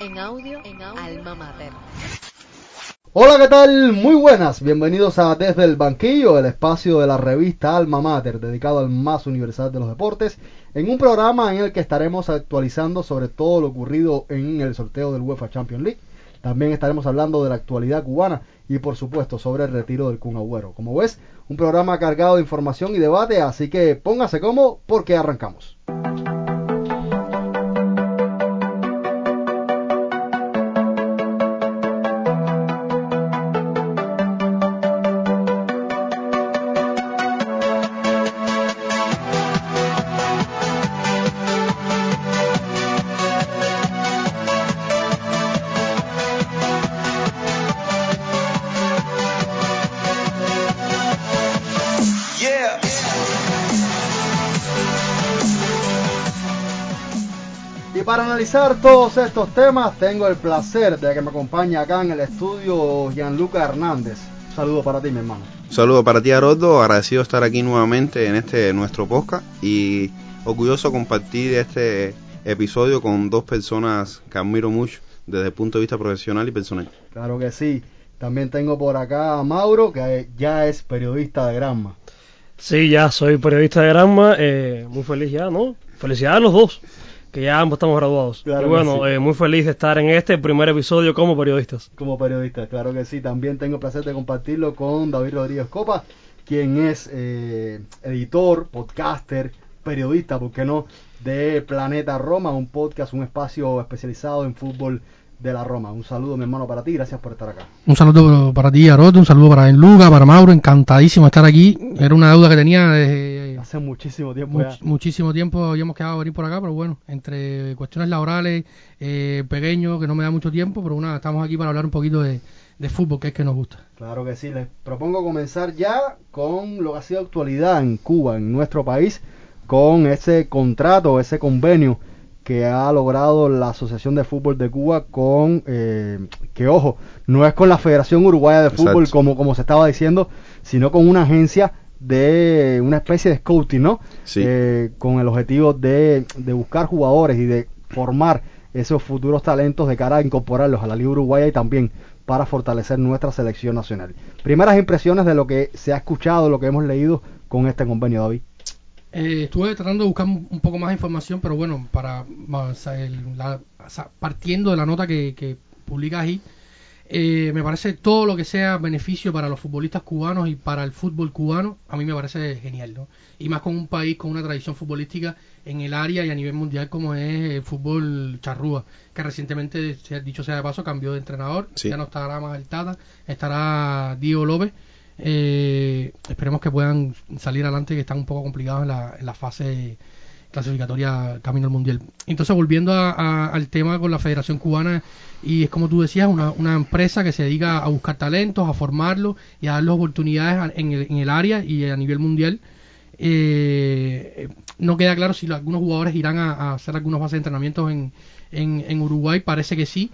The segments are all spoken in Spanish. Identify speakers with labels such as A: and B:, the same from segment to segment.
A: En audio, en audio, Alma Mater.
B: Hola, ¿qué tal? Muy buenas. Bienvenidos a Desde el Banquillo, el espacio de la revista Alma Mater, dedicado al más universal de los deportes, en un programa en el que estaremos actualizando sobre todo lo ocurrido en el sorteo del UEFA Champions League. También estaremos hablando de la actualidad cubana y por supuesto sobre el retiro del Kun Agüero. Como ves, un programa cargado de información y debate, así que póngase cómodo porque arrancamos.
C: Yeah.
B: Y para analizar todos estos temas, tengo el placer de que me acompañe acá en el estudio Gianluca Hernández. Saludos para ti, mi hermano.
D: Saludos para ti, Haroldo. Agradecido de estar aquí nuevamente en este nuestro podcast y orgulloso de compartir este episodio con dos personas que admiro mucho desde el punto de vista profesional y personal.
B: Claro que sí. También tengo por acá a Mauro, que ya es periodista de Granma.
E: Sí, ya soy periodista de Granma, eh, muy feliz ya, ¿no? Felicidades a los dos, que ya ambos estamos graduados.
B: Claro
E: y bueno,
B: que sí.
E: eh, muy feliz de estar en este primer episodio como periodistas.
B: Como periodista, claro que sí. También tengo el placer de compartirlo con David Rodríguez Copa, quien es eh, editor, podcaster, periodista, ¿por qué no?, de Planeta Roma, un podcast, un espacio especializado en fútbol de la Roma. Un saludo, mi hermano, para ti. Gracias por estar acá.
F: Un saludo para ti, Arote, un saludo para Luca, para Mauro, encantadísimo de estar aquí. Era una deuda que tenía desde
B: Hace muchísimo tiempo
F: much-
B: ya.
F: muchísimo tiempo, habíamos quedado a venir por acá, pero bueno, entre cuestiones laborales, eh, pequeño, que no me da mucho tiempo, pero nada, estamos aquí para hablar un poquito de, de fútbol, que es que nos gusta.
B: Claro que sí, les propongo comenzar ya con lo que ha sido actualidad en Cuba, en nuestro país, con ese contrato, ese convenio que ha logrado la Asociación de Fútbol de Cuba con, eh, que ojo, no es con la Federación Uruguaya de Fútbol
D: Exacto.
B: como, como se estaba diciendo, sino con una agencia de una especie de scouting, ¿no?
D: Sí.
B: Eh, con el objetivo de, de buscar jugadores y de formar esos futuros talentos de cara a incorporarlos a la Liga Uruguaya y también para fortalecer nuestra selección nacional. Primeras impresiones de lo que se ha escuchado, lo que hemos leído con este convenio, David.
F: Eh, estuve tratando de buscar un un poco más de información, pero bueno, para o sea, el- la- o sea, partiendo de la nota que, que publicas ahí, eh, me parece todo lo que sea beneficio para los futbolistas cubanos y para el fútbol cubano, a mí me parece genial, ¿no? Y más con un país con una tradición futbolística en el área y a nivel mundial como es el fútbol charrúa, que recientemente, sea- dicho sea de paso, cambió de entrenador,
D: Sí.
F: ya no estará más el Tata, estará Diego López. Eh, esperemos que puedan salir adelante, que están un poco complicados en la, en la fase clasificatoria camino al mundial. Entonces, volviendo a- a- al tema con la Federación Cubana, y es como tú decías, una, una empresa que se dedica a buscar talentos, a formarlos y a darles oportunidades a- en el, en el área y a nivel mundial. Eh, no queda claro si lo- algunos jugadores irán a, a hacer algunas bases de entrenamientos en, en- en Uruguay, parece que sí,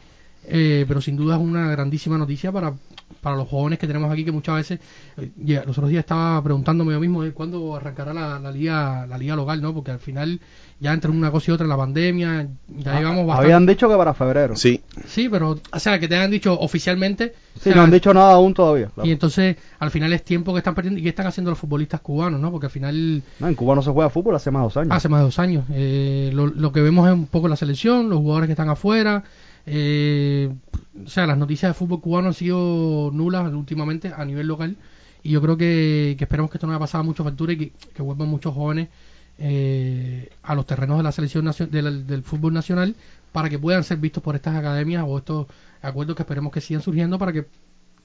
F: eh, pero sin duda es una grandísima noticia para, para los jóvenes que tenemos aquí, que muchas veces, eh, ya, los otros días estaba preguntándome yo mismo eh, cuándo arrancará la, la liga la liga local, ¿no? Porque al final ya entre una cosa y otra la pandemia, ya llevamos bastante.
B: Ah, Habían dicho que para febrero.
D: Sí,
F: Sí, pero, o sea, que te han dicho oficialmente. o
B: Sí,
F: sea,
B: no han dicho nada aún todavía. claro.
F: Y entonces, al final es tiempo que están perdiendo. ¿Y qué están haciendo los futbolistas cubanos, no? Porque al final,
B: No, en Cuba no se juega fútbol hace más de dos años.
F: hace más de dos años, eh, lo, lo que vemos es un poco la selección, los jugadores que están afuera. eh, o sea, las noticias de fútbol cubano han sido nulas últimamente a nivel local. Y yo creo que, que esperemos que esto no haya pasado mucho factura y que, que vuelvan muchos jóvenes eh, a los terrenos de la selección nacio- del, del fútbol nacional para que puedan ser vistos por estas academias o estos acuerdos que esperemos que sigan surgiendo para que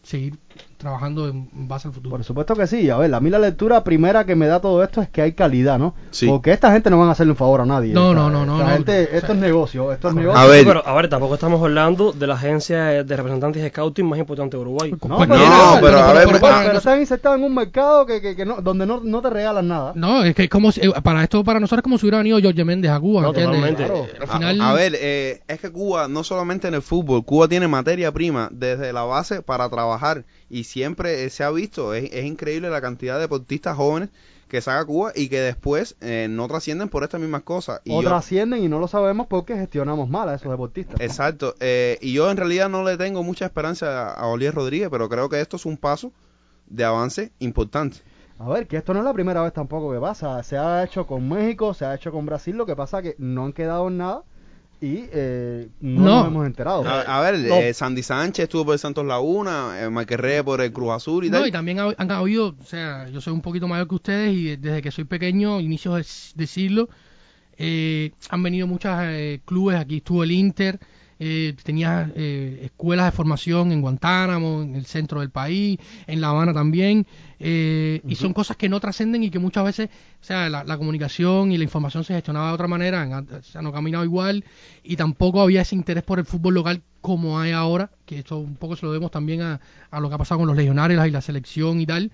F: seguir trabajando en en base al futuro.
B: Por supuesto que sí. A ver, a mí la lectura primera que me da todo esto es que hay calidad, ¿no?
D: Sí.
B: Porque esta gente no van a hacerle un favor a nadie.
F: No,
B: O sea,
F: no, no, no,
B: esta
F: no.
B: gente-
F: O sea,
B: esto es negocio, esto es negocio.
D: A ver.
E: Pero, a ver, tampoco estamos hablando de la agencia de representantes de scouting más importante de Uruguay.
B: No,
F: Pues
B: pero,
D: no,
B: pero,
D: pero a ver, pues,
B: pero-
D: pero-
B: pero están insertados en un mercado que, que- que no, donde no, no te regalan nada.
F: No, es que es como si- eh, para esto para nosotros es como si hubiera venido Jorge Méndez a Cuba,
E: No,
F: ¿entiendes?
E: totalmente.
F: Claro. Al
D: A-
F: final
D: A, ver, eh, es que Cuba, no solamente en el fútbol, Cuba tiene materia prima desde la base para trabajar y siempre eh, se ha visto, es, es increíble la cantidad de deportistas jóvenes que saca Cuba y que después eh, no trascienden por estas mismas cosas. Y
B: o
D: yo-
B: trascienden y no lo sabemos porque gestionamos mal a esos deportistas.
D: Exacto. eh, y yo en realidad no le tengo mucha esperanza a, a Olier Rodríguez, pero creo que esto es un paso de avance importante.
B: A ver, que esto no es la primera vez tampoco que pasa. Se ha hecho con México, se ha hecho con Brasil, lo que pasa que no han quedado en nada y eh, no,
F: No.
B: nos hemos enterado.
D: A, a ver,
E: No.
D: eh, Sandy Sánchez estuvo por el Santos Laguna, eh, Maquerré por el Cruz Azul y
F: No,
D: tal.
F: y también ha- han habido, o sea, yo soy un poquito mayor que ustedes y de- desde que soy pequeño, inicios de s- de, siglo, eh, han venido muchos clubes, aquí estuvo el Inter, eh, tenía eh, escuelas de formación en Guantánamo, en el centro del país, en La Habana también, eh, y son cosas que no trascenden y que muchas veces, o sea, la, la comunicación y la información se gestionaba de otra manera, en an- o sea, no caminaba igual y tampoco había ese interés por el fútbol local como hay ahora, que esto un poco se lo debemos también a, a lo que ha pasado con los legionarios y la selección y tal,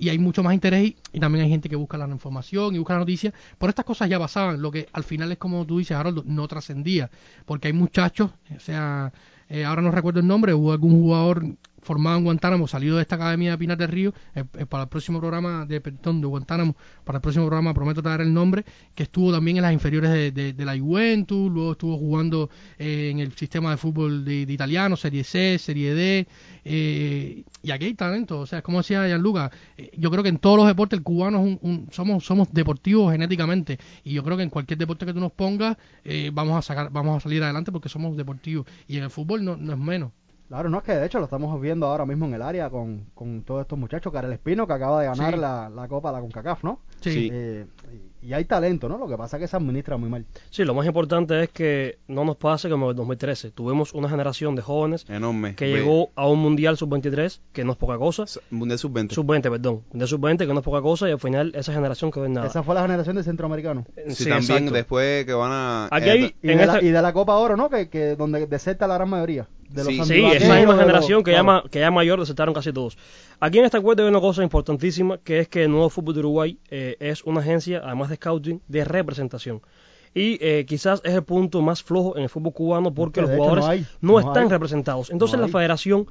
F: y hay mucho más interés y, y también hay gente que busca la información y busca la noticia, pero estas cosas ya pasaban, lo que al final es como tú dices, Haroldo, no trascendía, porque hay muchachos, o sea, eh, ahora no recuerdo el nombre, hubo algún jugador formado en Guantánamo, salido de esta academia de Pinar del Río, eh, eh, para el próximo programa de perdón, de Guantánamo, para el próximo programa prometo traer el nombre, que estuvo también en las inferiores de, de- de la Juventus, luego estuvo jugando eh, en el sistema de fútbol de, de italiano, Serie C, Serie D, eh, y aquí hay talento, o sea, como decía Gianluca, eh, yo creo que en todos los deportes el cubano es un- un- somos, somos deportivos genéticamente, y yo creo que en cualquier deporte que tú nos pongas, eh, vamos a sacar, vamos a salir adelante porque somos deportivos, y en el fútbol no, no es menos.
B: Claro, no es que de hecho lo estamos viendo ahora mismo en el área con, con todos estos muchachos. Karel Espino que acaba de ganar
F: Sí.
B: la, la Copa, la CONCACAF, ¿no?
F: Sí.
D: Sí.
B: Eh, y hay talento, ¿no? Lo que pasa es que se administra muy mal.
E: Sí, lo más importante es que no nos pase como en el 2013. Tuvimos una generación de jóvenes
D: Enorme.
E: que
D: Ve-
E: llegó a un Mundial Sub-23, que no es poca cosa.
D: S- Mundial Sub-20.
E: Sub-20, perdón. Mundial Sub-20, que no es poca cosa, y al final esa generación quedó en nada.
B: Esa fue la generación de centroamericanos.
E: Eh,
D: Sí,
E: sí,
D: también
E: exacto.
D: después que van a... eh,
E: Aquí hay-
B: Y,
E: En
B: de la,
E: esta-
B: y de la Copa Oro, ¿no? Que, que donde deserta la gran mayoría. De los
D: Sí,
E: Sí,
B: ambivaqueros,
E: esa misma
B: de los-
E: generación que, ya
B: claro.
E: ma- que ya mayor aceptaron casi todos. Aquí en este acuerdo hay una cosa importantísima, que es que el Nuevo Fútbol de Uruguay eh, es una agencia, además de scouting, de representación. Y eh, quizás es el punto más flojo en el fútbol cubano porque
B: Que
E: los
B: de hecho
E: jugadores
B: no hay,
E: no,
B: no
E: están
B: hay.
E: representados. Entonces
B: No
E: la
B: hay.
E: federación,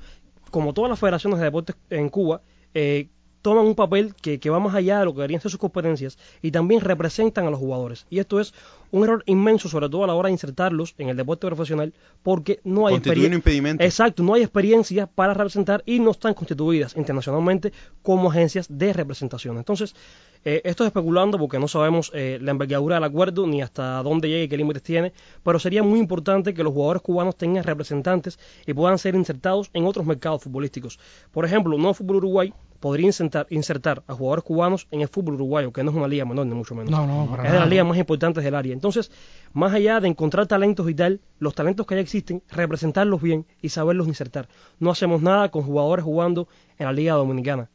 E: como todas las federaciones de deportes en Cuba, eh, toman un papel que, que va más allá de lo que deberían ser sus competencias y también representan a los jugadores. Y esto es un error inmenso, sobre todo a la hora de insertarlos en el deporte profesional, porque no hay
D: Constituye un
E: experien-
D: impedimento.
E: Exacto, no hay experiencias para representar y no están constituidas internacionalmente como agencias de representación. Entonces, eh, esto es especulando porque no sabemos eh, la envergadura del acuerdo ni hasta dónde llegue y qué límites tiene, pero sería muy importante que los jugadores cubanos tengan representantes y puedan ser insertados en otros mercados futbolísticos. Por ejemplo, no fútbol Uruguay podría insertar, insertar a jugadores cubanos en el fútbol uruguayo, que no es una liga menor ni mucho menos
F: No, no, para
E: es de
F: nada.
E: las ligas más importantes del área. Entonces, más allá de encontrar talentos y tal, los talentos que ya existen, representarlos bien y saberlos insertar. No hacemos nada con jugadores jugando en la Liga Dominicana.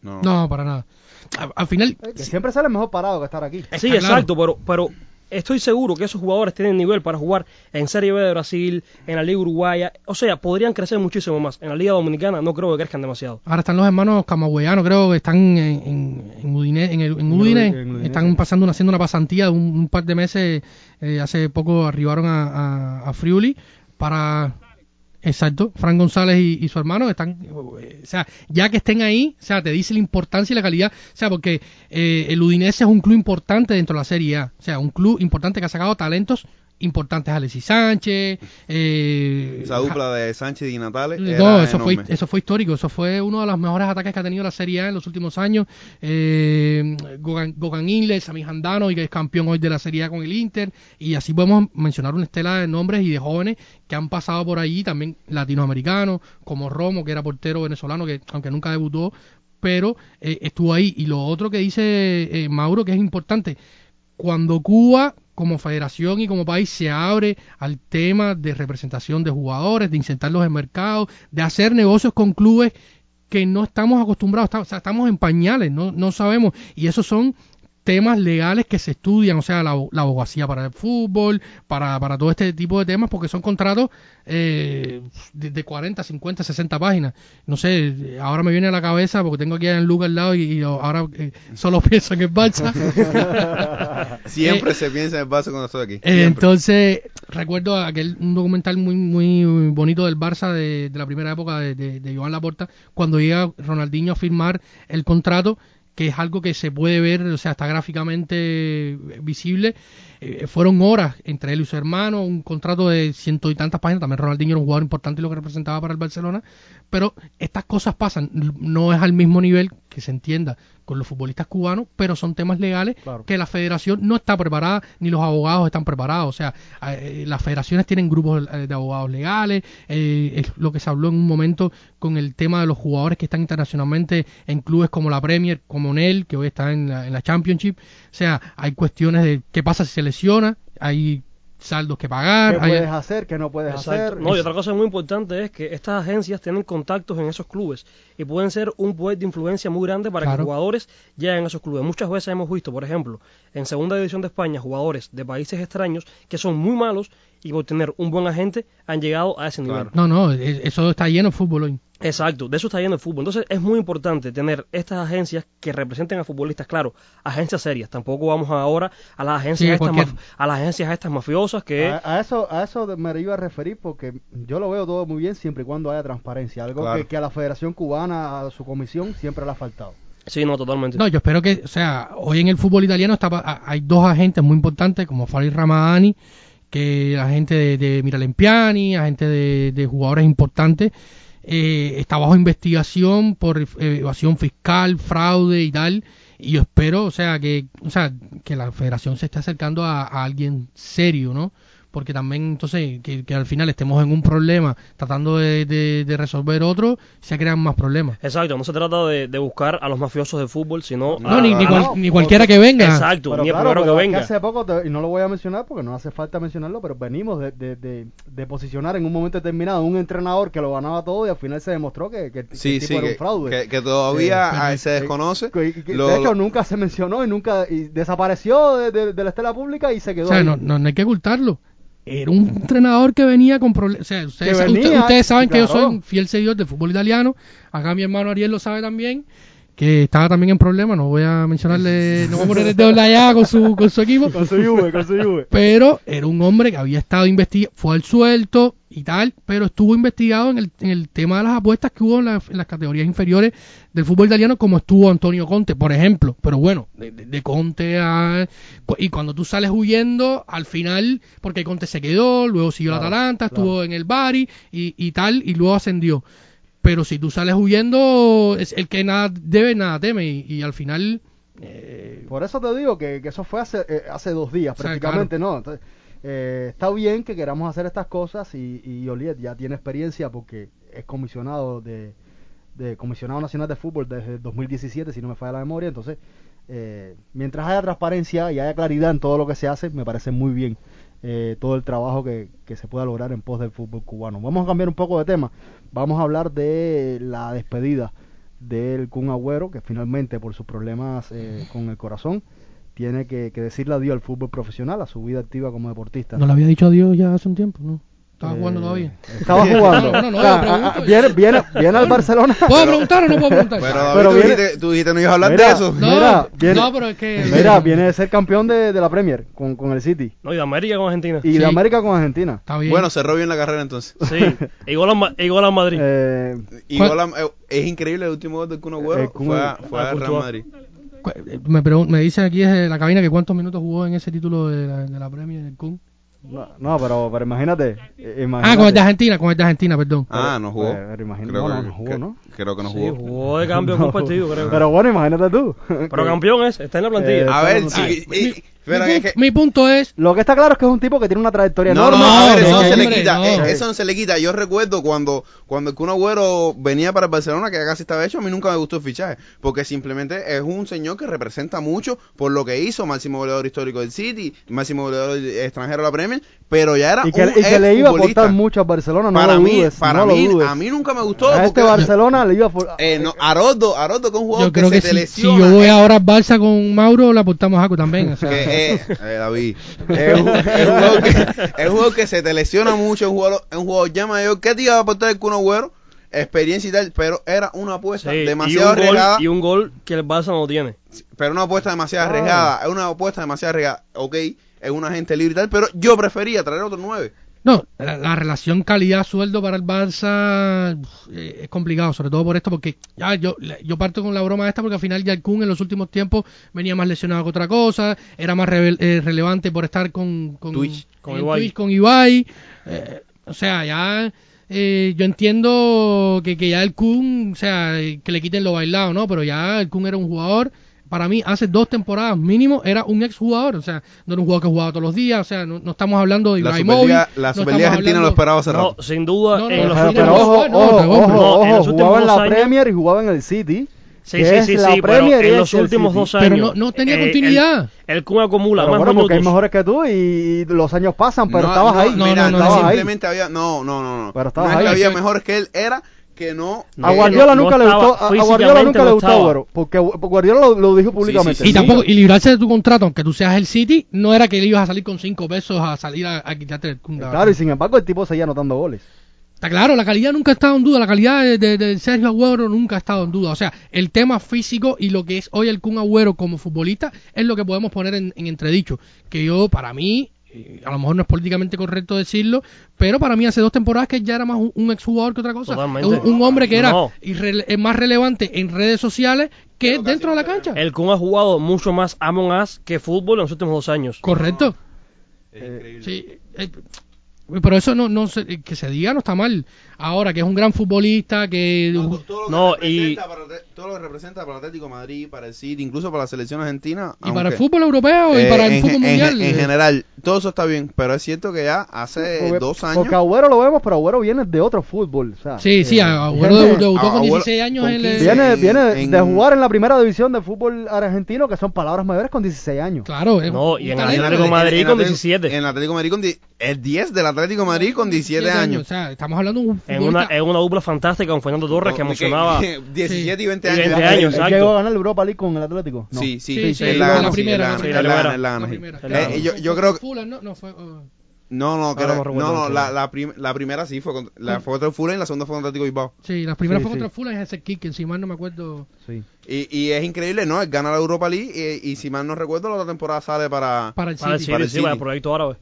D: No,
F: No, para nada. A- al final,
B: Eh, que siempre sale mejor parado que estar aquí.
E: sí,
F: claro.
E: exacto, pero, pero estoy seguro que esos jugadores tienen nivel para jugar en Serie B de Brasil, en la Liga Uruguaya. O sea, podrían crecer muchísimo más. En la Liga Dominicana no creo que crezcan demasiado.
F: Ahora están los hermanos camagüeyanos, creo que están en, en, en Udine, en, el- en
B: En
F: Udine,
B: Udi- en Udinese.
F: están pasando una- haciendo una pasantía de un, un par de meses, eh, hace poco arribaron a, a, a Friuli para... Exacto, Fran González y, y su hermano están, eh, o sea, ya que estén ahí, o sea, te dice la importancia y la calidad, o sea, porque eh, el Udinese es un club importante dentro de la Serie A, o sea, un club importante que ha sacado talentos importantes, Alexis Sánchez, eh,
D: Esa dupla de Sánchez y Natales
F: Mm, no,
D: era
F: eso fue,
D: enorme.
F: eso fue histórico. Eso fue uno de los mejores ataques que ha tenido la Serie A en los últimos años. Eh, Gogan, Gogan Inles, Sami Handano, y que es campeón hoy de la Serie A con el Inter. Y así podemos mencionar una estela de nombres y de jóvenes que han pasado por allí, también latinoamericanos, como Romo, que era portero venezolano, que aunque nunca debutó, pero eh, estuvo ahí. Y lo otro que dice eh, Mauro, que es importante, cuando Cuba como federación y como país se abre al tema de representación de jugadores, de insertarlos en mercados, de hacer negocios con clubes que no estamos acostumbrados, está- o sea, estamos en pañales, no, no sabemos. Y esos son temas legales que se estudian, o sea, la, la abogacía para el fútbol, para, para todo este tipo de temas, porque son contratos eh, de, de 40, 50, 60 páginas. No sé, ahora me viene a la cabeza, porque tengo aquí a Gianluca al lado y, y ahora eh, solo pienso en el Barça.
D: Siempre
F: Eh,
D: se piensa en el Barça cuando estoy aquí.
F: Eh,
D: siempre.
F: Entonces, recuerdo aquel un documental muy muy bonito del Barça de, de la primera época de, de, de Joan Laporta, cuando llega Ronaldinho a firmar el contrato que es algo que se puede ver, o sea, está gráficamente visible. Eh, fueron horas entre él y su hermano, un contrato de ciento y tantas páginas. También Ronaldinho era un jugador importante y lo que representaba para el Barcelona. Pero estas cosas pasan, no es al mismo nivel que se entienda con los futbolistas cubanos, pero son temas legales
B: Claro.
F: que la federación no está preparada, ni los abogados están preparados. O sea, eh, las federaciones tienen grupos eh, de abogados legales, eh, es lo que se habló en un momento con el tema de los jugadores que están internacionalmente en clubes como la Premier, como Nel, que hoy está en la, en la Championship. O sea, hay cuestiones de qué pasa si se lesiona, hay saldos que pagar,
B: ¿Qué
F: hay-
B: puedes hacer? ¿Qué no puedes
E: Exacto.
B: hacer?
E: No, y otra cosa muy importante es que estas agencias tienen contactos en esos clubes y pueden ser un poder de influencia muy grande para que
F: Claro.
E: jugadores lleguen a esos clubes. Muchas veces hemos visto, por ejemplo, en segunda división de España, jugadores de países extraños que son muy malos y por tener un buen agente han llegado a ese nivel.
D: Claro.
F: No, no, eh, eso está lleno de fútbol hoy.
E: Exacto, de eso está yendo el fútbol. Entonces es muy importante tener estas agencias que representen a futbolistas, claro, agencias serias. Tampoco vamos ahora a las agencias,
F: Sí,
E: estas,
F: cualquier- Ah.
E: maf- a las agencias estas mafiosas que...
B: A, a eso a eso de- me iba a referir porque yo lo veo todo muy bien siempre y cuando haya transparencia, algo
D: Claro.
B: que, que a la Federación Cubana, a su comisión, siempre le ha faltado.
E: Sí, no, totalmente.
F: No, yo espero que, o sea, hoy en el fútbol italiano está, pa- a- hay dos agentes muy importantes, como Fari Ramadani, que la gente de, de Miralempiani, agente de, de jugadores importantes, eh, está bajo investigación por eh, evasión fiscal, fraude y tal. Y yo espero, o sea, que, o sea, que la federación se esté acercando a, a alguien serio, ¿no? Porque también, entonces, que, que al final estemos en un problema tratando de, de- de resolver otro, se crean más problemas.
E: Exacto, no se trata de, de buscar a los mafiosos del fútbol, sino
F: No,
E: a...
F: ni, ni
D: ah,
F: cual-
B: no,
F: ni
B: o-
F: cualquiera que venga.
E: Exacto, ni el primero
B: pero
E: que
B: es
E: venga.
B: hace poco, te- y no lo voy a mencionar porque no hace falta mencionarlo, pero venimos de, de- de- de posicionar en un momento determinado un entrenador que lo ganaba todo y al final se demostró que, que el
D: Sí,
B: tipo
D: sí,
B: era
D: que,
B: un fraude.
D: que- que todavía
F: Eh,
D: ah, se desconoce.
B: Que- que-
D: Lo-
B: de hecho, nunca se mencionó y nunca y desapareció de, de- de la estela pública y se quedó.
F: O sea,
B: ahí.
F: no, no, no hay que ocultarlo. Era un entrenador que venía con problemas. O sea, ustedes,
B: Que
F: sa- usted-
B: venía,
F: ustedes saben que yo
B: claro.
F: soy un fiel seguidor del fútbol italiano. Acá mi hermano Ariel lo sabe también. Que estaba también en problemas. No voy a mencionarle. No voy a poner el dedo en la llaga con su, con su equipo.
B: Con su Juve, con su Juve.
F: Pero era un hombre que había estado investigado. Fue al suelto y tal. Pero estuvo investigado en el, en el tema de las apuestas que hubo en, la- en las categorías inferiores del fútbol italiano. Como estuvo Antonio Conte, por ejemplo. Pero bueno, de, de- de Conte a. cu- Y cuando tú sales huyendo, al final, porque Conte se quedó, luego siguió la
B: Claro,
F: Atalanta,
B: claro.
F: estuvo en el Bari y, y tal, y luego ascendió. Pero si tú sales huyendo, es el que nada debe, nada teme, y, y al final. eh,
B: Por eso te digo que, que eso fue hace, eh, hace dos días
F: O sea,
B: prácticamente, ¿no? Entonces, eh, está bien que queramos hacer estas cosas y, y Oliet ya tiene experiencia porque es comisionado de, de comisionado nacional de fútbol desde el 2017, si no me falla la memoria. Entonces, eh, mientras haya transparencia y haya claridad en todo lo que se hace, me parece muy bien eh, todo el trabajo que, que se pueda lograr en pos del fútbol cubano. Vamos a cambiar un poco de tema. Vamos a hablar de la despedida del Kun Agüero, que finalmente por sus problemas eh, con el corazón tiene que, que decirle adiós al fútbol profesional, a su vida activa como deportista.
F: no le había dicho adiós ya hace un tiempo, ¿no? Estaba
B: Eh,
F: jugando todavía.
B: Estaba jugando.
F: No, no, no,
B: O sea,
F: yo pregunto.
B: ah, ah, viene, viene, viene al Barcelona.
F: ¿Puedo preguntar o no puedo preguntar?
D: Pero, David,
B: Pero
D: tú,
B: viene-
D: dijiste, tú dijiste no ibas a hablar
B: Mira,
D: de eso.
F: No,
B: Mira, viene-
F: no, pero es que.
B: Mira, viene de ser campeón de, de la Premier con, con el City
E: No, y de América con Argentina.
B: y
F: Sí.
B: de América con Argentina.
F: Está bien.
D: Bueno, cerró bien la carrera entonces.
E: Sí, igual a, Ma- igual a Madrid.
B: Eh,
D: Y
F: ¿Cuál-
D: gol a- eh, es increíble el último gol del Kun Agüero
B: El Eh, Kun-
D: fue, a- fue
E: a
D: al Real
E: Courtois.
D: Madrid.
F: Cu- eh, me, pregun- me dicen aquí desde la cabina que cuántos minutos jugó en ese título de la, de la Premier del Kun.
B: no, no, pero, pero imagínate, eh, imagínate.
F: Ah, con el de Argentina, con el de Argentina, perdón.
D: Ah, no jugó.
B: Eh, pero imagino-
D: creo,
B: no,
D: que,
B: no jugó,
D: que-
B: ¿no?
D: creo que no
E: Sí,
D: jugó.
E: jugó de cambio en
B: No.
E: un partido, creo.
B: Pero bueno, imagínate tú.
E: Pero campeón es, está en la plantilla.
B: Eh,
D: A ver,
B: Ah,
D: sí, y- y-
F: Mi,
D: espera, que-
F: punto-
D: que-
F: mi punto es.
B: Lo que está claro es que es un tipo que tiene una trayectoria
D: No, no,
B: enorme.
D: a ver,
F: no,
D: eso no se
F: hombre,
D: le quita.
F: no.
D: eh, Eso no se le quita. Yo recuerdo cuando, cuando el Kun Agüero venía para el Barcelona, que ya casi estaba hecho, a mí nunca me gustó el fichaje. Porque simplemente es un señor que representa mucho por lo que hizo, máximo goleador histórico del City, máximo goleador extranjero de la Premier, pero ya era
B: y que,
D: un
B: y que le iba a
D: exfutbolista.
B: aportar mucho a Barcelona, no
D: para
B: lo
D: mí,
B: dudes,
D: para
B: no lo
D: mí,
B: dudes.
D: a mí nunca me gustó.
B: A este
D: porque-
B: Barcelona le iba a... for-
D: eh, no, Haroldo, Haroldo, que es un jugador
F: Yo creo
D: que,
F: que
D: se
F: si,
D: te
F: si
D: lesiona.
F: yo voy ahora al Barça con Mauro, la aportamos a Jaco también. o sea.
D: Que, eh, eh, David, es un, es un jugador que, es un jugador que se te lesiona mucho, es un jugador, es un jugador ya mayor. ¿Qué te iba a aportar el Kun Agüero? Experiencia y tal, pero era una apuesta
E: Sí,
D: demasiado
E: y, un gol,
D: arriesgada.
E: y un gol que el Barça no tiene.
D: Pero una apuesta demasiado arriesgada, es una apuesta demasiado arriesgada. Ok, es un agente libre y tal, pero yo prefería traer otro 9.
F: No, la, la relación calidad-sueldo para el Barça uf, eh, es complicado, sobre todo por esto, porque ya yo, la- yo parto con la broma esta, porque al final ya el Kun en los últimos tiempos venía más lesionado que otra cosa, era más revel- eh, relevante por estar con, con,
D: Twitch.
E: Con
F: en
E: Ibai.
F: Twitch, con Ibai. eh, o sea, ya eh, yo entiendo que, que ya el Kun, o sea, que le quiten lo bailado, ¿no? Pero ya el Kun era un jugador, para mí, hace dos temporadas mínimo, era un ex jugador, o sea, no era un jugador que jugaba todos los días, o sea, no, no estamos hablando de
D: La
F: Ibrahimovic.
D: Superliga,
F: no
D: la
F: estamos
D: Superliga Argentina
F: hablando-
D: lo esperaba hace
E: No,
D: rato.
E: sin duda.
F: No, no,
E: en
F: no,
E: los
B: Pero,
E: últimos-
B: pero ojo,
F: Ah, no,
B: ojo,
F: te compro.
B: ojo,
E: No, en los
B: ojo,
E: últimos
B: jugaba en
E: dos
B: la
E: años-
B: Premier y jugaba en el City.
E: Sí,
B: que
E: sí,
B: es
E: sí,
B: la
E: sí, pero
B: Premier y
E: en
B: es
E: los
B: el
E: últimos
B: City.
E: dos años.
F: Pero no- no tenía
E: el-
F: continuidad.
E: El, Kun acumula
B: Pero
E: más
B: bueno, porque hay
E: minutos.
B: mejores que tú y los años pasan, pero
D: No,
B: estabas
D: no,
B: ahí.
F: no,
D: mira,
F: no, no,
B: estabas ahí.
D: simplemente había. No, no, no. no.
B: Pero
D: no
B: estabas
D: es que
B: ahí.
D: había mejores que él, era que no.
E: No,
B: A Guardiola
E: no
B: nunca le
E: estaba,
B: gustó, a- a Guardiola
E: físicamente
B: nunca le
E: no
B: gustó
E: estaba.
B: Agüero, porque Gu- Guardiola lo, lo dijo públicamente.
D: sí,
F: Y
D: sí.
F: tampoco, y librarse de tu contrato, aunque tú seas el City, no era que le ibas a salir con cinco pesos a salir a, a quitarte el Kun. la
B: Eh, Claro, y
F: verdad.
B: sin embargo el tipo seguía anotando goles.
F: Está claro, la calidad nunca ha estado en duda, la calidad de, de- de Sergio Agüero nunca ha estado en duda. O sea, el tema físico y lo que es hoy el Kun Agüero como futbolista es lo que podemos poner en, en entredicho. Que yo, para mí, eh, a lo mejor no es políticamente correcto decirlo, pero para mí hace dos temporadas que ya era más un, un exjugador que otra cosa.
E: Totalmente.
F: Un, un hombre que era
E: No.
F: irre- eh, más relevante en redes sociales que dentro de la cancha.
E: El Kun ha jugado mucho más Among Us que fútbol en los últimos dos años.
F: Correcto. Sí, eh, pero eso no, no se- que se diga no está mal. Ahora que es un gran futbolista, que
D: No, todo lo que
E: No,
D: representa
E: y-
D: para, todo lo que representa para el Atlético de Madrid, para el City, incluso para la selección argentina.
F: y para el
D: aunque-
F: fútbol europeo y
D: Eh,
F: para el
D: en
F: fútbol
D: gen- en
F: mundial.
D: gen- En, general, todo eso está bien, pero es cierto que ya hace
B: Porque-
D: Eh, dos
B: Porque
D: años.
B: Agüero lo vemos, pero Agüero viene de otro fútbol. o sea,
F: sí, sí,
B: eh,
F: Agüero
B: viene-
F: debu- debutó
D: Agüero-
F: con 16 años
D: con
F: en el-
D: 15.
B: Viene,
D: en-
B: viene
D: en-
B: de jugar en la primera división de fútbol argentino, que son palabras mayores con 16 años.
F: Claro, es
E: No,
F: un
E: y en
F: talento.
E: Atlético de Madrid con 17.
D: En el Atlético de Madrid con di- el 10 del Atlético de Madrid con 17
F: O
D: años.
F: sea, estamos hablando de un
E: En una,
F: futbolista.
E: en una dupla fantástica con Fernando Torres que
D: No,
E: emocionaba.
D: que- 17 y 20
E: Y
D: años.
E: 20
D: ya.
E: años,
B: Él
E: exacto.
B: llegó a ganar la Europa League con el Atlético. No.
D: Sí, sí,
F: Sí, sí,
D: él
F: la
D: la gana, sí,
F: primera,
D: él la
F: sí,
D: gana,
E: la
D: él la gana, él
E: primera.
D: la gana,
F: la
D: sí.
F: primera,
E: Eh,
F: claro.
D: yo- yo
F: Fue
D: creo-
F: con Fulham, no, no, fue, eh,
D: No, no, que
E: Ahora
D: era-
E: no
D: no,
E: recuerdo
D: no,
E: quién
D: la,
E: era.
D: la, prim- la primera sí fue contra, la fue contra el Fulham y la segunda fue contra el Atlético de Bilbao.
F: sí, las primeras
B: Sí,
F: fue contra
B: sí.
F: Fulham, es ese kick, que si mal no me acuerdo.
B: Sí.
D: Y, y es increíble, ¿no? Él gana la Europa League eh, y, y si mal no recuerdo, la otra temporada sale para...
F: Para el
E: Para el
F: City.
E: City,
D: Para el
E: sí, para el
D: City.
E: proyecto árabe.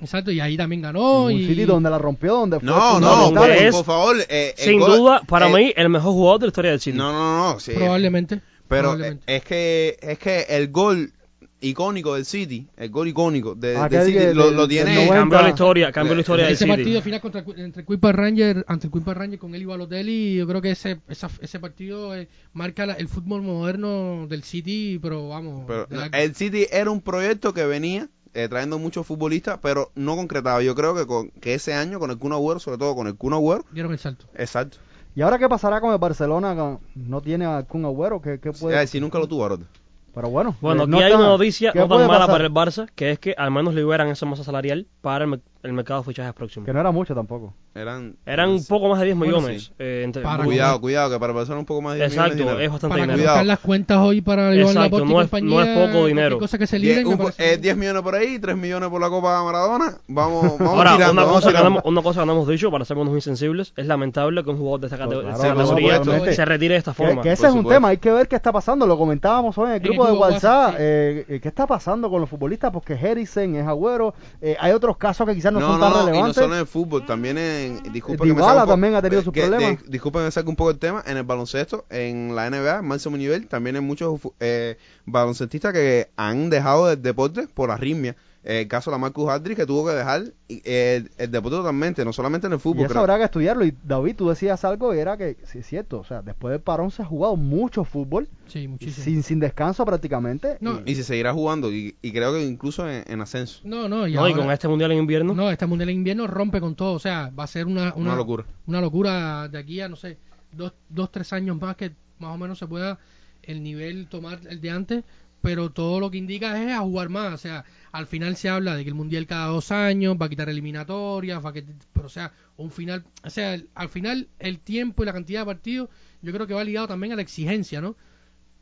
F: Exacto, y ahí también
B: En
F: ganó.
B: un
F: y...
B: City donde la rompió, donde fue
D: No, no,
B: fundamental.
E: hombre,
D: por,
E: es-
D: por favor. eh, el
E: Sin
D: gol-
E: duda, para
D: eh,
E: mí, el mejor jugador de la historia del City.
D: No, no, no, sí.
F: Probablemente.
D: Pero eh,
F: probablemente.
D: es que, es que el gol icónico del City, el gol icónico de-
B: Aquel
D: del City,
B: que-
D: lo,
B: del-
D: lo
B: del
D: tiene...
B: noventa.
E: Cambió la historia, cambió la historia del
F: ese partido
E: City.
F: final contra, el Cu- entre Quimper Ranger, ante el Quimper Ranger con Eli Balotelli, yo creo que ese, esa- ese partido eh, marca la- el fútbol moderno del City, pero vamos.
D: Pero,
F: de la-
D: el City era un proyecto que venía eh, trayendo muchos futbolistas, pero no concretado. Yo creo que, con, que ese año con el Kun Agüero, sobre todo con el Kun Agüero,
F: Dieron el salto.
D: exacto.
B: ¿Y ahora qué pasará con el Barcelona? que No tiene a Kun Agüero. ¿Qué, qué puede?
D: Eh, si nunca lo tuvo, Arota.
B: Pero bueno. eh,
E: Bueno, aquí
B: no
E: hay
B: está-
E: una noticia
B: ¿qué
E: no tan
B: puede
E: mala
B: pasar?
E: para el Barça, que es que al menos liberan esa masa salarial para el, merc- el mercado de fichajes próximo.
B: Que no era mucho tampoco.
D: Eran,
E: Eran un poco más de 10
D: Bueno,
E: millones.
D: sí.
E: eh, entre-
F: Para
E: Uy,
D: Cuidado, cuidado, que para pasar un poco más de 10
E: Exacto,
D: millones de
E: es bastante
F: Para
E: dinero.
D: Cuidado.
F: colocar las cuentas hoy para Iván
E: Exacto,
F: Laporte y
E: no es-
F: compañía.
E: no es poco
F: cualquier
E: dinero.
F: cosa que se
D: Die-
F: libren, me
D: un po-
F: parece-
D: eh, 10 millones por ahí, 3 millones por la Copa Maradona. Vamos, vamos
E: Ahora,
D: tirando,
E: una,
D: vamos
E: cosa que no,
D: tirando.
E: hemos- una cosa que no hemos dicho, para ser unos insensibles, es lamentable que un jugador de esta cate-
B: Claro,
E: de esta
B: claro,
E: categoría
D: obviamente.
E: se retire de esta
B: Que-
E: forma.
B: que ese
D: Por
B: es un
D: supuesto.
B: tema, hay que ver qué está pasando. Lo comentábamos hoy en el
F: En el
B: grupo de
F: grupo de
B: WhatsApp.
F: WhatsApp, sí.
B: eh, eh, ¿Qué está pasando con los futbolistas? Porque Herisen es agüero. eh, hay otros casos que quizás no,
D: No,
B: son
D: no,
B: tan
D: no, y no
B: relevantes.
D: solo en el fútbol, también en. Disculpa
B: Dybala
D: que me saque un poco-
B: también ha tenido sus
D: que-
B: problemas.
D: de- disculpa que me saque un poco el tema. En el baloncesto, en la NBA, en máximo nivel, también hay muchos fu- eh, baloncetistas que han dejado el deporte por arritmia. Eh, El caso de la Marcus Aldridge que tuvo que dejar eh, el, el deporte totalmente, no solamente en el
B: Y
D: fútbol.
B: eso
D: creo.
B: habrá que estudiarlo. Y David, tú decías algo y era que, sí es cierto, o sea, después del parón se ha jugado mucho fútbol,
F: Sí, muchísimo.
B: sin, sin descanso prácticamente.
F: No,
D: Y se seguirá jugando, y, y creo que incluso en, en ascenso.
F: no, no, y
E: No, y
F: ahora-
E: con este mundial en invierno.
F: No, este mundial en invierno rompe con todo. O sea, va a ser una, una,
D: Una locura.
F: Una locura de aquí a, no sé, dos, dos, tres años más que más o menos se pueda el nivel tomar el de antes. Pero todo lo que indica es a jugar más. O sea, al final se habla de que el mundial cada dos años va a quitar eliminatorias, va a quitar- Pero, o sea, un final. O sea, el- al final el tiempo y la cantidad de partidos, yo creo que va ligado también a la exigencia, ¿no?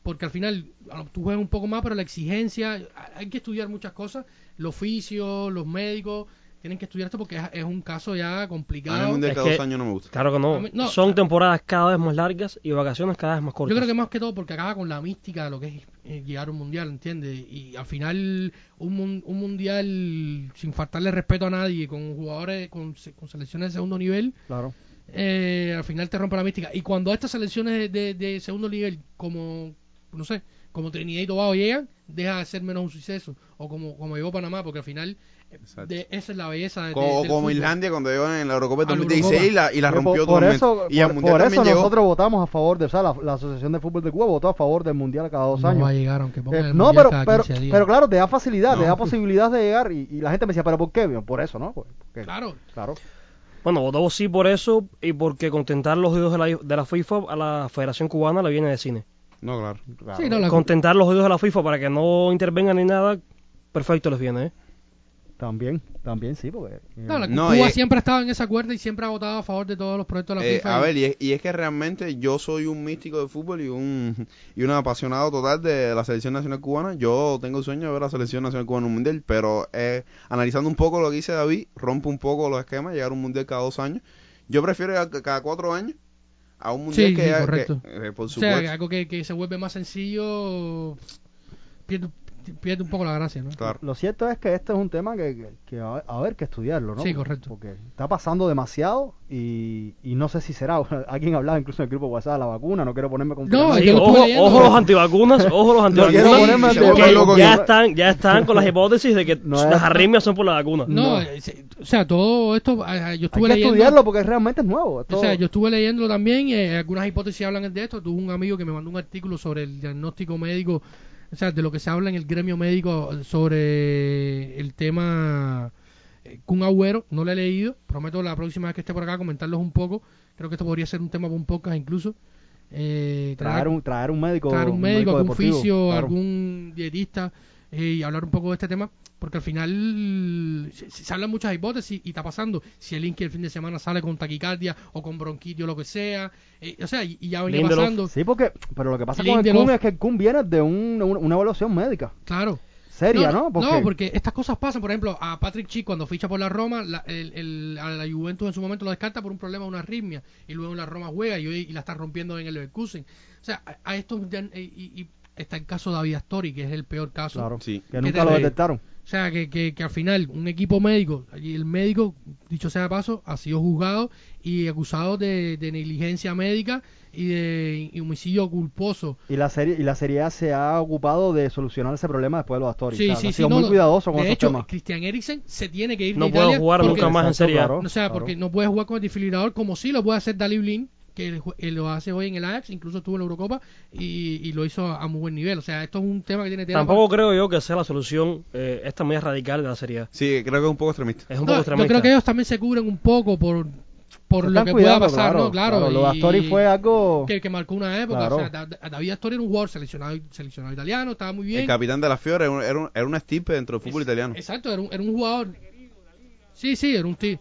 F: porque al final a lo- tú juegas un poco más, pero la exigencia, hay que estudiar muchas cosas, los oficios, los médicos, tienen que estudiar esto porque es, es un caso ya
D: A mí el
F: complicado.
D: mundial
E: Es
D: cada dos
E: que-
D: años no me gusta.
E: Claro que
F: A
E: no.
F: mí- no.
E: Son temporadas cada vez más largas y vacaciones cada vez más cortas.
F: Yo creo que más que todo porque acaba con la mística de lo que es eh, llegar a un mundial, ¿entiendes? Y al final un, mun- un mundial sin faltarle respeto a nadie, con jugadores, con, se- con selecciones de segundo nivel,
B: Claro.
F: eh, al final te rompe la mística. Y cuando estas selecciones de, de- de segundo nivel, como, no sé, como Trinidad y Tobago llegan, deja de ser menos un suceso. O como, como llegó Panamá, porque al final eh,
D: Exacto.
F: de, esa es la belleza de, de-
D: Como,
F: del
D: como
F: fútbol.
D: Islandia cuando llegó en la Eurocopa
F: A la
D: 2016 y la, y la
B: Por-
D: rompió
B: por,
D: totalmente.
B: eso,
D: y al
B: por,
D: mundial
B: por
D: también
B: eso
D: llegó.
B: nosotros votamos a favor de, o sea, la, la Asociación de Fútbol de Cuba votó a favor del mundial cada dos
F: No
B: años.
F: va a llegar, aunque pongan
B: Eh,
F: el
B: no,
F: mundial
B: pero,
F: cada
B: pero,
F: 15 días.
B: pero claro, te da facilidad, te
F: No.
B: da posibilidad de llegar. Y, y la gente me decía, ¿pero por qué? Yo, Por eso, ¿no? Pues, porque-
F: Claro.
B: Claro.
E: Bueno, votamos sí por eso y porque contentar los oídos de la, de la FIFA a la Federación Cubana le viene de cine.
D: No, claro.
F: Sí, no, la-
E: Contentar los oídos de la FIFA para que no intervengan ni nada, perfecto les viene, ¿eh?
B: También, también sí, porque.
F: No, la-
D: No,
F: Cuba
D: eh,
F: siempre ha estado en esa cuerda y siempre ha votado a favor de todos los proyectos de la
D: Eh,
F: FIFA.
D: a
F: y-
D: ver, y es, y es que realmente yo soy un místico de fútbol y un, y un apasionado total de la selección nacional cubana. Yo tengo el sueño de ver la selección nacional cubana en un mundial, pero eh, analizando un poco lo que dice David, rompe un poco los esquemas, llegar a un mundial cada dos años. Yo prefiero llegar ca- cada cuatro años a un mundial
F: Sí,
D: que,
F: sí,
D: que-
F: correcto.
D: eh, por
F: O sea,
D: supuesto.
F: algo que, que se vuelve más sencillo pierde, pierde un poco la gracia, ¿no?
D: Claro.
B: Lo cierto es que este es un tema que, que- que va a haber que estudiarlo, ¿no?
F: Sí, correcto.
B: Porque está pasando demasiado y, y no sé si será. Alguien hablaba incluso en el grupo WhatsApp de la vacuna, no quiero ponerme con.
F: No,
E: Sí,
F: yo lo estuve
E: ojo,
F: leyendo.
E: ojo los antivacunas, ojo los
B: No quiero ponerme
E: antivacunas,
B: al
E: que
B: debate, loco,
E: ya
B: no.
E: están, ya están con las hipótesis de que
B: No es-
E: las arritmias son por la vacuna.
F: No,
B: No.
F: eh, se- o sea, todo esto eh, eh, yo
B: Hay
F: estuve
B: que
F: leyendo.
B: estudiarlo porque realmente es nuevo. esto-
F: O sea, yo estuve leyéndolo también, eh, algunas hipótesis hablan de esto. Tuve un amigo que me mandó un artículo sobre el diagnóstico médico, o sea, de lo que se habla en el gremio médico eh, sobre el tema eh, Kun Agüero. No lo he leído, prometo la próxima vez que esté por acá comentarlos un poco. Creo que esto podría ser un tema para un podcast incluso. Eh,
B: traer un, traer un médico.
F: Claro, un médico, algún
B: deportivo,
F: fisio,
B: claro.
F: algún dietista eh, y hablar un poco de este tema, porque al final se, se hablan muchas hipótesis y está pasando. Si el Inky el fin de semana sale con taquicardia o con bronquitis o lo que sea, eh, o sea, y, y ya venía
E: Lindelof.
F: pasando.
B: Sí, porque. Pero lo que pasa con el
F: Lindelof.
B: Kun es que el Kun viene de un- un- una evaluación médica.
F: Claro.
B: Seria, ¿no?
F: No, porque estas cosas pasan. Por ejemplo, a Patrick Chi cuando ficha por la Roma, la, el- el- a la Juventus en su momento lo descarta por un problema de una arritmia. Y luego en la Roma juega y, hoy- y la está rompiendo en el Leverkusen. O sea, a, a estos. ya- Y, y- y está el caso de David Astori, que es el peor caso.
B: Claro,
D: Sí.
B: que
F: ¿Qué
B: nunca
F: te
B: lo
F: ríes?
B: detectaron.
F: O sea, que, que, que al final un equipo médico, y el médico, dicho sea de paso, ha sido juzgado y acusado de, de negligencia médica y de y homicidio culposo.
B: Y la serie y la Serie A se ha ocupado de solucionar ese problema después de los Astori.
F: Sí,
B: O sea,
F: sí,
B: ha
F: sí,
B: sido
F: no,
B: muy
F: no.
B: cuidadoso con
F: de
B: esos
F: hecho,
B: temas.
F: Christian Eriksen se tiene que ir
E: No
F: de
E: puedo
F: Italia
E: jugar
F: porque-
E: nunca más en
B: Exacto,
E: Serie A.
B: claro.
F: O sea, porque no puede jugar con el desfibrilador como sí lo puede hacer Dalí Blin, que el jue- eh, lo hace hoy en el Ajax, incluso estuvo en la Eurocopa y, y lo hizo a muy buen nivel. O sea, esto es un tema que tiene tela
E: Tampoco creo yo que sea la solución eh, esta medida radical de la Serie A.
D: Sí, creo que es un poco extremista.
E: Es un
F: No,
E: poco
F: yo
E: extremista.
F: creo que ellos también se cubren un poco por,
B: Se
F: por lo
B: están
F: que
B: cuidando,
F: pueda pasar, ¿no? Claro,
B: Lo de
F: y-
B: Astori fue algo.
F: que, que marcó una época.
B: Claro.
F: O sea, Da- Da- David Astori era un jugador seleccionado, seleccionado italiano, estaba muy bien.
D: El capitán de la Fiore era un- era, un- era una estirpe dentro del fútbol italiano.
F: Exacto, era un, era un jugador. Sí, sí, era un tío.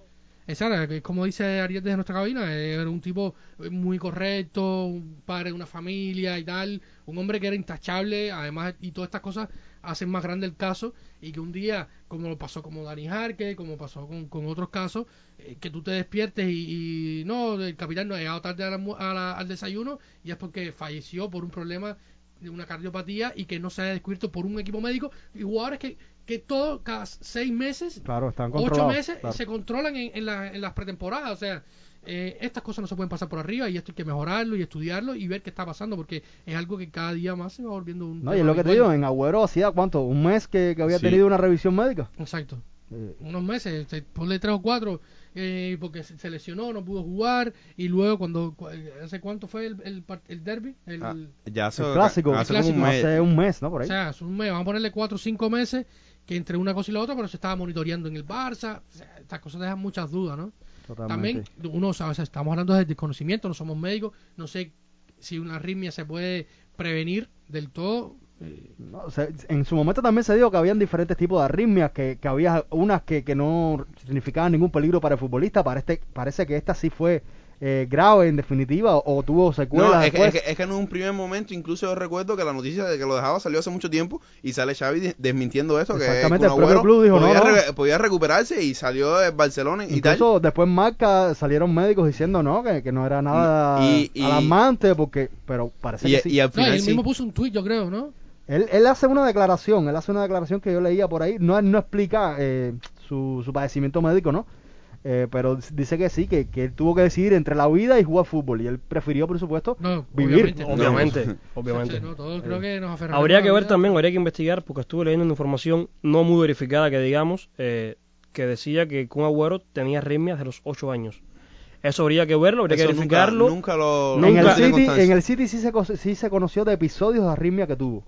F: Exacto, que como dice Ariel desde nuestra cabina, eh, era un tipo muy correcto, un padre de una familia y tal, un hombre que era intachable, además, y todas estas cosas hacen más grande el caso y que un día, como lo pasó como Dani Jarque, como pasó con, con otros casos, eh, que tú te despiertes y, y, no, el capitán no ha llegado tarde a la mu- a la- al desayuno y es porque falleció por un problema de una cardiopatía y que no se haya descubierto por un equipo médico y jugadores que, que todos cada seis meses,
B: Claro, están
F: ocho
B: controlados.
F: meses
B: claro.
F: se controlan en, en la- en las pretemporadas, o sea, eh, estas cosas no se pueden pasar por arriba y esto hay que mejorarlo y estudiarlo y ver qué está pasando porque es algo que cada día más se va volviendo un...
B: No, y
F: tema
B: es lo que te
F: habitual.
B: digo, en Agüero hacía cuánto, un mes que, que había
D: Sí.
B: tenido una revisión médica.
F: Exacto.
B: Eh,
F: unos meses, te- ponle tres o cuatro, eh, porque se, se lesionó, no pudo jugar, y luego cuando, cu- eh, ¿hace cuánto fue el, el, par- el derby? El,
D: Ah, ya hace,
B: el clásico,
D: hace
F: el
D: como un
F: clásico.
D: mes.
B: hace un mes, ¿no? Por
F: o
B: ahí.
F: sea, es un mes, vamos a ponerle cuatro o cinco meses, que entre una cosa y la otra, pero se estaba monitoreando en el Barça, o sea, estas cosas dejan muchas dudas, ¿no?
B: Totalmente.
F: También, uno sabe, o sea, estamos hablando del desconocimiento, no somos médicos, no sé si una arritmia se puede prevenir del todo.
B: No, o sea, en su momento también se dijo que habían diferentes tipos de arritmias, que, que había unas que, que no significaban ningún peligro para el futbolista. Parece, parece que esta sí fue eh, grave en definitiva o, o tuvo secuelas
D: No, es que,
B: después.
D: es, que, eh, es que en un primer momento, incluso yo recuerdo que la noticia de que lo dejaba salió hace mucho tiempo y sale Xavi de- desmintiendo eso, que
B: Exactamente,
D: Kun
B: el propio
D: Agüero
B: club dijo,
D: podía,
B: no, no.
D: re- podía recuperarse y salió de Barcelona y tal.
B: Incluso después marca salieron médicos diciendo no, que, que no era nada
D: Y- y-
B: alarmante porque pero parece
D: Y, e,
B: que sí.
D: y al
F: No, y
D: final
F: él
D: sí.
F: mismo puso un tuit, yo creo, ¿no?
B: Él, él hace una declaración, él hace una declaración que yo leía por ahí, no, él no explica eh, su, su padecimiento médico, ¿no? Eh, pero dice que sí, que, que él tuvo que decidir entre la vida y jugar fútbol, y él prefirió, por supuesto,
F: No,
B: vivir.
F: obviamente.
E: Obviamente,
D: No.
E: obviamente. Eh,
F: Sí, no, todos creo que nos aferramos a
E: Habría
F: la
E: que ver
F: vida.
E: también, habría que investigar, porque estuve leyendo una información no muy verificada que digamos, eh, que decía que Kun Agüero tenía arritmias de los 8 años. Eso habría que verlo, habría
D: Eso
E: que
D: nunca-
E: verificarlo.
D: Nunca, lo.
E: Nunca-
B: en, el
D: nunca tiene
B: City,
D: constancia.
B: en el City sí se, co- sí se conoció de episodios de arritmia que tuvo.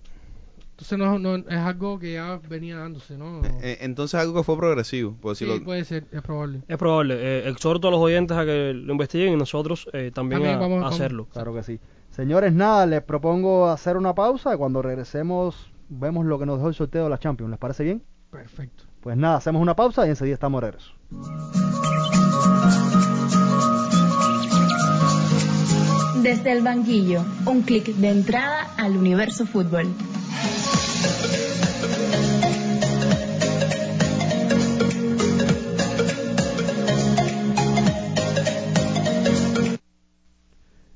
F: Entonces no, no, es algo que ya venía dándose, ¿no?
D: Eh, Entonces algo que fue progresivo. Por
F: sí, pues.
D: si lo-
F: puede ser, es probable.
E: Es probable. eh, exhorto a los oyentes a que lo investiguen y nosotros eh, también,
F: También
E: a,
F: vamos-
E: a
F: vamos.
E: hacerlo.
B: Claro que sí. Señores, nada, les propongo hacer una pausa. Cuando regresemos, vemos lo que nos dejó el sorteo de la Champions. ¿Les parece bien?
F: Perfecto.
B: Pues nada, hacemos una pausa y enseguida estamos de regreso.
C: Desde el banquillo, un clic de entrada al universo fútbol.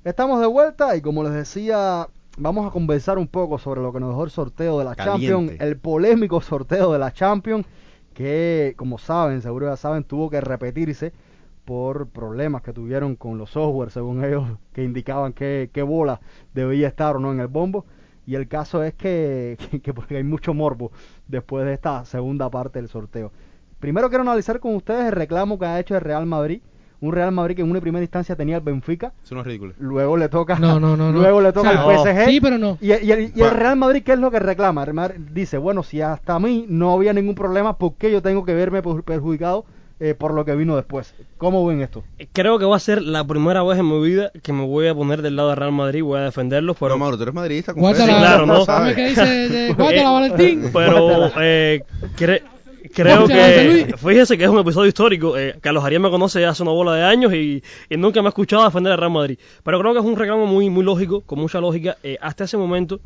B: Estamos de vuelta y como les decía, vamos a conversar un poco sobre lo que nos dejó el sorteo de la
D: Caliente.
B: Champions, el polémico sorteo de la Champions, que como saben, seguro ya saben, tuvo que repetirse por problemas que tuvieron con los software, según ellos, que indicaban qué, qué bola debía estar o no en el bombo. Y el caso es que, que, que porque hay mucho morbo después de esta segunda parte del sorteo. Primero quiero analizar con ustedes el reclamo que ha hecho el Real Madrid. Un Real Madrid que en una primera instancia tenía el Benfica,
D: Eso no es ridículo.
B: Luego le toca.
F: No, no, no, no.
B: Luego le toca
F: O
B: al
F: sea, oh,
B: PSG.
F: sí, pero no.
B: Y, y el, y el
D: Bueno.
B: Real Madrid, ¿qué es lo que reclama? El Madrid dice, bueno, si hasta a mí no había ningún problema, ¿por qué yo tengo que verme per- perjudicado eh, por lo que vino después? ¿Cómo ven esto?
E: Eh, Creo que va a ser la primera vez en mi vida que me voy a poner del lado de Real Madrid, voy a defenderlos, pero
D: no, Mauro, tú eres madridista.
F: Guárdala,
E: Sí, claro, ¿no?
F: ¿Sabes qué dice? De,
E: Eh,
F: guárdala, Valentín.
E: Pero eh, cre- creo
F: Guárdala,
E: que.
F: Luis.
E: Fíjese que es un episodio histórico. eh, Carlos Arias me conoce hace una bola de años y, y nunca me ha escuchado defender al Real Madrid. Pero creo que es un reclamo muy, muy lógico, con mucha lógica. Eh, hasta ese momento.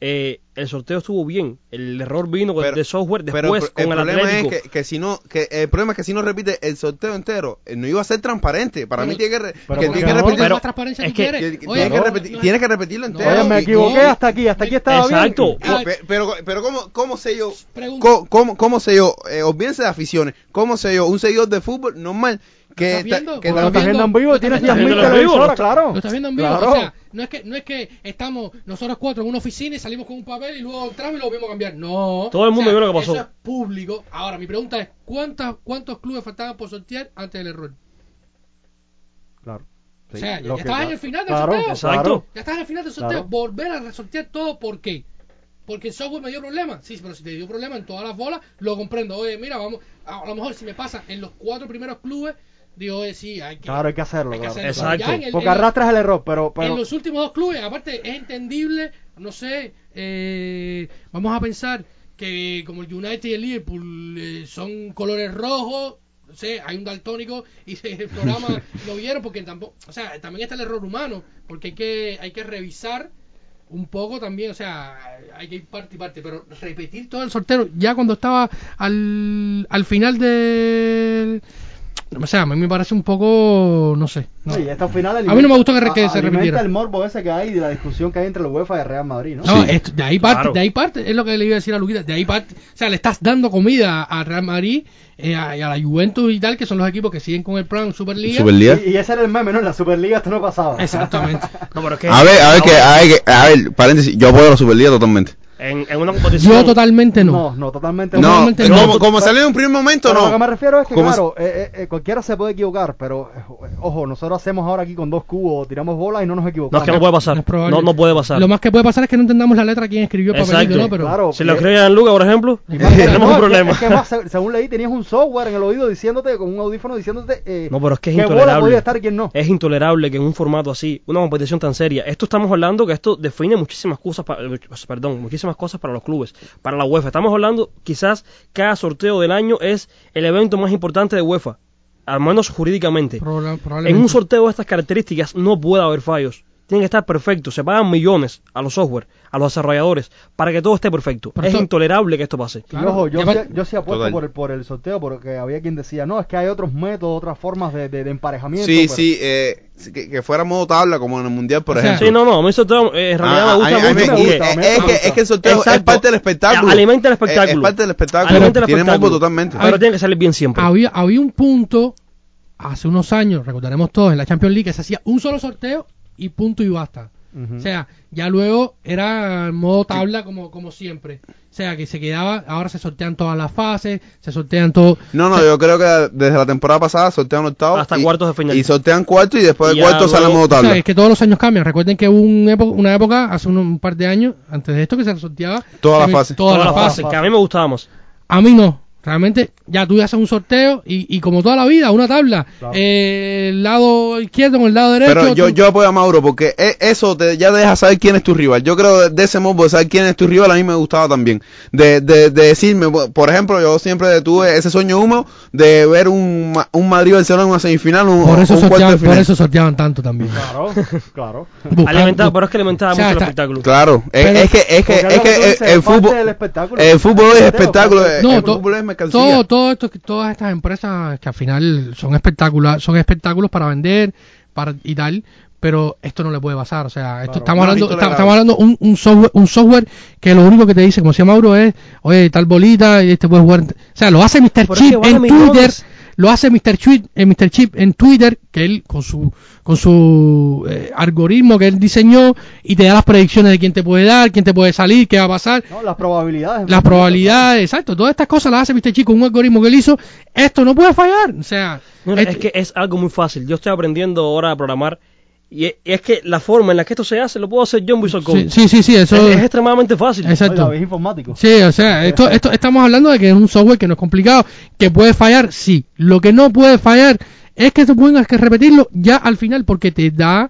E: eh, el sorteo estuvo bien, el error vino
D: Pero-
E: de software
D: pero pues,
E: después
D: el,
E: con el,
D: pro- el problema
E: Atlético.
D: es que, que si no que el problema es que si no repite el sorteo entero eh, no iba a ser transparente para
F: Pero-
D: mí tiene que, re-
B: pero
D: que
B: ¿por
D: tiene
B: qué
D: que
B: no?
D: repetir-
E: pero-
F: más transparencia
E: es
F: tú
E: que-
F: quieres.
D: que- que
F: Oye,
D: tiene que
F: no,
D: repetir-
F: no,
D: tienes que repetirlo
F: no,
D: entero
B: Oye, me
D: y-
B: equivoqué
F: no.
B: hasta aquí, hasta aquí estaba
E: Exacto.
B: bien.
D: y-
F: Ah,
D: pe- pero pero cómo cómo sé yo
F: Pregunta.
D: co- cómo, cómo sé yo eh, olvídense de aficiones cómo sé yo un seguidor de fútbol normal que
F: ¿Estás
D: ta-
F: viendo?
D: que
F: ¿Lo
B: Lo
D: ta-
F: estás
B: estás viendo en vivo,
F: viendo?
B: tienes
F: Lo
B: 10.000
F: estás
E: viendo en vivo,
B: televisoras,
E: lo
B: claro.
F: Lo estás viendo en vivo.
B: Claro.
F: O sea, no es, que, no es que estamos nosotros cuatro en una oficina y salimos con un papel y luego entramos y lo volvemos a cambiar. No.
E: Todo el mundo
F: O sea,
E: vio lo que pasó.
F: Eso es público. Ahora, mi pregunta es: ¿cuántas, ¿cuántos clubes faltaban por sortear antes del error?
B: Claro.
F: o sea, ya,
B: lo que-
F: estabas en el final del
B: Claro,
F: sorteo.
B: exacto.
F: Ya estás en el final del sorteo.
B: Claro.
F: Volver a resortear todo, ¿por qué? Porque el software me dio problemas. Sí, pero si te dio problemas en todas las bolas, lo comprendo. Oye, mira, vamos. A, a lo mejor si me pasa en los cuatro primeros clubes, digo, oye, sí, hay que.
B: Claro, hay que hacerlo,
F: hay que
B: claro.
F: hacerlo.
E: Exacto.
F: Ya en el-
B: Porque
F: en el-
B: arrastras el error, pero... pero
F: en los últimos dos clubes, aparte es entendible, no sé, eh, vamos a pensar que como el United y el Liverpool eh, son colores rojos, no sé, hay un daltónico y se- el programa lo vieron porque tampoco, o sea, también está el error humano, porque hay que, hay que revisar un poco también, o sea, hay que ir parte y parte, pero repetir todo el sorteo, ya cuando estaba al, al final del... O sea, a mí me parece un poco, no sé. no.
B: Sí, esta final
F: A mí no me gustó que re- que
B: a-
F: se
B: alimenta
F: repitiera.
B: el morbo ese que hay de la discusión que hay entre la UEFA y el Real Madrid, ¿no?
F: No, esto- de ahí parte,
E: Claro.
F: de ahí parte, es lo que le iba a decir a Luquita, de ahí parte, o sea, le estás dando comida al Real Madrid, eh, a, y a la Juventus y tal, que son los equipos que siguen con el plan Superliga.
D: Superliga.
B: Y, y ese era el meme, ¿no? En la Superliga esto no pasaba.
F: Exactamente.
E: No, pero es que-
D: a ver a ver que a ver, que- a ver, paréntesis yo apoyo a la Superliga totalmente
E: en, en una competición.
F: Yo totalmente no.
B: No, no, totalmente
D: no
E: eh,
D: eh,
F: Totalmente
D: como-
F: no.
D: como salió en un primer momento
B: Pero
D: no
B: Lo que me refiero es que,
D: Como
B: claro, eh, eh, eh, cualquiera se puede equivocar, pero eh, ojo, nosotros hacemos ahora aquí con dos cubos, tiramos bolas y no nos
E: No,
B: equivocamos.
E: es que no puede pasar.
F: No
E: No,
F: es probable.
E: no puede pasar.
F: Lo más que puede pasar es que no entendamos la letra quién escribió el papelito,
E: Exacto.
F: ¿no? Pero
B: Claro.
E: si lo
B: eh,
E: escribe en Luca, por ejemplo,
B: Y más-
E: tenemos
B: no,
E: un
B: es que-
E: problema.
B: Es que más, se- según leí, tenías un software en el oído diciéndote, con un audífono diciéndote eh,
E: No, pero es que es
B: qué bola
E: intolerable. Eh,
B: podía estar y quién no.
E: Es intolerable que en un formato así, una competición tan seria, esto estamos hablando que esto define muchísimas cosas, pa- eh, perdón, muchísimas cosas para los clubes, para la UEFA. Estamos hablando, quizás cada sorteo del año es el evento más importante de UEFA. al menos jurídicamente,
F: Proba- probablemente.
E: en un sorteo de estas características no puede haber fallos. Tienen que estar perfectos. Se pagan millones a los software, a los desarrolladores, para que todo esté perfecto.
F: Pero
E: es
F: esto-
E: intolerable que esto pase.
F: Claro.
B: Y ojo, yo,
F: Lleva-
B: sí- yo sí apuesto
D: Total.
B: por el, por el sorteo, porque había quien decía, no, es que hay otros métodos, otras formas de, de- de emparejamiento.
D: Sí,
B: pero-
D: sí, eh, que, que fuera modo tabla como en el mundial, por
F: O sea,
D: ejemplo.
E: Sí, no, no, a mí sorteo eh, en realidad
D: Ah,
E: me gusta
D: a- a- a-
E: mucho
D: me-
E: porque-
B: gusta,
D: es-
B: me
D: es que,
B: gusta.
D: es que el sorteo es
E: Exacto.
D: parte del espectáculo. Eh,
E: Alimenta el
D: Es-
E: espectáculo.
D: Es, parte del espectáculo.
E: Alimenta el
D: Tiene
E: espectáculo.
D: mambo totalmente.
E: Pero tiene que salir bien siempre.
F: Había, había un punto hace unos años, recordaremos todos, en la Champions League, que se hacía un solo sorteo y punto y basta.
B: Ujú.
F: O sea, ya luego era en modo tabla como, como siempre. O sea, que se quedaba, ahora se sortean todas las fases, se sortean todo.
D: No, no, yo creo que desde la temporada pasada sortean octavos.
E: Hasta
D: y-
E: cuartos de final.
D: Y sortean cuarto y después
E: Y
D: de
E: ya
D: cuarto sale
E: luego-
D: modo
F: O
D: tabla.
F: sea, es que todos los años cambian. Recuerden que hubo un epo- una época, hace un, un par de años, antes de esto, que se sorteaba
D: Todas las
F: semi-
D: fases.
F: Todas
E: Todas
F: las
E: las
F: fases.
E: que a mí me gustaba más.
F: A mí no. Realmente, ya tú haces un sorteo y, y como toda la vida, una tabla.
B: Claro.
F: Eh, el lado izquierdo con el lado derecho.
D: Pero yo,
F: tú-
D: yo apoyo a Mauro porque e- eso te, ya te deja saber quién es tu rival. Yo creo de, de ese modo, de saber quién es tu rival, a mí me gustaba también. De, de, de decirme, por por ejemplo, yo siempre tuve ese sueño húmedo de ver un, Ma- un Madrid-Barcelona en una semifinal un-
F: por,
D: o
F: eso
D: un cuarto de
F: sorteaban, por
D: final.
F: eso sorteaban tanto también.
B: Claro, claro.
F: Buscaban-
E: Alimentaba, pero es que alimentaba
F: O sea,
E: mucho el
F: está-
E: espectáculo.
D: Claro, es,
F: Pero-
D: es que, es que,
B: Porque
D: es
B: lo
D: que
B: tú
D: el,
B: dices,
D: el
B: parte
D: fútbol,
B: del espectáculo.
D: el fútbol es
B: Parte
D: espectáculo,
B: del-
D: eh,
F: No,
D: el
F: to-
D: fútbol es mercancía.
F: todo, todo esto, todas estas empresas que al final son espectaculares, son espectáculos para vender, para y tal, pero esto no le puede pasar. O sea, esto,
B: Claro,
F: estamos
D: no,
F: hablando,
D: es
F: esta-
D: intolerable.
F: estamos hablando un, un software, un software que lo único que te dice, como decía Mauro, es, oye, tal bolita y este puedes jugar. en- O sea, lo hace Mr.
E: Pero es que
F: Chip
E: vale
F: en
E: millones.
F: Twitter. Lo hace Mr. Chip, eh, Mr. Chip en Twitter, que él con su con su eh, algoritmo que él diseñó y te da las predicciones de quién te puede dar, quién te puede salir, qué va a pasar
B: No, las probabilidades.
F: las probabilidades, exacto, todas estas cosas las hace Mr. Chico, un algoritmo que él hizo, esto no puede fallar, o sea,
E: Mira,
F: este-
E: es que es algo muy fácil. Yo estoy aprendiendo ahora a programar y e- y es que la forma en la que esto se hace lo puedo hacer yo en Visual Code.
F: sí, sí, sí, sí, eso
E: es, es extremadamente fácil.
B: Oiga,
F: exacto.
B: ves informático.
F: Sí, o sea, esto, esto estamos hablando de que es un software que no es complicado, que puede fallar, sí. Lo que no puede fallar es que tú tengas que repetirlo ya al final porque te da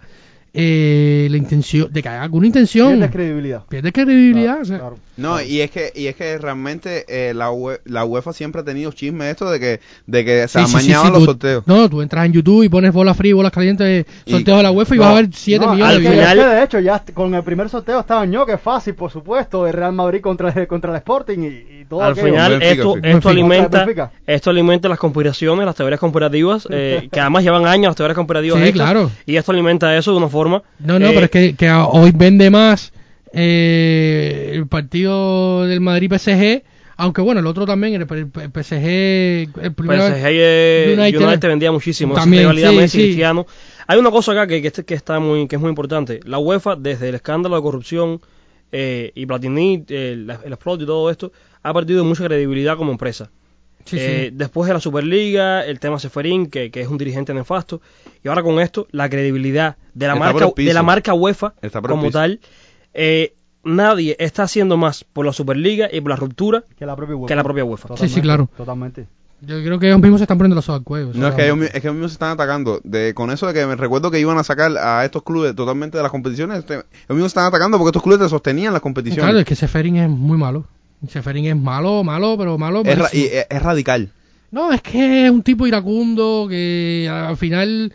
F: eh, la intención de que haga alguna intención.
B: Pierdes credibilidad.
F: Pierdes credibilidad.
B: Claro,
F: o sea.
B: claro.
F: Ah.
D: No, y es que, y es que realmente eh, la, UE la UEFA siempre ha tenido chisme de esto de que, de que se
F: Sí, sí, sí,
D: amañaban
F: sí,
D: los
F: tú-
D: sorteos.
F: No, tú entras en YouTube y pones bolas frías, bolas calientes,
D: Y-
F: sorteos de la UEFA y
B: No,
F: vas a ver 7
B: no,
F: millones
B: es
F: de
B: que-
E: al
F: videos.
E: final-
B: es que de hecho, ya est- con el primer sorteo estaba yo, que fácil, por supuesto, el Real Madrid contra, contra el Sporting y, y todo
E: Al
B: aquello.
E: final
D: Benfica,
E: esto,
D: sí.
E: esto
F: Benfica.
E: alimenta
B: Benfica.
E: esto alimenta las conspiraciones, las teorías comparativas, eh, que además llevan años las teorías comparativas.
F: Sí,
E: estas,
F: claro.
E: Y esto alimenta eso de una forma.
F: No, no,
E: eh,
F: pero es que, que a- hoy vende más eh, el partido del Madrid PSG, aunque bueno, el otro también, el, P- P- PSG, el primero,
E: PSG Pues, eh,
F: United.
E: United, vendía muchísimo. esa
F: También,
E: rivalidad
F: sí,
E: Messi
F: sí.
E: Cristiano. Hay una cosa acá que, que, este- que está muy que es muy importante. La UEFA desde el escándalo de corrupción eh, y Platini, eh, la- el explot y todo esto, ha perdido mucha credibilidad como empresa.
F: Sí, sí.
E: Eh, Después de la Superliga, el tema Seferín, que, que es un dirigente nefasto, y ahora con esto, la credibilidad de la,
D: Está
E: marca,
D: por el piso.
E: de la marca UEFA
D: Está por el
E: como
D: piso.
E: tal, eh, nadie está haciendo más por la Superliga y por la ruptura
B: Que la propia UEFA.
E: que la propia UEFA.
F: Sí, sí, claro.
B: Totalmente.
F: yo creo que ellos mismos se están poniendo los ojos al cuello. o sea,
D: No, es que, ellos, mi- es que ellos mismos se están atacando. De, con eso de que me recuerdo que iban a sacar a estos clubes totalmente de las competiciones, este, ellos mismos están atacando porque estos clubes te sostenían las competiciones.
F: Claro, es que Seferin es muy malo. Seferin es malo, malo, pero malo.
D: es, ra-
F: malísimo.
D: y es- es radical.
F: No, es que es un tipo iracundo que al final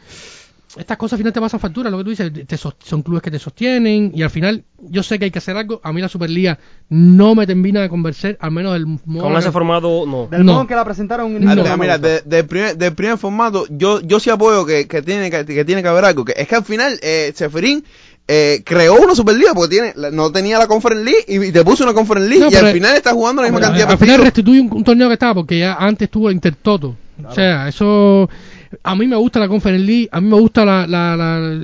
F: estas cosas al final te pasan factura, lo que tú dices, te sos- son clubes que te sostienen y al final yo sé que hay que hacer algo, a mí la Superliga no me termina de convencer, al menos del modo
E: Con
F: que-
E: ese formado, no.
B: Del
F: No.
B: modo en que la presentaron.
F: No.
D: Ah,
B: ninguna
D: mira,
B: me
D: mira,
B: gustó.
D: de- del primer, del primer formato, yo, yo sí apoyo que, que tiene, que, que tiene que haber algo. Que es que al final, eh, Seferín eh, creó una Superliga porque tiene, la- no tenía la Conference League y, y te puso una Conference League
F: No,
D: y al
F: pero-
D: final está jugando la misma
F: Al-
D: cantidad de
F: al final
D: partidos.
F: restituye un, un torneo que estaba porque ya antes tuvo el Intertoto. O sea, eso. A mí me gusta la Conference League, a mí me gusta la, la- la-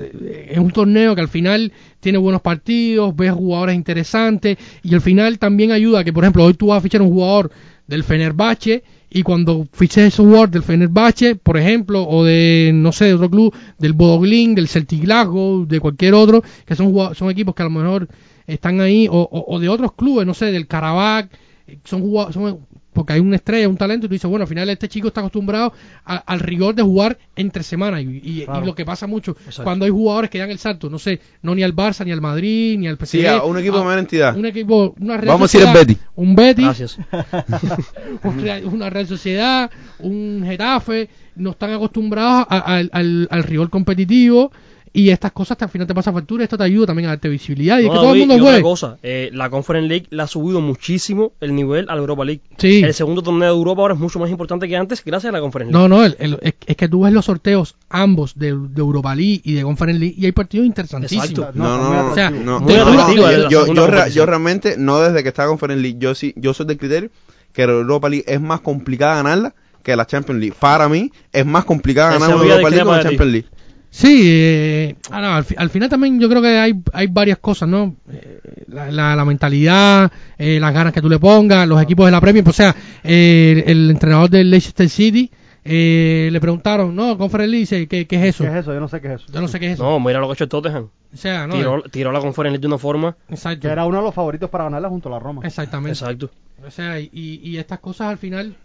F: Es un torneo que al final tiene buenos partidos, ves jugadores interesantes y al final también ayuda que, por ejemplo, hoy tú vas a fichar un jugador del Fenerbahce y cuando fiches ese jugador del Fenerbahce, por ejemplo, o de, no sé, de otro club, del Bodoglin, del Celtic Glasgow, de cualquier otro, que son, jugado- son equipos que a lo mejor están ahí, o, o- o de otros clubes, no sé, del Karabakh, eh, son, jugado- son porque hay una estrella, un talento, y tú dices, bueno, al final este chico está acostumbrado a- al rigor de jugar entre semanas, y, y- y
E: Claro.
F: lo que pasa mucho
E: Exacto.
F: cuando hay jugadores que dan el salto, no sé, no ni al Barça, ni al Madrid, ni al PSG.
D: Sí, a un equipo de mayor entidad.
F: Un equipo, una Real
D: Vamos a decir el
F: Sociedad,
D: Betis.
F: Un Betis,
E: Gracias.
F: un Real- una Real Sociedad, un Getafe, no están acostumbrados a- al- al, al rigor competitivo. Y estas cosas te- al final te pasa factura, esto te ayuda también a darte visibilidad y es
E: No,
F: que todo el
E: David,
F: mundo
E: y otra
F: juegue.
E: cosa, eh, la Conference League la ha subido muchísimo el nivel a la Europa League.
F: Sí.
E: El segundo torneo de Europa ahora es mucho más importante que antes gracias a la Conference League.
F: No, no, el- el- es, es que tú ves los sorteos ambos de, de Europa League y de Conference League y hay partidos interesantísimos.
E: Exacto.
D: No,
B: son
D: no,
B: muy
D: no.
F: O sea,
B: atractivos.
D: no,
E: muy
D: no, no,
E: atractiva
D: yo-
E: la
D: yo,
E: segunda
D: yo re-
E: competición.
D: yo realmente, no desde que estaba Conference League, yo sí, yo soy del criterio que la Europa League es más complicada ganarla que la Champions League. Para mí, es más complicada
E: Esa
D: ganar una
E: voy a
D: Europa League
E: declinar
D: que una
E: para ti.
D: Champions League.
F: Sí, eh, ah, no, al, fi- al final también yo creo que hay, hay varias cosas, ¿no? Eh, la, la- la mentalidad, eh, las ganas que tú le pongas, los equipos de la Premier. O sea, eh, el, el entrenador del Leicester City eh, le preguntaron, no, Conference League, dice, ¿qué, qué es eso?
B: ¿Qué es eso? Yo no sé qué es eso.
F: Yo no sé qué es eso.
E: No, mira lo que ha hecho el Tottenham.
F: O sea, no. eh.
E: Tiró, tiró la Conference League de una forma.
F: Exacto.
B: Que era uno de los favoritos para ganarla junto a la Roma.
F: Exactamente.
E: Exacto.
F: O sea, y, y estas cosas al final.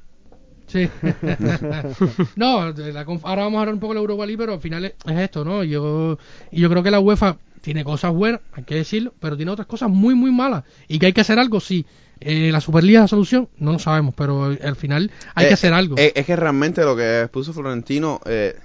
F: Sí. no, de la conf- ahora vamos a hablar un poco de la Europa League, pero al final es, es esto, ¿no? Yo, y yo creo que la UEFA tiene cosas buenas, hay que decirlo, pero tiene otras cosas muy, muy malas. Y que hay que hacer algo, sí. Eh, la Superliga es la solución, no lo sabemos, pero eh, al final hay
D: Eh,
F: que hacer algo.
D: eh, Es, que realmente lo que expuso Florentino, eh,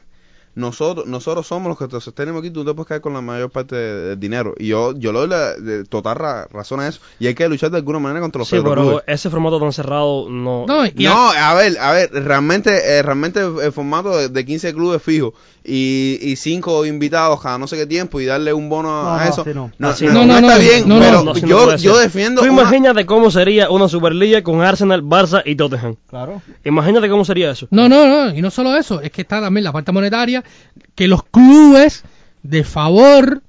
D: nosotros nosotros somos los que te sostenemos aquí, tú te puedes quedar con la mayor parte de- del dinero. Y yo, yo le doy la, de total ra- razón a eso. Y hay que luchar de alguna manera contra los
E: Sí, pero
D: petroculés.
E: ese formato tan cerrado no.
F: no, y
D: No, a ver, a ver, realmente, eh, realmente el formato de, de 15 clubes fijo y, y 5 invitados cada no sé qué tiempo y darle un bono
B: No,
D: a
B: no,
D: eso.
B: así no.
E: Así
D: no,
E: no.
D: no
F: No,
D: está
F: no,
D: bien,
F: no, no,
D: pero
E: no, así no
D: yo,
E: puede ser.
D: yo defiendo.
E: Tú
D: una-
E: imagínate cómo sería una Superliga con Arsenal, Barça y Tottenham.
B: Claro.
E: Imagínate cómo sería eso.
F: No, no, no, y no solo eso, es que está también la parte monetaria, que los clubes de favor,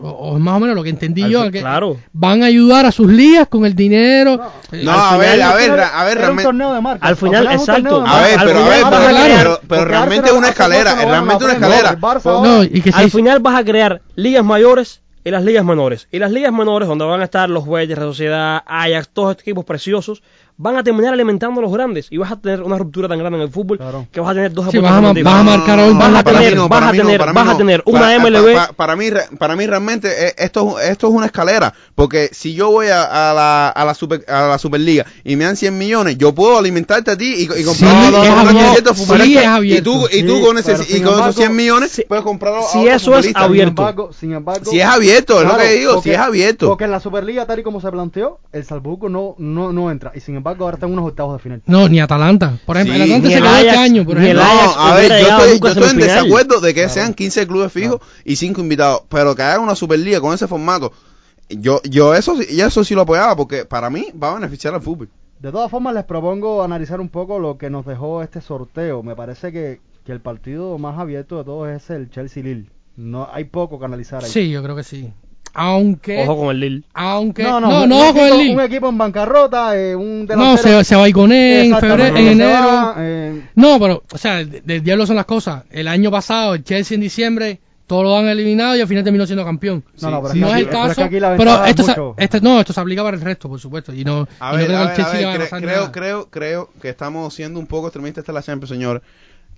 F: o, o es más o menos lo que entendí
E: Al-
F: yo, que
E: claro.
F: van a ayudar a sus ligas con el dinero. Eh,
D: No,
E: Al
D: Ah, a ver,
E: final-
D: a ver, ra- a
B: Era
D: ver,
B: un
D: realmente.
B: torneo de marca.
E: Al final,
B: es un
E: exacto.
B: torneo de
D: A
B: marca.
D: ver,
E: Al
D: pero, a ver,
E: final
D: pero,
E: vas a
D: pero-
E: ganar.
D: pero
B: Porque
D: realmente
B: Arsenal
D: una
B: hace poco
D: escalera,
B: no ganó
D: realmente
B: la
D: una
B: Premier,
D: escalera.
B: el Barça ahora-
F: no, y que se
E: Al
F: hizo-
E: final vas a crear ligas mayores y las ligas menores. Y las ligas menores, donde van a estar los Reyes, Real Sociedad, Ajax, todos estos equipos preciosos, van a terminar alimentando a los grandes. Y vas a tener una ruptura tan grande en el fútbol
B: Claro.
E: que vas a tener dos
F: Sí,
E: apuestas
F: vas a ma-
E: deportivas.
F: vas a marcar hoy,
E: vas a
F: para
E: tener,
F: mí no,
E: vas
D: para
E: a
D: mí no,
E: tener,
D: para mí
E: vas a
D: no.
E: tener una
D: Para-
E: MLB.
D: pa- pa- para mí, re- para mí realmente eh, esto, esto es una escalera, porque si yo voy a, a la, a, la super, a la Superliga y me dan 100 millones, yo puedo alimentarte a ti y, y comprar
F: Sí,
D: a otro-
F: es
D: a otro
F: abierto,
D: cierto
F: sí,
D: futbolista.
F: es
D: y
F: abierto,
D: tú, y tú
B: sí,
D: con, ese,
B: pero
D: y
B: sin
D: con esos
B: embargo,
D: 100 millones
E: si-
D: puedes comprar a
E: si
D: otro
E: eso es
D: futbolista.
E: abierto,
B: Sin embargo, sin embargo,
D: Si es abierto, es lo que digo, si
B: porque-
D: es abierto.
B: Porque en la Superliga, tal y como se planteó, el Salzburgo no, no, no entra. Y sin embargo, ahora están unos octavos de final.
F: No, ni Atalanta. Por ejemplo,
D: Sí,
F: el Atalanta
D: ni
F: se
D: el
F: quedó este
E: Ajax,
F: año, por
E: ni el
F: ejemplo.
E: Ajax.
D: No, a ver,
E: hubiera
D: yo
E: llegado
D: estoy,
E: nunca
D: yo
E: a
D: estoy en
E: semifinales.
D: desacuerdo de que sean 15 clubes fijos y 5 invitados, pero que hagan una superliga con ese formato. Yo, yo eso, sí- yo eso sí lo apoyaba porque para mí va a beneficiar al fútbol.
B: De todas formas, les propongo analizar un poco lo que nos dejó este sorteo. Me parece que, que el partido más abierto de todos es el Chelsea-Lille. No, hay poco que analizar ahí.
F: Sí, yo creo que sí. Aunque,
E: Ojo con el Lille.
F: aunque,
B: No,
F: no,
B: no, un,
F: no, con el
B: equipo,
F: Lille.
B: un equipo en bancarrota, eh, un delantero...
F: No, se, se va a Iconé en
B: Exactamente,
F: febrero, en
B: que se
F: enero.
B: va, eh,
F: No, pero, o sea, de- del diablo son las cosas. El año pasado, el Chelsea en diciembre, todos lo han eliminado y al final terminó siendo campeón.
B: No, no, pero
D: Sí,
F: no
B: es que
F: es el
B: aquí- pero es que
F: caso,
B: aquí la
F: pero,
B: ventaja
F: esto,
B: es
F: se,
B: mucho.
F: este- no, esto se aplica para el resto, por supuesto. Y no,
D: A
F: y
D: ver, a
F: no creo que el
D: ver, a
F: Chelsea le
D: ver,
F: vaya a
D: cre-
F: pasar
D: creo,
F: nada.
D: creo, creo que estamos siendo un poco extremistas esta es la Champions, señor.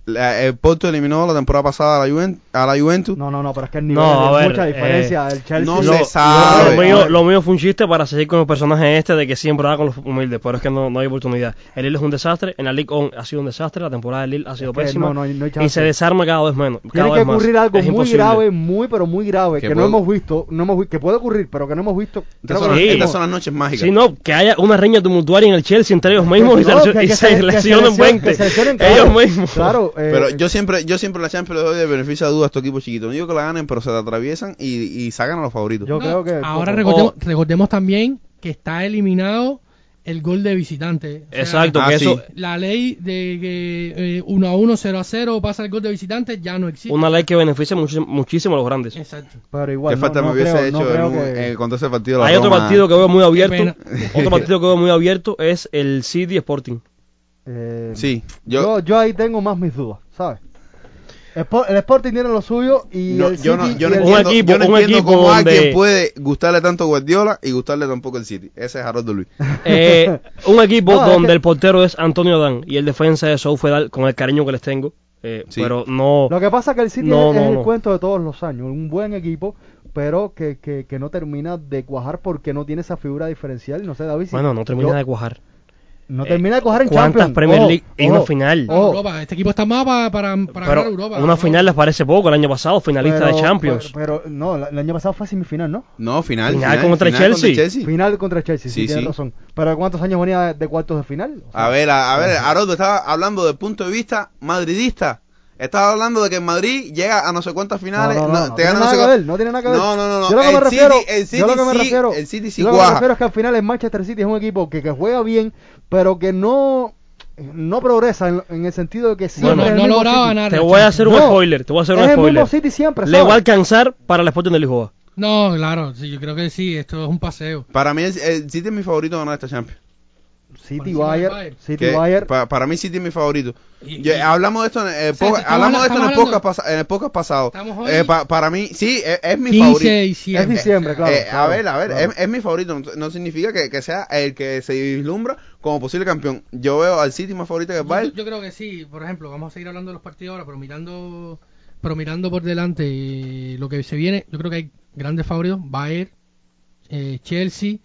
D: La- el Porto eliminó la temporada pasada a la, Juven- a la Juventus.
B: No, no, no, pero es que el nivel
E: No,
B: es
E: a ver,
B: mucha diferencia.
E: eh,
B: el Chelsea...
D: no
E: Lo-
D: se
E: lo-
D: sabe.
E: Lo, mío, lo mío fue un chiste para seguir con el personaje este de que siempre va con los humildes, pero es que no, no hay oportunidad. El Lille es un desastre, en la League On ha sido un desastre, la temporada del Lille ha sido
B: Es que
E: pésima
B: no, no hay- no hay
E: y
B: chance.
E: se desarma cada vez menos. cada
B: Tiene que
E: vez más.
B: ocurrir algo
E: Es
B: muy
E: imposible.
B: grave, muy, pero muy grave,
D: Que
B: que no
D: puedo-
B: hemos visto, no hemos vi- que puede ocurrir, pero que no hemos visto. Creo
D: Estas son,
B: que-
D: las-
E: Sí.
D: estas son las noches mágicas.
E: Sí, no, que haya una riña tumultuaria en el Chelsea entre ellos mismos y,
B: No,
E: se,
B: que-
E: y
B: que
E: se
B: que
E: lesionen
B: seleccionen-
E: 20.
B: que seleccionen, claro,
E: ellos mismos.
B: Claro, eh,
D: Pero yo siempre, yo siempre en la Champions le doy de beneficio a duda a estos equipos chiquitos. No digo que la ganen, pero se la atraviesan y, y sacan a los favoritos.
B: Yo creo que.
F: Ahora
B: poco.
F: recordemos, recordemos también que está eliminado el gol de visitante. O sea,
E: Exacto,
D: Ah,
E: que
D: sí.
E: eso
F: La ley de que eh, 1 a 1, 0 a 0 pasa el gol de visitante ya no existe.
E: una ley que beneficia muchísimo, muchísimo a los grandes.
F: Exacto.
B: eh, Pero
D: Qué
B: igual. Pues no-
D: falta
B: no
D: me hubiese
B: creo-
D: hecho
B: no creo
D: en un-
B: que-
D: eh, contra ese partido la
E: Hay otro
D: Roma.
E: partido que veo muy abierto.
F: pena.
E: Otro partido que veo muy abierto es el City Sporting.
B: eh,
D: Sí,
B: Yo, yo ahí tengo más mis dudas, ¿sabes? Espo- El Sporting tiene lo suyo y
D: No,
B: el
D: yo no,
B: City
D: yo no
B: y el-
E: Un
D: entiendo,
E: equipo-
D: yo no
E: un
D: entiendo
E: equipo
D: cómo
E: donde-
D: alguien puede gustarle tanto a Guardiola y gustarle tampoco el City. Ese es Harold Luis.
E: Eh, un equipo
B: No, es
E: donde
B: que-
E: el portero es Antonio Dan y el defensa es Soufedal, con el cariño que les tengo. eh,
D: Sí.
E: Pero no.
B: Lo que pasa es que el City
E: No,
B: es,
E: no,
B: es el
E: no.
B: cuento de todos los años, un buen equipo, pero que, que, que no termina de cuajar porque no tiene esa figura diferencial, no sé, David. si-
E: Bueno, no termina
B: yo-
E: de cuajar.
B: no
E: eh,
B: termina de cuajar en
E: ¿cuántas
B: Champions.
E: Premier
B: Ojo,
E: League en una
B: ojo,
E: final?
F: Para
B: ojo,
F: Europa. Este equipo está más para, para, para
E: pero
F: ganar Europa.
E: una
F: ¿no?
E: final les parece poco el año pasado, finalista
B: pero-
E: de Champions.
B: Pero, pero no, la- el año pasado fue semifinal, ¿no?
D: No, final.
E: Final contra Chelsea.
B: Final contra Chelsea, sí,
D: Sí,
B: tienes
D: sí.
B: razón. Pero ¿cuántos años venía de, de cuartos de final? O sea,
D: A ver, a, a ver, Haroldo estaba hablando del punto de vista madridista. Estaba hablando de que en Madrid llega a no sé cuántas finales.
B: No, no, no, no
D: te
B: tiene
D: gana
B: nada
D: sé
B: que
D: cuán-
B: ver, no tiene nada que ver.
D: No, no, no. no.
B: Yo lo que
D: el,
B: me refiero,
D: City, el City
B: yo lo que me
D: sí,
B: refiero,
D: el City sí
B: yo lo que me
D: cuaja.
B: refiero es que al final el Manchester City es un equipo que, que juega bien, pero que no no progresa en, en el sentido de que siempre
E: Bueno,
B: es
F: no,
B: el
F: no
B: mismo
F: lograba
B: City.
F: ganar.
E: Te
F: la
E: voy a
F: Champions.
E: hacer un
B: Ah, No,
E: spoiler. Te voy a hacer
B: es
E: un
B: el
E: spoiler.
B: mismo City siempre,
E: Le va a
B: ¿sabes?
E: alcanzar para el Sporting de Lisboa.
F: No, claro, sí, yo creo que sí, esto es un paseo.
D: Para mí, el, el City es mi favorito de ganar esta Champions.
F: Por
B: City
F: encima del
B: Bayern,
F: Bayern.
B: City
D: Que
B: Bayern.
D: pa- para mí City es mi favorito.
F: Y-
D: Yo-
F: y-
D: hablamos de esto en el
F: sea,
D: podcast,
F: estamos
D: hablamos de esto en el
F: hablando-
D: podcast, pasa- en el podcast pasado.
F: Estamos hoy-
D: Eh, pa- para mí sí es, es mi
F: 15
D: favorito.
F: de diciembre.
B: Es diciembre, claro.
D: Eh, a ver, a ver,
B: claro.
D: es, es mi favorito. No, no significa que, que sea el que se vislumbra como posible campeón. Yo veo al City más favorito que el
F: Yo,
D: Bayern.
F: yo creo que sí, por ejemplo, vamos a seguir hablando de los partidos ahora, pero mirando pero mirando por delante eh, lo que se viene, yo creo que hay grandes favoritos, Bayern, eh, Chelsea,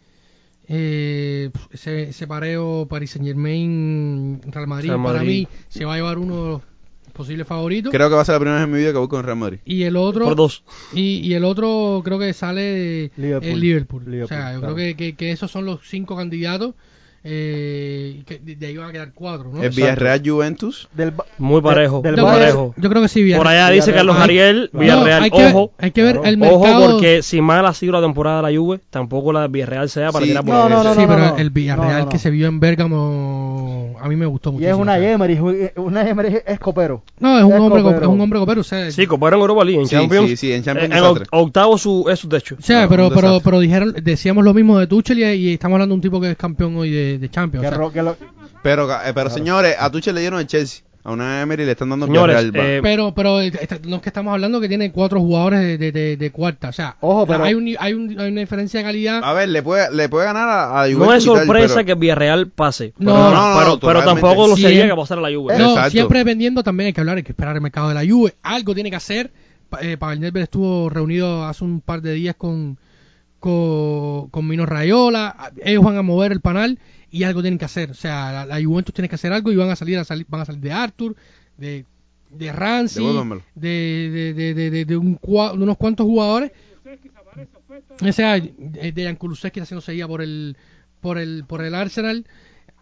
F: eh, pf, ese, ese pareo Paris Saint Germain, Real Madrid,
E: Real
F: para
E: Madrid.
F: mí se va a llevar uno de los posibles favoritos.
D: Creo que va a ser la primera vez en mi vida que voy con Real Madrid.
F: Y el otro,
E: Por dos.
F: Y, y el otro creo que sale de-
B: Liverpool.
F: el Liverpool. O
B: Liverpool,
F: sea, yo
B: claro.
F: creo que, que- que esos son los cinco candidatos. Eh, y que de de ahí van a quedar cuatro, ¿no?
D: el Villarreal Juventus.
B: Del ba-
E: Muy parejo.
B: del
E: Muy
F: yo,
B: Bayern-
E: parejo.
F: creo, yo creo que sí,
E: Por
F: Villarreal.
E: allá dice
B: Villarreal.
E: Carlos
F: Ay,
E: Ariel,
F: no,
E: Villarreal.
F: hay que ver-
E: ojo.
F: hay que ver el mercado.
E: Ojo, porque si mal ha sido la temporada de la Juve, tampoco la de Villarreal sea para
D: Sí.
E: tirar por
B: No,
E: la
B: no,
E: derecha.
B: no,
F: sí,
B: no,
F: pero
B: no.
F: el Villarreal
B: No, no, no.
F: que se vio en Bérgamo a mí me gustó
B: Y
F: muchísimo.
B: es
F: o
B: una
F: sea.
B: Emery, eh, una Emery es copero.
F: No, es un
B: Es
F: hombre
B: copero.
F: copero. es un hombre copero, o sea,
E: Sí, coparon Europa League en
D: Sí,
E: Champions.
D: sí, sí, en Champions
E: eh, en
D: desastre.
E: oct- octavo su, es su techo.
F: o sea,
D: un
F: pero, pero,
D: desastre.
F: pero dijeron, decíamos lo mismo de Tuchel y, y estamos hablando de un tipo que es campeón hoy de, de Champions.
B: Que
F: o sea,
B: ro- que lo-
D: Pero, eh, pero señores, a Tuchel le dieron el Chelsea. A una Emery le están dando el
E: Señores,
D: Villarreal. va.
E: eh,
F: Pero, pero eh, esta- no es que estamos hablando que tiene cuatro jugadores de, de- de- de cuarta. O sea,
B: Ojo, pero-
F: hay, un ni- hay, un- hay una diferencia de calidad.
D: a ver, le puede, le puede ganar a, a Juventus.
E: no es
D: y tal,
E: sorpresa
D: pero-
E: que Villarreal pase.
F: No,
E: pero,
D: no, no,
E: pero-
D: no,
E: pero
D: totalmente.
E: tampoco lo
F: Sí,
E: sería
F: eh.
E: que pasara la Juve.
F: No,
D: Exacto.
F: siempre dependiendo también hay que hablar, hay que esperar el mercado de la Juve. Algo tiene que hacer. Pa- Eh, Pavel Nedved estuvo reunido hace un par de días con, con, con Mino Rayola. Ellos van a mover el panel y algo tienen que hacer. O sea, la, la Juventus tiene que hacer algo y van a salir, a salir van a salir de Arthur, de, de Ramsey,
D: Devuélvanmelo.
F: de, de, de, de, de- de un cua- de unos cuantos jugadores. O sea, eh, Dejan Kulusevski está haciendo seguida por el, por el, por el Arsenal.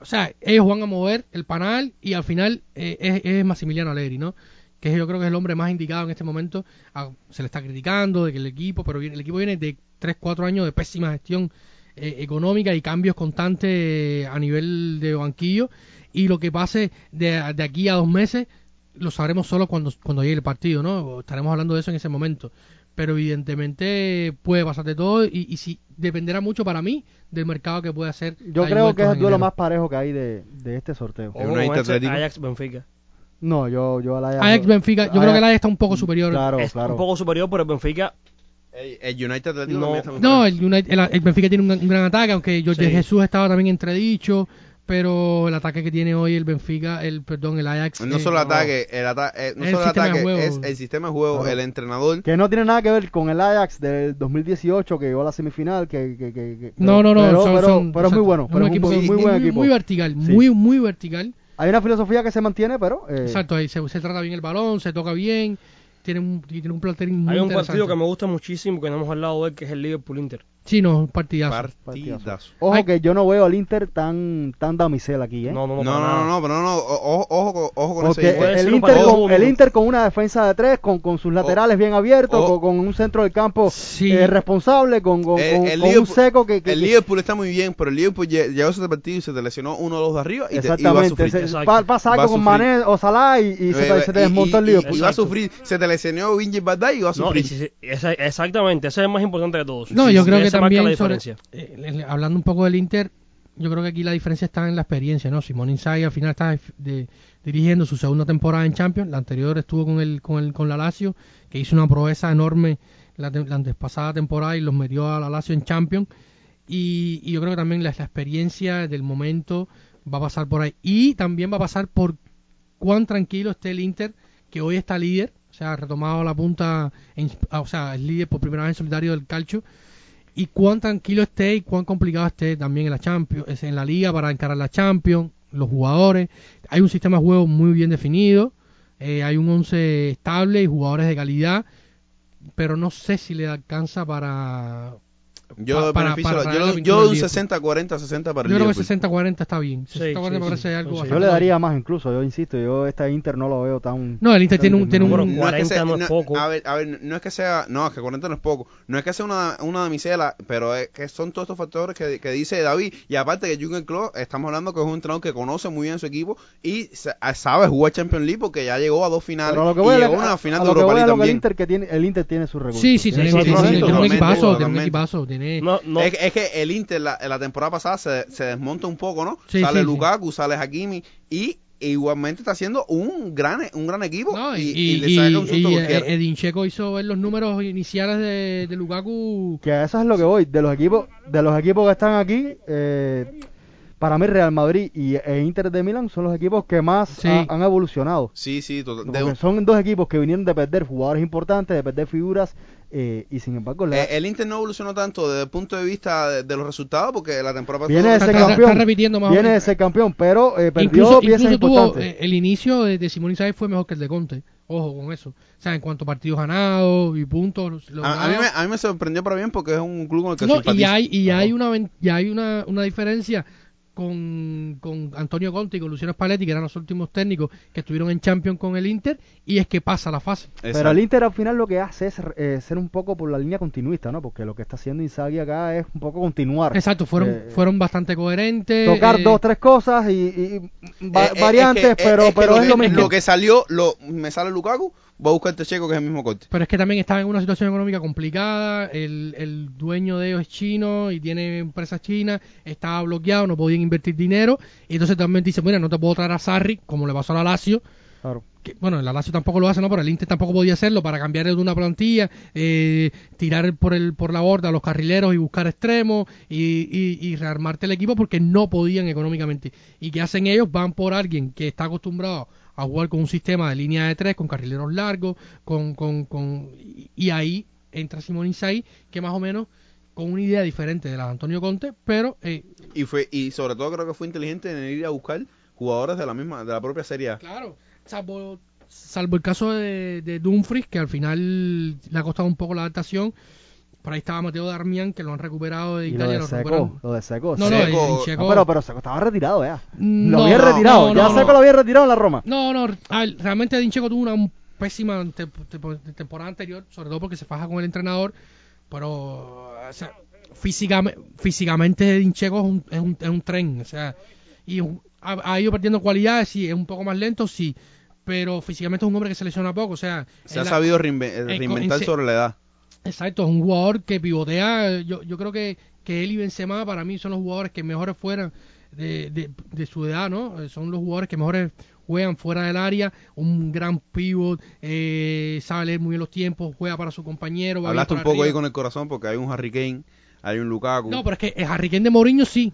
F: O sea, ellos van a mover el panal y al final eh, es, es Massimiliano Allegri, ¿no? Que yo creo que es el hombre más indicado en este momento. Ah, se le está criticando de que el equipo, pero viene- el equipo viene de 3, 4 años de pésima gestión eh, económica y cambios constantes eh, a nivel de banquillo. Y lo que pase de, de aquí a dos meses lo sabremos solo cuando, cuando llegue el partido, ¿no? Estaremos hablando de eso en ese momento. Pero evidentemente eh, puede pasar de todo y, y si dependerá mucho para mí del mercado que puede hacer.
B: yo
F: la
B: creo
F: Juventus
B: que es el
F: en
B: duelo
F: enero. Oh.
B: más parejo que hay de, de este sorteo.
E: Ojo
D: United
E: con este
D: Atlético.
E: Ajax Benfica.
B: No, yo, yo a la
F: Ajax Benfica, yo creo que el Ajax está un poco superior.
B: Claro,
E: es
B: claro.
E: un poco superior, pero el Benfica
D: El, el United Atlético
E: No.
D: también está muy
F: No,
D: fuerte.
F: el, United- el- el Benfica tiene un, un gran ataque, aunque Jorge
E: Sí.
F: Jesús estaba también entredicho, pero el ataque que tiene hoy el Benfica, el perdón, el Ajax.
D: No
F: eh,
D: solo el ataque, el ata- eh, no
F: El
D: solo el
F: sistema de
D: ataque,
F: juego.
D: es el sistema de juego,
B: Claro.
D: el entrenador.
B: Que no tiene nada que ver con el Ajax del 2018 que llegó a la semifinal. Que, que, que, que-
F: No, no, no,
B: Pero,
F: son-
B: pero-
F: son-
B: pero es
F: exacto,
B: muy bueno.
F: es
B: Pero
F: un
B: es un
F: equipo
B: muy,
F: que-
B: muy buen
F: muy-
B: equipo.
F: muy vertical,
B: Sí.
F: muy, muy vertical.
B: Hay una filosofía que se mantiene, pero. eh,
F: Exacto, ahí se, se trata bien el balón, se toca bien, tiene un, y tiene un plantel muy
E: hay un
F: interesante.
E: partido que me gusta muchísimo que no hemos hablado de él, que es el Liverpool Inter.
F: Sí, no, un partidazo.
D: Partidazo.
B: Ojo
F: Ay.
B: que yo no veo al Inter tan, tan damisel aquí, ¿eh?
E: No,
D: No,
E: no, no,
D: no,
E: para nada.
D: no, no, pero no, no, o- ojo, ojo, con- ojo con
B: Porque
D: ese
E: Puede ser
B: el
E: un
B: Inter,
E: partido
B: con, el
E: único.
B: Inter con una defensa de tres, con, con sus laterales bien abiertos,
D: oh.
B: con, con un centro del campo
F: Sí.
B: eh, responsable, con, con-
D: El-
B: con-
D: Eh, el
B: con un
D: Liverpool-
B: seco que... que-
D: El
B: que-
D: Liverpool está muy bien, pero el Liverpool lle- llegó a ese partido y se te lesionó uno o dos de arriba y, te, y va a
B: Exactamente.
D: sufrir.
B: se-
E: Exacto.
B: pa- pasa
D: Va
B: algo
D: a
B: con
D: sufrir.
B: Mané o Salah y, y se,
D: Eh,
B: te- se te
D: y-
B: desmontó el
D: y-
B: Liverpool.
D: Y va a
E: Exacto.
D: sufrir. Se te lesionó Vinci Bardai y va a
E: No, y
D: sufrir.
E: si- si- esa- exactamente, ese es el más importante de todos.
F: No,
E: Sí,
F: yo
E: sí,
F: creo que
E: ese marca la
F: también, sobre-
E: diferencia.
F: eh, le- le- hablando un poco del Inter, yo creo que aquí la diferencia está en la experiencia, ¿no? Simón Inzaghi al final está de- dirigiendo su segunda temporada en Champions, la anterior estuvo con el con el con la Lazio, que hizo una proeza enorme la, tem- la antepasada temporada y los metió a la Lazio en Champions y, y yo creo que también la, la experiencia del momento va a pasar por ahí y también va a pasar por cuán tranquilo esté el Inter que hoy está líder, o sea, ha retomado la punta, en- o sea, es líder por primera vez en solitario del calcio y cuán tranquilo esté y cuán complicado esté también en la Champions, es en la liga para encarar la Champions, los jugadores. Hay un sistema de juego muy bien definido, eh, hay un 11 estable y jugadores de calidad, pero no sé si le alcanza para...
D: Yo,
F: pa- para-
D: beneficio-
F: para
D: yo,
F: traer la
D: yo
F: pintura al
D: un
F: Liverpool.
D: 60-40, 60 para el
F: Yo creo que
D: Liverpool.
F: 60-40 está bien. 60-40
E: Sí,
F: me
E: sí, sí,
F: parece
E: sí,
F: algo
E: sí.
F: bastante
B: Yo le
F: bueno.
B: daría más incluso, yo insisto, yo esta Inter no lo veo tan...
F: No, el Inter tiene un- tiene un-
E: Bueno,
B: No,
D: No es que
E: 40
D: sea-
E: no es poco.
D: A ver, a ver, no es que sea, no, es que 40 no es poco. No es que sea una, una damisela, pero es que son todos estos factores que, que dice David. Y aparte que Jürgen Klopp, estamos hablando que es un entrenador que conoce muy bien su equipo y sa- sabe jugar Champions League porque ya llegó a dos finales
B: Pero a lo que
D: y
B: voy
D: llegó a
B: a-
D: una
B: a- a
D: final de
B: lo que
D: Europa
B: voy a
D: League
B: lo que el
D: también.
B: Inter que tiene, el Inter tiene sus recursos.
F: Sí, sí, tiene,
D: Sí,
F: sí,
D: sí,
F: sí,
D: sí,
F: tiene un
D: totalmente,
F: equipazo, tiene un
D: totalmente.
F: equipazo, tiene...
E: No, no,
D: Es, que- es que el Inter la, la temporada pasada se, se desmonta un poco, ¿no?
F: Sí,
D: sale
F: sí, sí.
D: Lukaku, sale Hakimi y igualmente está haciendo un gran un gran equipo
F: No,
D: y,
F: y,
D: y le
F: y-
D: saca un
F: y-
D: susto a
F: y eh,
D: cualquiera.
F: Edin Checo hizo ver los números iniciales de, de Lukaku.
B: Que a eso es lo que voy. De los equipos, de los equipos que están aquí, eh, para mí Real Madrid y e Inter de Milán son los equipos que más
F: Sí.
B: ha- han evolucionado.
D: Sí, sí, total.
B: Porque
D: de-
B: son dos equipos que vinieron de perder jugadores importantes, de perder figuras, eh, y sin embargo le-
D: Eh, el Inter no evolucionó tanto desde el punto de vista de, de los resultados porque la temporada
B: viene de
D: pasada
F: Está-
B: ser
F: está-
B: campeón.
F: está repitiendo más o
B: viene de
F: menos.
B: ser campeón, pero eh, perdió
F: Incluso,
B: piezas
F: incluso tuvo
B: importantes.
F: eh, el inicio de, de Simón Inzaghi fue mejor que el de Conte. Ojo con eso. O sea, en cuanto a partidos ganados y puntos. logrados.
D: a, a mí me, a mí me sorprendió para bien porque es un club con el que
F: No, y
D: simpatizo.
F: hay, y hay, una, ven- y hay una, una diferencia con, con Antonio Conte y con Luciano Spalletti, que eran los últimos técnicos que estuvieron en Champions con el Inter, y es que pasa la fase.
D: Exacto.
B: Pero el Inter al final lo que hace es eh, ser un poco por la línea continuista, ¿no? Porque lo que está haciendo Inzaghi acá es un poco continuar.
F: Exacto, fueron,
B: Eh,
F: fueron bastante coherentes.
B: tocar
F: eh,
B: dos tres cosas y, y va-
D: Eh, eh,
B: variantes,
D: es que-
B: pero
D: es que
B: pero es lo
D: que-
B: mismo.
D: Lo que salió, lo, me sale Lukaku, voy a buscar este checo que es el mismo corte.
F: Pero es que también estaba en una situación económica complicada, el, el dueño de ellos es chino y tiene empresas chinas, estaba bloqueado, no podían invertir dinero, y entonces también dice, mira, no te puedo traer a Sarri, como le pasó a la Lazio,
B: Claro.
F: que, bueno, el Lazio tampoco lo hace, ¿no? Pero el Inter tampoco podía hacerlo para cambiar de una plantilla, eh, tirar por el por la borda a los carrileros y buscar extremos y, y- y rearmarte el equipo porque no podían económicamente. ¿Y qué hacen ellos? Van por alguien que está acostumbrado a jugar con un sistema de línea de tres, con carrileros largos, con, con, con y- y ahí entra Simón Inzaghi que más o menos con una idea diferente de la de Antonio Conte, pero eh,
D: Y fue y sobre todo creo que fue inteligente en ir a buscar jugadores de la misma de la propia Serie A.
F: Claro, salvo, salvo el caso de, de Dumfries, que al final le ha costado un poco la adaptación. Por ahí estaba Mateo Darmian, que lo han recuperado de
B: Y lo
F: Italia.
B: de
F: lo
B: Seco,
F: recuperaron.
B: lo de Seco.
F: no, no,
B: Seco.
F: el-
D: Seco-
F: el
D: no,
F: Checo-
B: pero, pero Seco estaba retirado ya.
F: No,
B: Lo había
F: no,
B: retirado,
F: no,
B: ya
F: no,
B: Seco
F: no.
B: lo había retirado en la Roma.
F: No, no, a ver, realmente Dincheco tuvo una pésima te- te- temporada anterior, sobre todo porque se faja con el entrenador, pero o sea, físicamente, físicamente Dincheco es un, es, un, es un tren, o sea, y un- ha, ha ido perdiendo cualidades, sí, es un poco más lento, sí, pero físicamente es un hombre que se lesiona poco, o sea,
D: Se ha
F: él ha-
D: sabido reinve- eh,
F: eh,
D: reinventar
F: con-
D: sobre la edad.
F: Exacto, es un jugador que pivotea. Yo, yo creo que, que él y Benzema para mí son los jugadores que mejores fueran de, de- de su edad, ¿no? Eh, Son los jugadores que mejores juegan fuera del área. Un gran pivot, eh, sabe leer muy bien los tiempos, juega para su compañero. va
D: Hablaste
F: bien
D: un
F: por
D: poco ahí
F: arriba.
D: con el corazón porque hay un Harry Kane, hay un Lukaku.
F: No, pero es que el Harry Kane de Mourinho sí.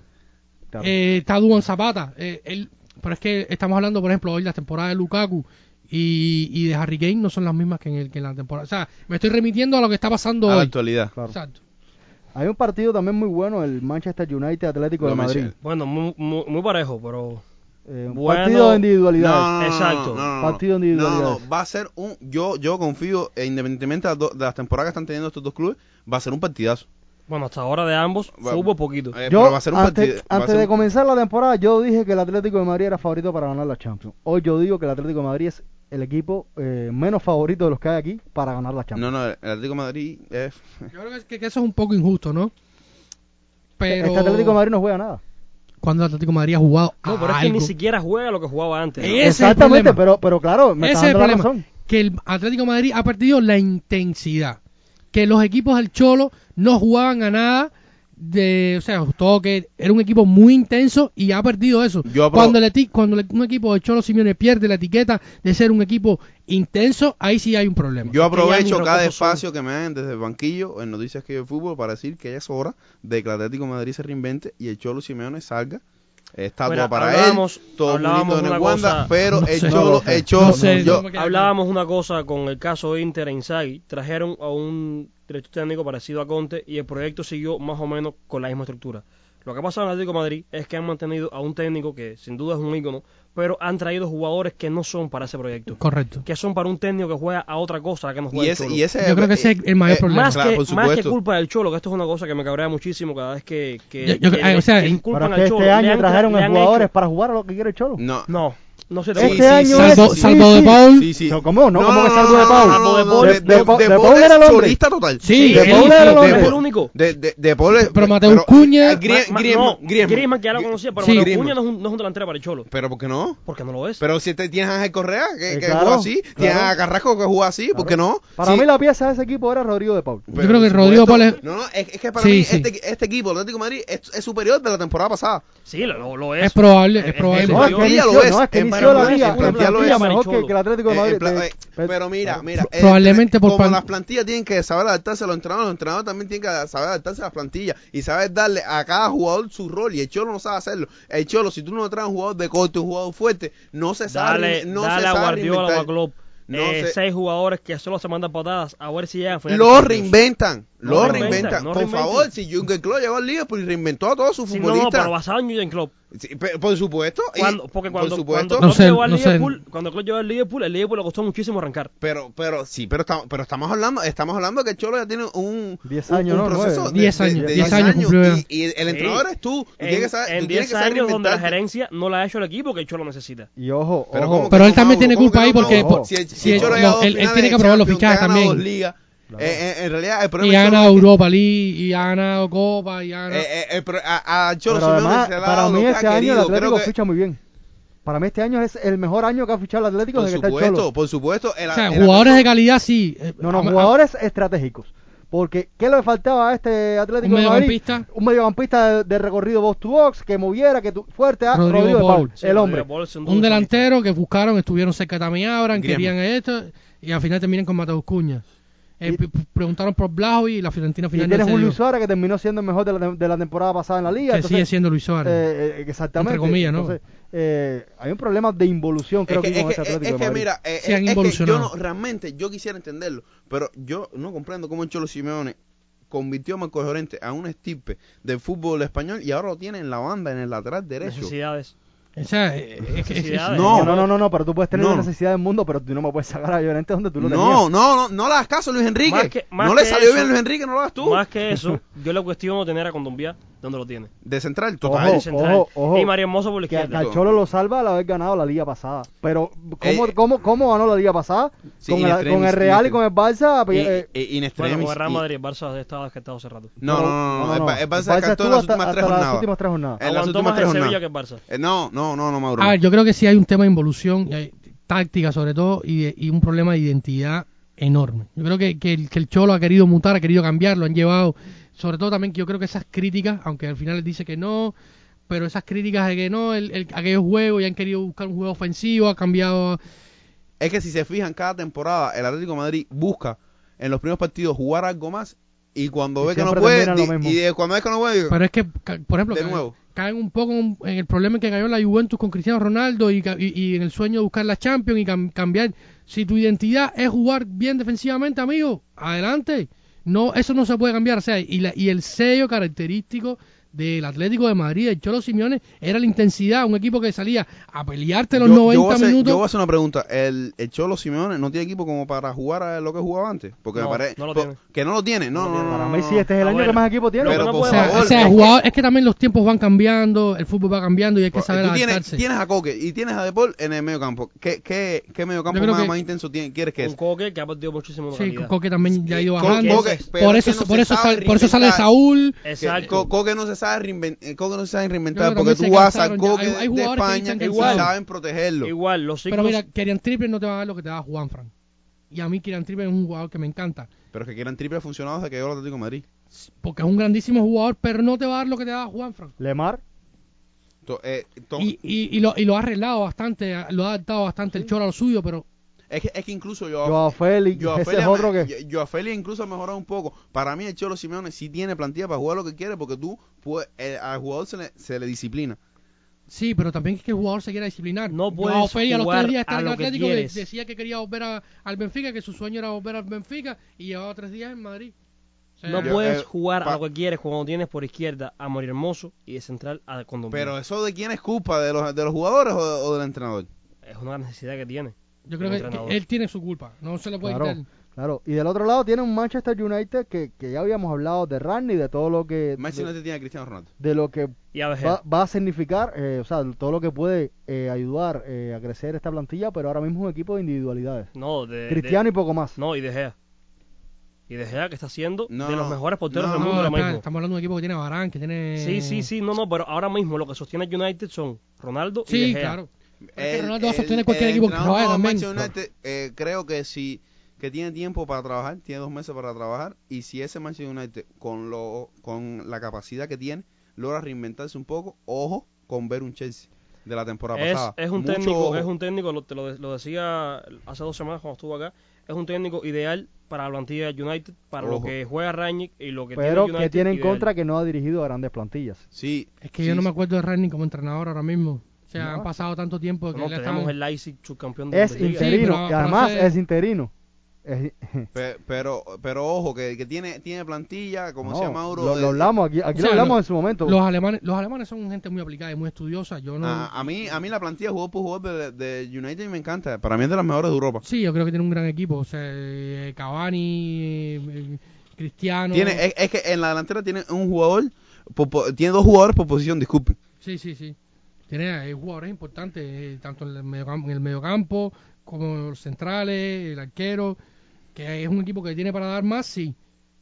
B: Claro.
F: Eh, está Duan Zapata. eh, él, pero es que estamos hablando, por ejemplo, hoy las temporadas de Lukaku y, y de Harry Kane no son las mismas que en, el, que en la temporada. O sea, me estoy remitiendo a lo que está pasando
D: a la
F: hoy.
D: actualidad.
B: Claro.
F: Exacto.
B: Hay un partido también muy bueno, el Manchester United Atlético
D: Lo
B: de Madrid.
D: mencioné.
E: bueno, muy, muy, muy parejo, pero
B: Eh, un
E: Bueno.
B: partido de individualidad.
E: Exacto.
B: Partido
D: no,
B: individual.
D: no, no, va a ser un yo yo confío e independientemente de las, do- de las temporadas que están teniendo estos dos clubes, va a ser un partidazo.
E: bueno, hasta ahora de ambos
D: Va-
E: hubo poquito.
D: Eh,
B: Yo,
D: pero va a ser un
B: antes,
D: partida- va a
B: antes
D: ser
B: de
D: un-
B: comenzar la temporada, yo dije que el Atlético de Madrid era favorito para ganar la Champions. Hoy yo digo que el Atlético de Madrid es el equipo eh, menos favorito de los que hay aquí para ganar la Champions.
D: No, no, el Atlético de Madrid es
F: Yo creo que, que eso es un poco injusto, ¿no? Pero
B: Este Atlético de Madrid no juega nada.
F: cuando el Atlético de Madrid ha jugado
E: No, pero
F: a
E: es que ni
F: algo?
E: siquiera juega lo que jugaba antes. ¿no?
F: Ese es el
B: Exactamente,
F: problema.
B: pero, pero claro, me
F: Ese
B: está
F: es el
B: dando la
F: problema,
B: razón.
F: que el Atlético de Madrid ha perdido la intensidad, que los equipos del Cholo no jugaban a nada, de, o sea, ajustó que era un equipo muy intenso y ha perdido eso.
D: Yo apro-
F: cuando el eti- cuando el- un equipo de Cholo Simeone pierde la etiqueta de ser un equipo intenso, ahí sí hay un problema.
D: Yo
E: Es que ya
D: aprovecho
E: mis
D: cada
E: recursos son-
D: espacio que me dan desde el banquillo en Noticias que yo fútbol para decir que ya es hora de que el Atlético de Madrid se reinvente y el Cholo Simeone salga. Estatua
E: Mira,
D: para
E: hablábamos-
D: él, todo
E: hablábamos
D: bonito en
E: una
D: el Wanda,
E: cosa-
D: pero
F: No
D: el
F: sé.
D: Cholo, el Cholo,
F: No sé,
D: yo-
F: no me queda
E: Hablábamos una cosa con el caso Inter e Inzaghi, trajeron a un director técnico parecido a Conte y el proyecto siguió más o menos con la misma estructura. Lo que ha pasado en Atlético de Madrid es que han mantenido a un técnico que sin duda es un ícono, pero han traído jugadores que no son para ese proyecto,
F: Correcto.
E: que son para un técnico que juega a otra cosa a la que no juega
D: y
E: el
D: ese,
E: Cholo.
D: y ese-
F: Yo creo que ese es el mayor problema.
E: Más,
D: eh, claro,
E: que,
D: por
E: más que
D: supuesto.
E: culpa del Cholo, que esto es una cosa que me cabrea muchísimo cada vez que, que,
F: Yo- yo-
E: que
F: ay, o sea,
E: que
F: el-
E: inculpan
G: Pero
E: al
G: es que
E: Cholo.
G: este
E: Le
G: año
E: han-
G: trajeron
E: le
G: a
E: han
G: jugadores
E: hecho-
G: para jugar a lo que quiere el Cholo.
D: No,
E: No, no se te
G: Este
E: puede.
G: año es-
F: Salvo,
G: sí,
F: salvo
G: sí.
F: de Paul.
D: sí, sí.
G: No, ¿Cómo? No,
D: No,
G: ¿cómo
D: no,
G: que
D: no,
G: salvo de
D: no,
G: Paul?
D: no, no,
E: De
D: no,
E: Paul-
D: de-
G: de-
D: de-
G: de
D: de
G: Paul
D: Paul
G: era el
D: es
G: hombre.
D: solista total.
F: Sí,
D: de
F: sí,
D: Paul
F: sí,
D: era el
F: sí.
D: hombre.
E: Pero fue el único.
D: De, de, de Paul es-
F: Pero Mateus
D: pero-
F: Cuña-
D: ah, Grie-
E: Ma- ma-
D: Griezmann,
E: no,
D: Griezmann.
E: Griezmann que ya lo
D: Gri-
E: conocía, pero
F: Sí.
E: Mateo
D: Griezmann.
E: Cuña no es un, no es un delantero para el Cholo,
D: Pero ¿por qué no?
E: porque no lo es.
D: Pero si te tienes a Ángel Correa que,
G: Eh,
D: que
G: claro,
D: juega así, tienes
G: claro.
D: a Carrasco que juega así, ¿por qué no?
G: Para
D: Sí.
G: mí la pieza de ese equipo era Rodrigo de Paul.
F: Yo creo que
D: por
F: Rodrigo
D: supuesto.
F: Paul es-
D: No, no, es, es que para
F: Sí,
D: mí
F: sí.
D: Este, este equipo, el Atlético de Madrid, es, es superior de la temporada pasada.
E: sí, lo, lo es.
F: Es probable,
E: Eh,
F: es probable.
E: eh,
G: No, es que
D: plantilla
G: inició,
D: lo es,
G: no, es que
D: en
G: inició la
D: plantilla,
G: liga,
D: en
G: en
D: plantilla lo
G: plantilla
E: es.
G: mejor que,
E: Cholo.
G: que el Atlético de
D: Eh,
G: Madrid.
D: en pla-
G: Eh,
D: eh, pero mira, mira. eh,
F: probablemente por
D: como
F: pan-
D: las plantillas tienen que saber adaptarse a los entrenadores, los entrenadores también tienen que saber adaptarse a las plantillas y saber darle a cada jugador su rol. Y el Cholo no sabe hacerlo. El Cholo, si tú no traes un jugador de corte, un jugador fuerte, no se sabe.
E: Dale,
D: no
E: dale
D: se
E: a
D: sabe
E: Guardiola o
D: reinventar.
E: a Klopp.
D: No
E: eh,
D: sé.
E: Seis jugadores que solo se mandan patadas a ver si llegan a final de
D: Lo
E: Champions.
D: reinventan,
E: pues, No
D: lo
E: reinventan,
D: reinventan.
E: no
D: Por
E: reinventan.
D: favor, si Jürgen Klopp llegó al Liverpool y reinventó a todos sus
E: Sí, no, no,
D: futbolistas.
E: pero basado en Jurgen Klopp.
D: Sí, pe- por supuesto. y-
E: Cuando, porque cuando,
D: por supuesto.
E: cuando
F: No
E: Klopp
F: sé,
E: llegó al
F: no sé.
E: Liverpool, cuando Klopp llegó al Liverpool, el Liverpool le costó muchísimo arrancar.
D: Pero, pero, sí, pero, estamos pero estamos hablando, estamos hablando que el Cholo ya tiene un,
G: Diez
D: un-
G: años, ¿no?
D: un proceso
G: Nueve.
D: de-
F: Diez
D: de-
F: años,
D: de
F: diez
D: diez
F: años cumplió ya.
D: y, y el entrenador
E: Sí.
D: es tú, tú tienes que
E: En,
D: saber, tú tienes
E: en 10
D: que saber
E: años donde la
D: reinventarte.
E: gerencia no la ha hecho el equipo que el Cholo necesita.
G: Y ojo,
D: Pero
G: ojo.
D: ¿cómo que
F: Pero él
D: no, Mauro?
F: también tiene
D: ¿Cómo
F: culpa
D: que
F: ahí
D: no,
F: porque-
D: Mauro?
G: por-
D: si el, si
F: si
D: el
F: el-
D: Cholo ha llegado
F: no,
D: a
F: él- él
D: finales
F: tiene que
D: de
F: aprobar los
D: Champions,
F: fichajes
D: que ha ganado
F: también.
D: dos ligas. Eh, eh, en realidad, el problema
F: Y ha
D: del Cholo
F: ganado
D: es que-
F: Europa League, y ha ganado Copa, y ha ganado...
D: eh, eh, eh, pero a, a Cholo
G: Pero
D: Simeone
G: además,
D: se le ha
G: para
D: dado lo
G: mí
D: que ha
G: este año el
D: querido. Creo
G: Atlético
D: que-
G: ficha muy bien. Para mí este año es el mejor año que ha fichado el Atlético
D: Por
G: desde que está el
D: supuesto,
G: Cholo.
D: por supuesto. el-
F: o sea,
D: el
F: jugadores de calidad sí. eh,
G: No, no,
F: a- a-
G: jugadores estratégicos. Porque, ¿qué le faltaba a este Atlético
F: Un
G: de Madrid?
F: mediocampista.
G: Un mediocampista de, de recorrido box to box, que moviera, que tu, fuerte a
F: Rodrigo
G: Rodrigo, de
F: Paul.
G: Paul,
E: Sí,
G: el
E: Rodrigo
G: hombre.
E: Paul es duda
F: un delantero que buscaron, estuvieron cerca de Tammy Abraham,
D: Griezmann.
F: querían esto, y al final terminan con Mateus Cuña. Eh,
G: Y-
F: p- p- preguntaron por Blau y la Fiorentina
G: Y
F: finalmente
G: tienes
F: se
G: un
F: dio,
G: Luis Suárez que terminó siendo el mejor de la, de la temporada pasada en la liga.
F: que
G: entonces,
F: sigue siendo Luis Suárez.
G: eh, eh, exactamente.
F: Entre comillas, ¿no?
G: Entonces, eh, hay un problema de involución, creo
D: Es
G: que,
D: que, es
G: con
D: que-
G: este Atlético
D: es
G: de
D: que
G: Madrid.
D: mira, eh,
F: Se han
D: es que yo
F: involucionado.
D: no, realmente yo quisiera entenderlo, pero yo no comprendo cómo el Cholo Simeone convirtió a Marco Llorente a un estirpe del fútbol español y ahora lo tiene en la banda, en el lateral derecho.
E: Necesidades.
F: o sea, eh, es que-
E: Necesidades.
D: No,
G: no, no, no, no, pero tú puedes tener
D: No.
G: la necesidad del mundo, pero tú no me puedes sacar a Llorente donde tú lo tenías.
D: No, no, no, no le hagas caso a Luis
E: Más
D: Enrique.
E: que- más
D: no le
E: que
D: salió
E: eso-
D: bien a Luis Enrique, no lo hagas tú.
E: Más que eso, yo le cuestiono tener a Condombia donde lo tiene.
D: De central,
G: Ojo,
D: total.
E: El central.
G: ojo, ojo.
E: Y María Hermoso por la
G: Que a- que
E: izquierda.
G: al Cholo lo salva al haber ganado la liga pasada. Pero, ¿cómo,
D: Eh,
G: cómo, cómo ganó la liga pasada?
D: Sí,
G: con,
D: in
G: el,
D: extremis,
G: con el
D: in
G: Real y
D: extremis.
G: con el Barça.
D: Y-
G: eh,
D: y- in extremis,
E: Bueno, con el Real
D: y-
E: Madrid, el Barça estaba descartado hace rato.
D: No, no, no, no, el Ba- el Barça descartó en
G: estuvo
D: las últimas
G: hasta-
D: tres
G: hasta
D: jornadas.
G: Las últimas tres jornadas. Ah,
D: En las
E: Aguantó
D: últimas
E: más el
D: tres
E: Sevilla
D: jornadas.
E: que el Barça.
D: Eh, No, no, no, no, Mauro.
F: A ver, yo creo que sí hay un tema de involución, y hay táctica sobre todo, y, de- y un problema de identidad enorme. Yo creo que, que el, que el Cholo ha querido mutar, ha querido cambiar, lo han llevado. Sobre todo también que yo creo que esas críticas, aunque al final les dice que no, pero esas críticas de que no, el, el- aquellos juegos, y han querido buscar un juego ofensivo, ha cambiado.
D: Es que si se fijan, cada temporada el Atlético de Madrid busca en los primeros partidos jugar algo más y cuando
G: Y
D: ve que no
G: siempre
D: puede,
G: termina lo
D: di-
G: mismo.
D: y de- cuando ve que no puede, digo,
F: Pero es que, ca- por ejemplo,
D: De
F: caen,
D: nuevo.
F: caen un poco en en el problema que cayó la Juventus con Cristiano Ronaldo y, ca- y- y en el sueño de buscar la Champions y cam- cambiar. Si tu identidad es jugar bien defensivamente, amigo, adelante. No, eso no se puede cambiar. O sea, y, la- y el sello característico del Atlético de Madrid, del Cholo Simeone, era la intensidad. Un equipo que salía a pelearte este, los
D: yo, yo
F: 90
D: voy a hacer,
F: minutos.
D: yo voy a hacer una pregunta. ¿El, el Cholo Simeone no tiene equipo como para jugar a lo que jugaba antes? Porque
E: No,
D: me parece
E: no lo
D: po-
E: tiene.
D: que no lo tiene. No, no, no,
G: Para
D: no,
G: mí
D: no.
G: sí, este es el
E: Ah,
G: año
E: bueno.
G: que más equipo tiene.
D: Pero pues,
E: no
D: por
E: puede
F: o sea,
D: favor, eh,
F: o sea,
D: es que-
F: jugador- es que también los tiempos van cambiando, el fútbol va cambiando y hay que
D: Pues,
F: saber
D: tú tienes,
F: adaptarse.
D: tienes a Coque y tienes a Depol en el medio campo. ¿Qué, qué, qué medio campo
F: Yo creo
D: más,
F: que-
D: más intenso tiene- quieres que
E: Un
D: es?
E: coque que ha perdido muchísimo de
F: Sí,
E: calidad.
F: Coque también ya ha ido
D: Coque-
F: bajando.
D: Coque, pero
F: por
D: es
F: eso,
D: que no
F: por,
D: se
F: eso
D: sabe
F: sal- por eso sale
D: reinventar.
F: Saúl.
D: Que,
E: Exacto.
D: Co- Coque no se sabe reinventar, Coque no se sabe reinventar
F: Yo creo que
D: porque
F: también
D: tú
F: se
D: vas a
F: cansaron ya.
D: Coque
F: Hay- hay
D: de
F: jugadores que
D: España
F: están
D: que
F: cansados.
D: saben protegerlo.
E: Igual, los ciclos...
F: Pero mira, Kerian Trippier no te va a dar lo que te da Juan Fran. Y a mí Kerian Trippier es un jugador que me encanta.
D: Pero es que quieran triple ha funcionado desde que llegó el Atlético de Madrid.
F: porque es un grandísimo jugador, pero no te va a dar lo que te da Juanfran.
B: Lemar,
D: To- eh, to-
F: Y, y, y lo, y lo ha arreglado bastante, lo ha adaptado bastante el choro a lo suyo, pero
D: es, que, es que incluso yo...
B: Joao Félix,
D: Joao
B: ese
D: Félix
B: es
D: ha-
B: otro que...
D: Yo- Joao Félix incluso ha mejorado un poco. Para mí el Cholo Simeone sí tiene plantilla para jugar lo que quiere porque tú, pues, eh, al jugador se le, se le disciplina.
F: sí, pero también es que el jugador se quiera disciplinar.
E: No
F: puede
E: puedes
F: Joao Félix a los
E: jugar
F: tres días
E: a
F: estaba en
E: lo
F: el
E: que
F: Atlético,
E: quieres.
F: de- decía que quería volver a- al Benfica, que su sueño era volver al Benfica, y llevaba tres días en Madrid. O sea,
E: No
D: Yo,
E: puedes
D: eh,
E: jugar
D: pa-
E: a lo que quieres cuando tienes por izquierda a Morir Hermoso y de central a Condomínio.
D: Pero eso de quién es culpa, de los, de los jugadores o, o del entrenador.
E: es una necesidad que tiene.
F: yo creo
E: el
F: que- que,
E: entrenador.
F: él tiene su culpa, no se le puede
B: Claro,
F: quitar.
B: claro. Y del otro lado tiene un Manchester United que, que ya habíamos hablado de Rani, de todo lo que...
D: Messi no
B: De,
D: te tiene a Cristiano Ronaldo.
B: de lo que
E: Y a veces
B: va, va a significar, eh, o sea, todo lo que puede eh, ayudar eh, a crecer esta plantilla, pero ahora mismo es un equipo de individualidades.
E: no, de, de-
B: Cristiano y poco más.
E: no, y De Gea. Y De Gea que está siendo
D: No,
E: de los mejores porteros
D: no,
E: del
F: No,
E: mundo ahora
F: espera,
E: mismo.
F: estamos hablando de un equipo que tiene a Barán, que tiene...
E: Sí,
B: Mm.
E: sí, sí, no, no, pero ahora mismo lo que sostiene el United son Ronaldo y De
F: Sí,
E: Gea.
F: claro. Porque
D: El-
F: Ronaldo va a
D: el-
F: sostener cualquier
D: el
F: equipo que
D: entrenador del
F: trabaje también.
D: Manchester United, eh, creo que si que tiene tiempo para trabajar, tiene dos meses para trabajar, y si ese Manchester United con lo con la capacidad que tiene logra reinventarse un poco, ojo con ver un Chelsea de la temporada
E: Es,
D: pasada.
E: es un
D: Mucho
E: técnico,
D: ojo.
E: es un técnico, lo, te lo, de- lo decía hace dos semanas cuando estuvo acá, es un técnico ideal para la plantilla del United, para lo
D: Ojo.
E: que juega Rangnick y lo que
B: pero
E: tiene el
B: que
E: United,
B: tiene en
E: ideal.
B: contra que no ha dirigido a grandes plantillas.
D: Sí,
F: Es que
D: sí,
F: yo no me
D: sí.
F: acuerdo de Rani como entrenador ahora mismo. O sea,
B: No.
F: han pasado tanto tiempo que
E: No,
F: le
E: tenemos
F: estaban-
E: el Leipzig subcampeón de
B: Es
E: Bundesliga.
F: inter-
B: interino,
F: pero-
B: y además
F: pero-
B: es interino. Es-
D: Pe- Pero, pero ojo, que, que tiene, tiene plantilla, como decía
B: no,
D: Mauro.
B: lo,
D: de-
B: lo hablamos aquí, aquí
F: O sea,
B: lo hablamos
F: lo-
B: en su momento.
F: Los alemanes, los alemanes son gente muy aplicada y muy estudiosa. Yo no.
E: Ah.
D: a, a mí, a mí la plantilla jugador por jugador de, de United me encanta. Para mí es de las mejores de Europa.
F: Sí, yo creo que tiene un gran equipo. O sea, eh, Cavani, eh, eh, Cristiano.
D: Tiene, es, es que en la delantera tiene un jugador, por po- tiene dos jugadores por posición, disculpen.
F: Sí, sí, sí. Tiene eh, jugadores importantes, eh, tanto en el, mediocampo, en el mediocampo como los centrales, el arquero. Que es un equipo que tiene para dar más, sí.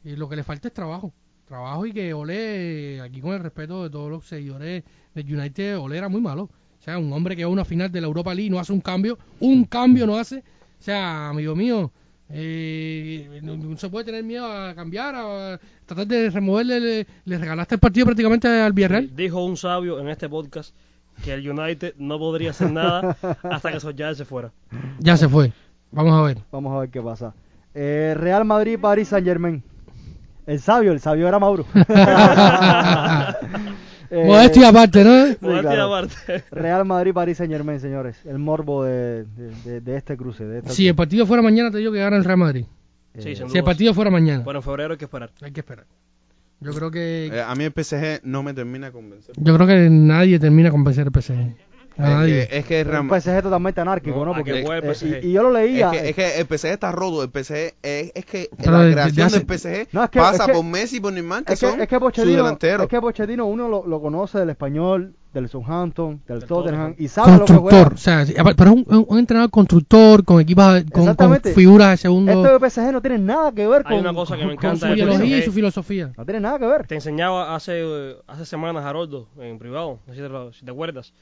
F: Y lo que le falta es trabajo. Trabajo y que Ole, eh, aquí con el respeto de todos los seguidores del United, Ole era muy malo. O sea, un hombre que va a una final de la Europa League y no hace un cambio. Un cambio no hace. O sea, amigo mío, eh, no, no se puede tener miedo a cambiar, a tratar de removerle. Le, le regalaste el partido prácticamente al Villarreal.
E: Dijo un sabio en este podcast que el United no podría hacer nada hasta que Solskjaer se fuera.
F: Ya se fue. Vamos a ver.
B: Vamos a ver qué pasa. Eh, Real Madrid, París, Saint Germain. El sabio, el sabio era Mauro. Eh,
F: Modestia aparte, ¿no?
E: Modestia
B: claro.
E: aparte.
B: Real Madrid, París, Saint Germain, señores. El morbo de, de- de- de este cruce. De esta-
F: Si el partido fuera mañana, te digo que gana el Real Madrid.
B: eh,
E: Sí, sin
F: Si el
E: dudas.
F: partido fuera mañana.
E: Bueno, en febrero hay que esperar.
F: Hay que esperar. Yo creo que
D: Eh, a mí el PSG no me termina de convencer.
F: yo creo que nadie termina con vencer el
D: Eh,
F: PSG. A nadie.
D: Es que, es que es Real-
B: un PSG totalmente anárquico,
E: No,
B: ¿no?
E: a
B: Porque,
E: que juegue el
B: eh,
E: PSG.
B: y, y yo lo
D: es
B: leía.
D: que,
B: eh,
D: es que el PSG está roto. El PSG es, es que
F: Pero
D: la
F: desde
D: creación
F: hace-
D: del PSG
B: No, es que-
D: pasa
B: es que-
D: por Messi y por Neymar, que
B: Es que,
D: son
B: es que
D: sus
B: Pochettino,
D: delanteros.
B: es que Pochettino uno lo, lo conoce del español, del Southampton, del,
E: Del
B: Tottenham
E: Tottenham.
B: y sabe lo que juega.
F: constructor. O sea, sí, aparte- pero es un, un- un entrenador constructor con equipos, con, con
B: Exactamente.
F: figuras de segundo.
B: Esto de PSG no tiene nada que ver con.
E: Hay una cosa que me
F: con
E: encanta
F: su
E: de
F: ideología y su
E: PSG.
F: filosofía.
B: No tiene nada que ver.
E: Te enseñaba hace, eh, hace semanas, Haroldo, en privado, no sé si te, lo- si te acuerdas,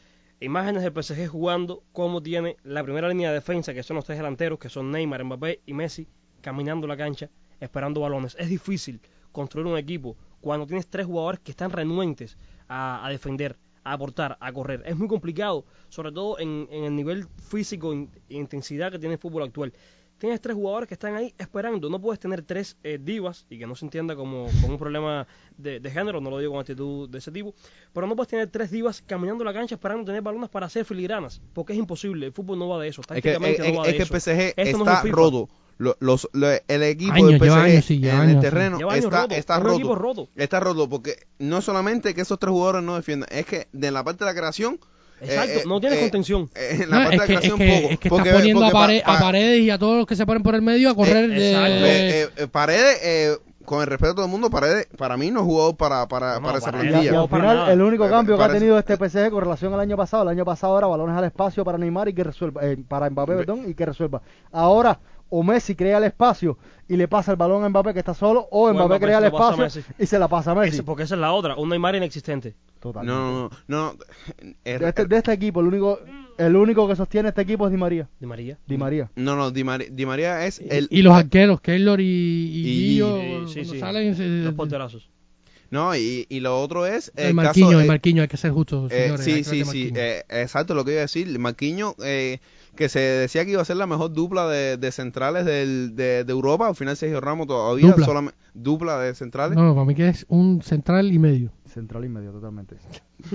E: imágenes del PSG jugando, cómo tiene la primera línea de defensa, que son los tres delanteros, que son Neymar, Mbappé y Messi, caminando la cancha, esperando balones. Es difícil construir un equipo cuando tienes tres jugadores que están renuentes a, a defender, a aportar, a correr. Es muy complicado, sobre todo en, en el nivel físico in- e intensidad que tiene el fútbol actual. Tienes tres jugadores que están ahí esperando. No puedes tener tres eh, divas y que no se entienda como, como un problema de, de género, no lo digo con actitud de ese tipo. Pero no puedes tener tres divas caminando la cancha esperando tener balones para hacer filigranas, porque es imposible. El fútbol no va de eso.
D: Es que, e- este
E: Tácticamente
D: es-
E: no va
D: es
E: de
D: que
E: eso.
D: el PSG
E: Esto no es un
D: está
E: FIFA.
D: roto. Lo- los- lo- el equipo
F: Años,
D: del PSG
F: lleva años, sí,
D: en
F: lleva
D: el
F: años, sí.
D: terreno
E: Lleva años
D: está,
E: roto,
D: está
E: es un
D: roto,
E: equipo roto.
D: Está roto porque no solamente que esos tres jugadores no defiendan, es que de la parte de la creación.
E: Exacto, no tienes contención.
D: eh, en la
F: No,
D: parte
F: es,
D: de
F: que,
D: la
F: es
D: creación
F: que-
D: poco.
F: es que
D: porque-
F: está poniendo
D: porque
F: a, pare-
D: pa-
F: a
D: pa-
F: paredes y a todos los que se ponen por el medio a correr. de-
E: exacto.
D: eh, eh, eh, Paredes, eh, con el respeto de todo el mundo, Paredes para mí no jugó para, para,
E: No,
D: para esa
E: Paredes
B: Y, a- y
D: plantilla.
E: no.
B: al
E: para
B: final,
E: nada.
B: el único
D: Eh,
B: cambio que ha
D: parece-
B: tenido este PSG con relación al año pasado, el año pasado era balones al espacio para Neymar y que resuelva, eh, para Mbappé,
D: Ve-
B: perdón, y que resuelva. Ahora, o Messi crea el espacio y le pasa el balón a Mbappé que está solo, o Mbappé
E: Mbappé
B: crea el
E: se lo pasa a
B: espacio
E: Messi.
B: y se la pasa a Messi.
E: Ese- porque esa es la otra, un Neymar inexistente.
G: Total.
D: No, no, no. no, er-
G: De este,
D: er-
G: de este equipo, el único, el único que sostiene este equipo es Di María.
E: de María.
G: Di María.
D: no, no, Di, Mari- Di María es el.
F: y los arqueros, Keylor y, y
D: Y-
E: Sí,
F: Gio,
E: sí,
F: cuando
E: sí.
F: salen, se-
E: Los porterazos.
D: No, y, y lo otro es.
F: el Marquinho,
D: caso,
F: el
D: eh,
F: Marquinho, hay que ser justo,
D: Eh,
F: señores. hay
D: sí,
F: que hablar
D: sí, sí.
F: de Marquinho.
D: eh, exacto lo que iba a decir. Marquinho, eh, que se decía que iba a ser la mejor dupla de, de centrales del- de, de Europa. Al final Sergio Ramos todavía
F: Dupla.
D: solame- dupla de centrales.
F: No, para mí que es un central y medio.
G: Central y medio, totalmente.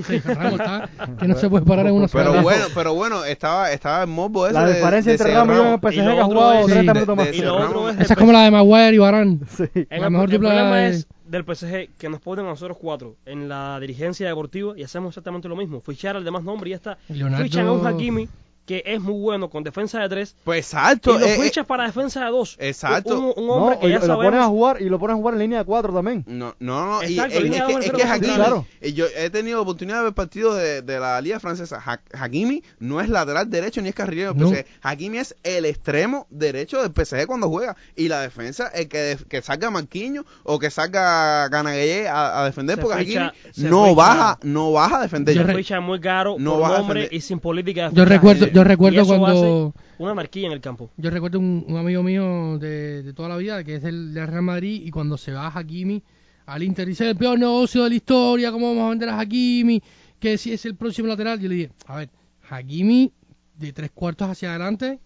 F: Sí, Ramos está que no se puede parar en una sola
D: Pero
F: cosa.
D: bueno, pero bueno, estaba, estaba el morbo ese
G: La
D: de-
G: diferencia
D: de
G: entre
D: Sergio
G: Ramos y yo en el
D: Ramos.
G: PSG
E: Y lo
G: que ha
E: otro
G: jugado
E: es-
G: 30
F: Sí,
G: minutos
D: de-
G: más.
D: de-
E: Y lo
D: Ramos.
E: otro es.
F: Esa
E: del
F: es como la de Maguire y Varane.
G: Sí.
E: El,
F: La mejor
E: el
F: dupla
E: problema
F: de-
E: es del PSG que nos ponen a nosotros cuatro en la dirigencia deportiva y hacemos exactamente lo mismo. Fichar al demás nombre y ya está.
F: Leonardo-
E: Fichan a un Hakimi que es muy bueno con defensa de tres
D: Pues exacto.
E: y lo
D: eh, eh,
E: fichas para defensa de dos.
D: Exacto.
E: Un, un
G: No,
E: hombre que
G: y
E: ya
G: lo ponen a
E: sabemos.
G: jugar y lo ponen a jugar en línea de 4 también.
D: No, no, no. y-
E: Exacto,
D: eh,
E: línea
D: es,
E: de
D: que,
E: dos,
D: es
E: pero
D: que
E: no
D: Hakimi,
G: centrales. Claro.
D: eh, yo he tenido la oportunidad de ver partidos de, de la Liga Francesa. Ha- Hakimi no es lateral derecho ni es carrilero del
F: No.
D: PSG. Hakimi es el extremo derecho del PSG cuando juega. Y la defensa es que, que salga Marquinhos o que salga Canagallé a, a defender
E: Se
D: porque
E: ficha-
D: Hakimi
E: se
D: no
E: ficha-
D: baja, no baja a defender.
F: Yo
E: Se
F: re-
E: ficha muy caro,
D: No
E: por
D: vas a
E: nombre
D: defender.
E: y sin política. de
F: Yo
E: fichaje.
F: recuerdo, yo
E: Y
F: recuerdo
E: eso
F: cuando
E: hace Una marquilla en el campo.
F: yo recuerdo un, un amigo mío de, de toda la vida que es del, del Real Madrid y cuando se va Hakimi al Inter dice el peor negocio de la historia, cómo vamos a vender a Hakimi, que si es el próximo lateral, yo le dije, a ver, Hakimi de tres cuartos hacia adelante,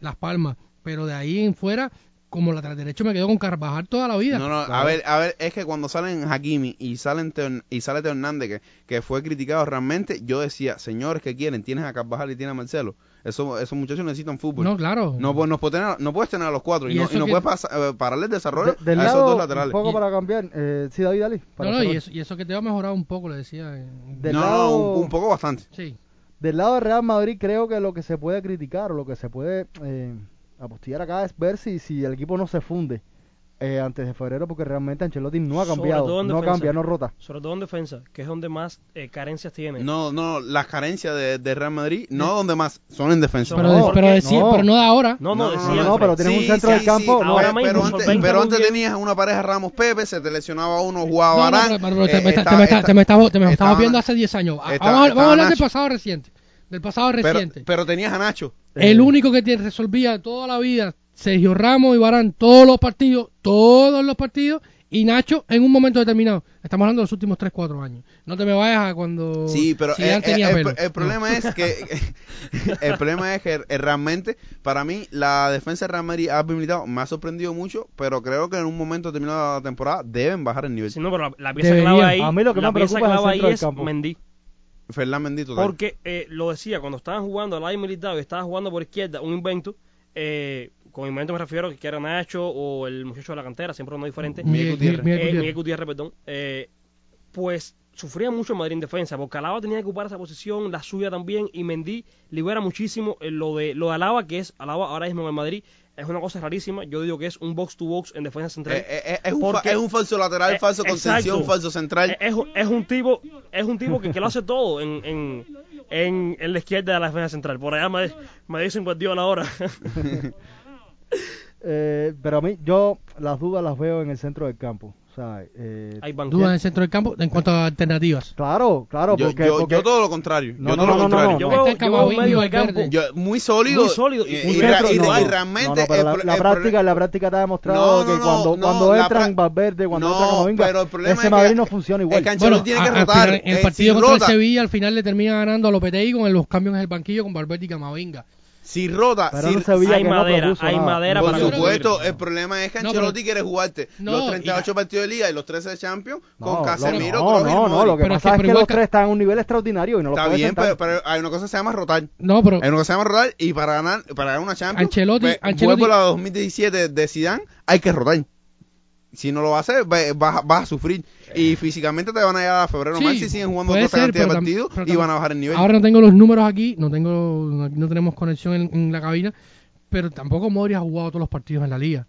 F: Las Palmas, pero de ahí en fuera como lateral derecho me quedo con Carvajal toda la vida.
D: No, no, a ver, a ver, es que cuando salen Hakimi y salen Teo- y sale Teo Hernández, que, que fue criticado realmente, yo decía, señores que quieren, tienes a Carvajal y tienes a Marcelo. Eso, esos muchachos necesitan fútbol.
F: No, claro.
D: No, pues, nos puede tener- no puedes tener a los cuatro y,
F: Y
D: no,
F: eso
D: y no
F: que-
D: puedes pasa- eh, pararle el desarrollo
G: De- del
D: a esos
G: lado,
D: dos
G: Un
D: laterales.
G: poco
F: Y-
G: para cambiar. Eh, sí, David, dale. para
F: No, no, y
G: cerrar.
F: eso, y eso que te va a mejorar un poco, le decía. eh,
G: del
D: no,
G: lado-
D: no, un, un poco bastante.
F: Sí.
G: Del lado de Real Madrid creo que lo que se puede criticar o lo que se puede eh, apostillar acá es ver si, si el equipo no se funde eh, antes de febrero porque realmente Ancelotti no ha
E: Sobre todo
G: cambiado,
E: en
G: no
E: defensa.
G: cambia, no rota.
E: Sobre todo en defensa, que es donde más eh, carencias tiene.
D: No, no, las carencias de, de Real Madrid, no donde más, son en defensa.
E: Son-
F: Pero,
G: No,
F: de- pero,
E: porque-
F: de sie-
G: no.
F: pero no de ahora.
E: no, no, de
G: no,
E: siempre.
G: no, pero tienes un centro del campo, no.
E: Ahora
D: Pe-
E: mismo,
D: pero, antes,
E: solvente
D: pero antes
E: muy bien.
D: tenías una pareja Ramos Pepe, se te lesionaba uno,
F: No, no,
D: jugaba Varane,
F: pero- pero
D: eh,
F: te me está-
D: estaba-
F: te me está- te me estás- te me
D: estaba-
F: estás viendo hace 10 años. Ah,
D: estaba-
F: vamos, a- vamos
D: estaba
F: a hablar del
D: Nacho.
F: pasado reciente. Del pasado
D: pero,
F: reciente.
D: pero eh. tenías a Nacho.
F: el único que te resolvía toda la vida, Sergio Ramos y Barán, todos los partidos, todos los partidos, y Nacho en un momento determinado. Estamos hablando de los últimos 3, 4 años. No te me vayas a cuando
D: Sí, pero eh,
F: Zidane
D: eh,
F: Oh, tenía
D: el,
F: pelo.
D: pro- el problema es que el problema es que eh, realmente para mí la defensa de Real Madrid ha habilitado, me ha sorprendido mucho, pero creo que en un momento terminado la temporada deben bajar el nivel.
E: Sí, no, pero la, la pieza
F: Debería.
E: clave ahí,
G: A mí lo que
E: la
G: más me
E: pieza
G: preocupa es el
E: clave ahí
G: centro del
E: es
G: campo.
E: Mendy.
D: Fernández bendito.
E: Porque eh, lo decía, cuando estaban jugando al aire militar y estaban jugando por izquierda, un invento, eh, con invento me refiero a que era Nacho o el muchacho de la cantera, siempre uno diferente.
D: Miguel
F: Miguel
D: Gutiérrez.
E: Eh,
F: Miguel Gutiérrez.
E: Miguel Gutiérrez, perdón. Eh, pues sufría mucho Madrid en defensa, porque Alaba tenía que ocupar esa posición, la suya también, y Mendy libera muchísimo eh, lo de lo de Alaba, que es Alaba ahora mismo en Madrid, es una cosa rarísima, yo digo que es un box to box en defensa central.
D: Eh, eh, eh, es, un fa-
E: Porque-
D: es un falso lateral,
E: Eh,
D: falso contención,
E: exacto.
D: falso central.
E: Eh, Es, un- es un tipo, es un tipo que, que lo hace todo en, en, en, en la izquierda de la defensa central. Por allá me, me dicen "Pues, Guardiola ahora.
G: Eh, pero a mí yo las dudas las veo en el centro del campo. o sea, eh,
E: Hay banquero.
F: Dudas en el centro del campo en cuanto a alternativas.
G: claro, claro,
D: yo,
G: porque,
D: yo-
G: porque-
D: yo todo lo contrario.
G: No,
D: yo
G: no,
D: todo lo
G: no, no,
D: contrario.
G: no,
E: Yo
G: no.
E: veo,
F: Está
E: yo veo un
F: Camavinga
E: medio de
F: y
E: campo.
F: Verde.
D: Yo- muy sólido.
E: Muy sólido.
D: Y,
E: Un
D: y ra-
G: centro,
D: y-
G: no.
D: y
G: No,
D: realmente.
G: no, pero
D: el
G: la,
D: pro-
G: la
D: el
G: práctica,
D: pro-
G: la práctica te ha
D: No,
G: demostrado
D: no,
G: que
D: no,
G: cuando,
D: no,
G: cuando
D: la
G: entran
D: pra-
G: Valverde, cuando entra Camavinga,
D: pero el problema
G: ese
D: es
G: Madrid
D: que-
G: no funciona igual.
D: Es que Ancelotti tiene que
F: a- al
D: rotar.
F: final, Ah, en
D: eh,
F: el
D: si
F: partido contra el
D: rota,
F: Sevilla, al final le termina ganando a Lopetegui con los cambios en el banquillo con Valverde y Camavinga.
D: si rota,
G: Pero
D: si-
G: no se veía
E: hay
G: que no
E: madera,
G: propuso
E: hay
G: nada.
E: madera
D: Por
E: para
D: supuesto,
E: construir.
D: el problema es que
F: No,
D: Ancelotti
F: pero-
D: quiere jugarte
F: No,
D: los 38
F: y-
D: partidos de liga y los 13 de Champions
G: No,
D: con
G: lo-
D: Casemiro,
G: no,
D: Kroos y
G: no, no, lo que
F: Pero es
G: pasa es
F: que por
G: que
F: igual
G: los
F: ca-
G: tres están a un nivel extraordinario y no lo
D: Está
G: puedes
D: bien,
G: sentar.
D: pero, pero hay una cosa que se llama rotar.
F: No, pero
D: Hay una cosa que se llama rotar y para ganar, para ganar una Champions,
F: Ancelotti-
D: ve-
F: Ancelotti-
D: vuelvo a la 2017 de Zidane, hay que rotar. Si no lo vas a hacer, ve- vas, vas a sufrir. Y físicamente te van a llegar a febrero
F: Sí,
D: más si siguen jugando
F: puede
D: toda esta
F: ser,
D: cantidad de
F: pero tam-
D: partidos
F: pero
D: y
F: tam-
D: van a bajar el nivel.
F: Ahora no tengo los números aquí, no tengo no, no tenemos conexión en, en la cabina, pero tampoco Modric ha jugado todos los partidos en la liga.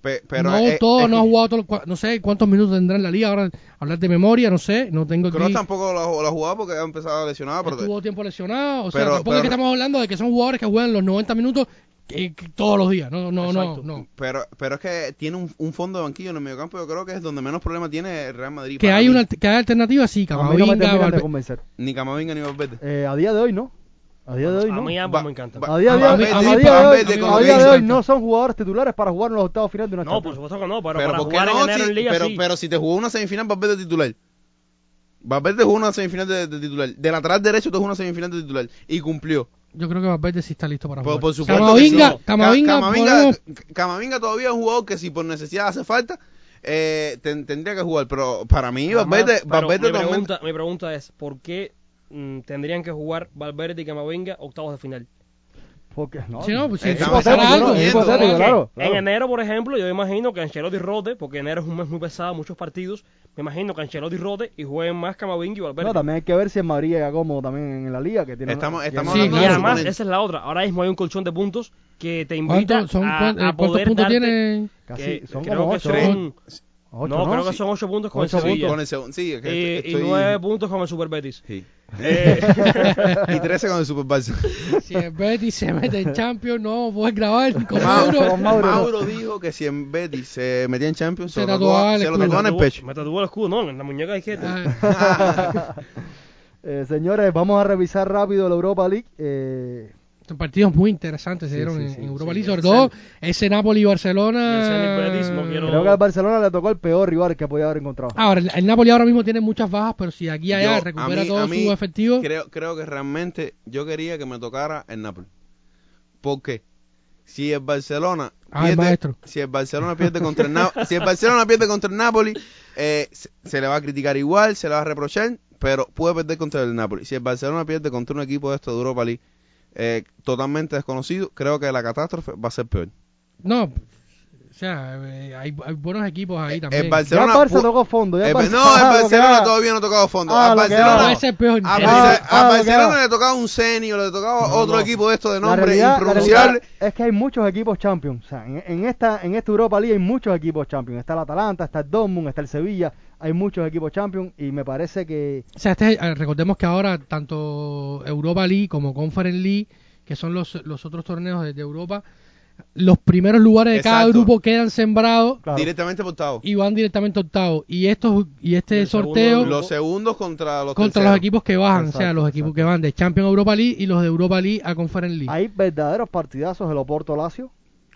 D: Pe- pero
F: no
D: eh,
F: todo,
D: eh,
F: no ha jugado todos los cua- no sé cuántos minutos tendrá en la liga, ahora hablar de memoria, no sé, no tengo aquí.
D: Kroos tampoco lo, lo ha jugado porque ha empezado lesionado. Pero,
F: Estuvo tiempo lesionado, o sea,
D: Pero-
F: tampoco
D: pero-
F: es que estamos hablando de que son jugadores que juegan los 90 minutos eh, que- que todos los días. No, no, no,
E: Exacto.
F: no.
D: Pero, pero es que tiene un, un fondo de banquillo en el mediocampo, yo creo que es donde menos problema tiene el Real Madrid.
F: Que
D: para
F: hay,
D: mí.
F: una, que hay alternativas, sí,
B: A mí no me
F: Camavinga,
B: terminan de
F: Valver-
B: convencer.
D: Ni Camavinga ni Valverde.
B: Eh, a día de hoy no. A día de hoy
E: A
B: no.
E: mí
D: Va-
E: ambos me encantan.
D: va-
B: A día de
D: a
B: hoy,
D: mí-
B: a
D: a mí
B: día de
D: Valverde
B: hoy-
D: como
B: a
D: que
B: día de
D: hizo
B: hoy
F: esto.
B: no son jugadores titulares para jugar en los octavos finales de una
E: No, pues, por
B: Champions.
E: supuesto que no, pero,
D: Pero
E: para
D: ¿por qué
E: jugar
D: no?
E: en enero
D: Si-
E: en Liga
D: pero,
E: sí.
D: pero si te jugó una semifinal, Valverde titular. Valverde jugó una semifinal de, de titular. De lateral derecho te jugó una semifinal de titular. Y cumplió.
F: Yo creo que Valverde sí está listo para
D: Por,
F: jugar.
D: Pues, por supuesto
F: Camavinga,
D: que sí.
F: Camavinga,
D: Ca-
F: ponemos-
D: Camavinga todavía es un jugador que si por necesidad hace falta, eh, ten- tendría que jugar. Pero para mí,
E: Además,
D: Valverde,
E: pero
D: Valverde
E: mi,
D: totalmente-
E: pregunta, mi pregunta es, ¿por qué mm, tendrían que jugar Valverde y Camavinga octavos de final?
B: Porque, no,
F: Sí, no, pues sí,
B: es
D: estamos-
B: hipotético,
D: estamos
B: ¿no? Es
D: viendo.
B: hipotético, claro, Oh,
E: Ok,
B: claro.
E: pues, En enero, por ejemplo, yo imagino que Ancelotti rote, porque enero es un mes muy pesado, muchos partidos. Me imagino que Ancelotti rote y jueguen más Camavinga y Valverde.
B: No, también hay que ver si en Madrid llega cómodo también en la liga. que tiene
D: Estamos-
B: tiene-
D: estamos
F: Sí,
D: hablando
E: y
D: de
F: claro.
E: además,
D: suponer-
E: esa es la otra. Ahora mismo hay un colchón de puntos que te invita
F: ¿Cuántos, son,
E: a,
F: cuán- eh,
E: a
F: ¿cuántos
E: poder
F: puntos
E: darte-
F: tiene?
B: Casi,
E: que
B: son
E: creo
B: como
E: que
B: ocho,
E: son-
B: Ocho,
E: no,
B: ¿no?
E: creo que son 8 puntos con el
B: Ocho
E: Sevilla.
D: con el segundo. Sí, es que
E: y,
D: estoy-
E: y 9 puntos con el Super Betis.
D: Sí.
E: Eh,
D: y 13 con el Super Barça.
F: Si el Betis se mete en Champions, no puedes grabar con
D: Mauro,
F: Mauro.
B: Mauro, no.
D: Mauro dijo que si en Betis se metía en Champions, se,
F: Se
D: lo
F: tatuaba
D: tatuaba,
F: el
D: se lo
F: escudo.
E: me
D: tatuaba en el
E: tatuó-
D: pecho.
E: Me tatuó el escudo, no, en la muñeca izquierda.
F: Ah,
B: Eh, señores, vamos a revisar rápido la Europa League. Eh,
F: son partidos muy interesantes se dieron
B: sí,
F: en-
B: sí,
F: en Europa
E: sí,
F: League,
E: el
F: sobre todo
E: Zenit.
F: ese Napoli y
E: Y el Zenit
F: Barcelona.
E: Betis, no quiero-
B: creo que al Barcelona le tocó el peor rival que podía haber encontrado.
D: Ah,
F: Ahora, el, el Napoli ahora mismo tiene muchas bajas, pero si de aquí a allá
D: Yo,
F: recupera
D: a mí- a
F: todo
D: mí
F: su efectivo,
D: Creo, creo que realmente yo quería que me tocara el Napoli. Porque si el Barcelona
F: Ah, el maestro.
D: si el Barcelona pierde contra el Napoli, si el Barcelona pierde contra el Napoli, eh, se, se le va a criticar igual, se le va a reprochar, pero puede perder contra el Napoli. Si el Barcelona pierde contra un equipo de esto de Europa League eh, totalmente desconocido, creo que la catástrofe va a ser peor.
F: no. O sea, eh, hay, hay buenos equipos ahí
B: Ya
D: El
F: también.
B: el
D: Barcelona
B: Barça
D: pu-
B: tocó fondo. Ya
D: El
B: el
D: Ba-
B: Barça-
D: no, el
B: Ah, lo que
D: Barcelona
B: da.
D: todavía no ha tocado fondo.
B: Ah,
D: al
B: lo que
D: Barcelona,
B: da.
F: Puede ser peor.
D: a
F: Eh,
D: Barce-
B: ah,
D: a
B: lo que
D: Barcelona
B: da.
D: le tocaba un Zenio, le tocaba otro equipo de esto de
B: La
D: nombre
B: realidad- la
D: impronunciable.
B: realidad es que hay muchos equipos Champions. O sea, en, en esta, en esta Europa League hay muchos equipos Champions. Está el Atalanta, está el Dortmund, está el Sevilla. Hay muchos equipos Champions y me parece que
F: O sea, este, eh, recordemos que ahora tanto Europa League como Conference League, que son los, los otros torneos de, de Europa, los primeros lugares de cada
D: Exacto.
F: grupo quedan sembrados
B: claro,
D: Directamente por octavo.
F: y van directamente octavos. Y estos y este
E: Y el segundo
F: sorteo
E: del
D: Los segundos contra los
F: contra
D: terceros.
F: los equipos que bajan, o sea,
B: Exacto,
F: los equipos
B: exacto.
F: que van de Champions a Europa League y los de Europa League a Conference League.
B: hay verdaderos partidazos del Oporto Lazio.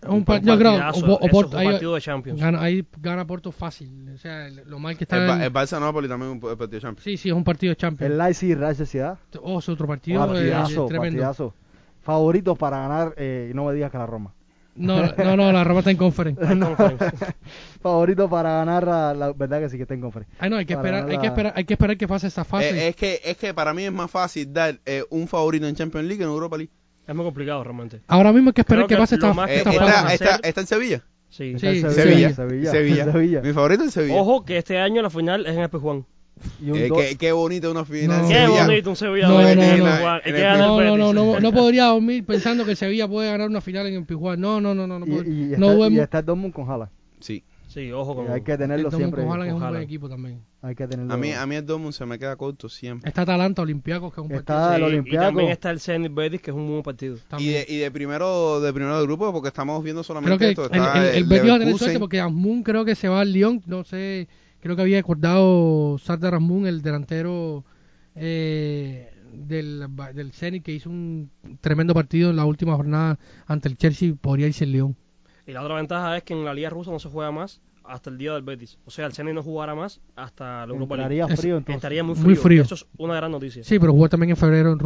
F: un par- yo creo,
E: Partidazo,
F: o- o
E: eso
F: Porto-
E: fue un
F: ahí-
E: partido de Champions.
F: gana, ahí gana Porto fácil, o sea, el- lo mal que está.
D: El, Ba-
F: en-
D: el Barça Napoli también un partido de Champions.
F: Sí, sí, es un partido de Champions.
B: El Leipzig y Real Sociedad.
F: Oh, es otro partido eh,
B: Partidazo,
F: tremendo.
B: partidazo. Favoritos para ganar, eh, y no me digas que la Roma.
F: No, no, no, la Roma está en Ah, Conference.
B: Favoritos para ganar, la, la- verdad que sí que está en conferencia.
F: Ay, Ah, no, hay que
B: Para
F: esperar,
B: ganar
F: hay que
B: la-
F: esperar, hay que esperar que pase esa
D: Eh,
F: fase.
D: es, que, es que para mí es más fácil dar eh, un favorito en Champions League que en Europa League.
E: Es muy complicado realmente.
F: Ahora mismo hay que esperar
E: Creo
F: que,
E: que
F: pase
E: lo
F: esta,
E: más que
D: Eh,
F: esta
E: puede
F: fase.
D: está,
E: hacer-
D: está, está en Sevilla.
E: Sí,
F: Sí,
B: El
D: Sevilla.
B: Sevilla,
D: Sevilla.
B: Sevilla.
D: Mi favorito es el Sevilla.
E: Ojo que este año la final es en el Pejuán.
B: Y un
D: Eh,
B: do-
D: qué, qué bonito una final.
F: No.
D: en
E: Qué
D: Sevilla.
E: bonito un Sevilla.
F: No,
E: en
F: no,
E: el
F: no.
E: Pejuán. Hay
D: En
E: que
D: el
E: ganar
F: No,
E: el
F: no, no,
E: Betis.
F: no, no podría dormir pensando que el Sevilla puede ganar una final en el Pijuán. No, no, no, no, no,
B: y,
F: puedo-
B: y- y
F: no
B: está, y
F: duermo.
B: está el Dortmund con Haaland.
D: Sí.
E: Sí, ojo
B: Eh,
E: con
B: Hay que tenerlo
F: Dortmund
B: siempre.
F: con Haaland es un buen
E: Ojalá.
F: equipo también.
B: Hay que tenerlo.
D: A mí, a mí el Dortmund se me queda corto siempre.
F: Está Atalanta, Olympiacos, que es un
B: Está-
F: partido.
B: Ah, el
E: Sí,
B: Olympiacos.
E: Y también está el Zenit Betis, que es un buen partido.
D: Y de,
F: también.
D: y de primero de primero de grupo, porque estamos viendo solamente
F: Creo que
D: esto.
F: el,
D: Está
F: el- el Betis va a tener
D: Leverkusen.
F: suerte porque Asmun creo que se va al Lyon. No sé, creo que había acordado Sardar Asmun, el delantero eh, del, del Zenit, que hizo un tremendo partido en la última jornada ante el Chelsea. Podría irse el Lyon.
E: Y la otra ventaja es que en la Liga Rusa no se juega más hasta el día del Betis. O sea, el Zenit no jugará más hasta la Europa League.
B: Entraría
F: Es-
B: frío entonces.
E: Estaría muy
F: Muy
E: frío.
F: frío.
E: Eso es una gran noticia. Sí,
F: Sí, pero jugó también en febrero en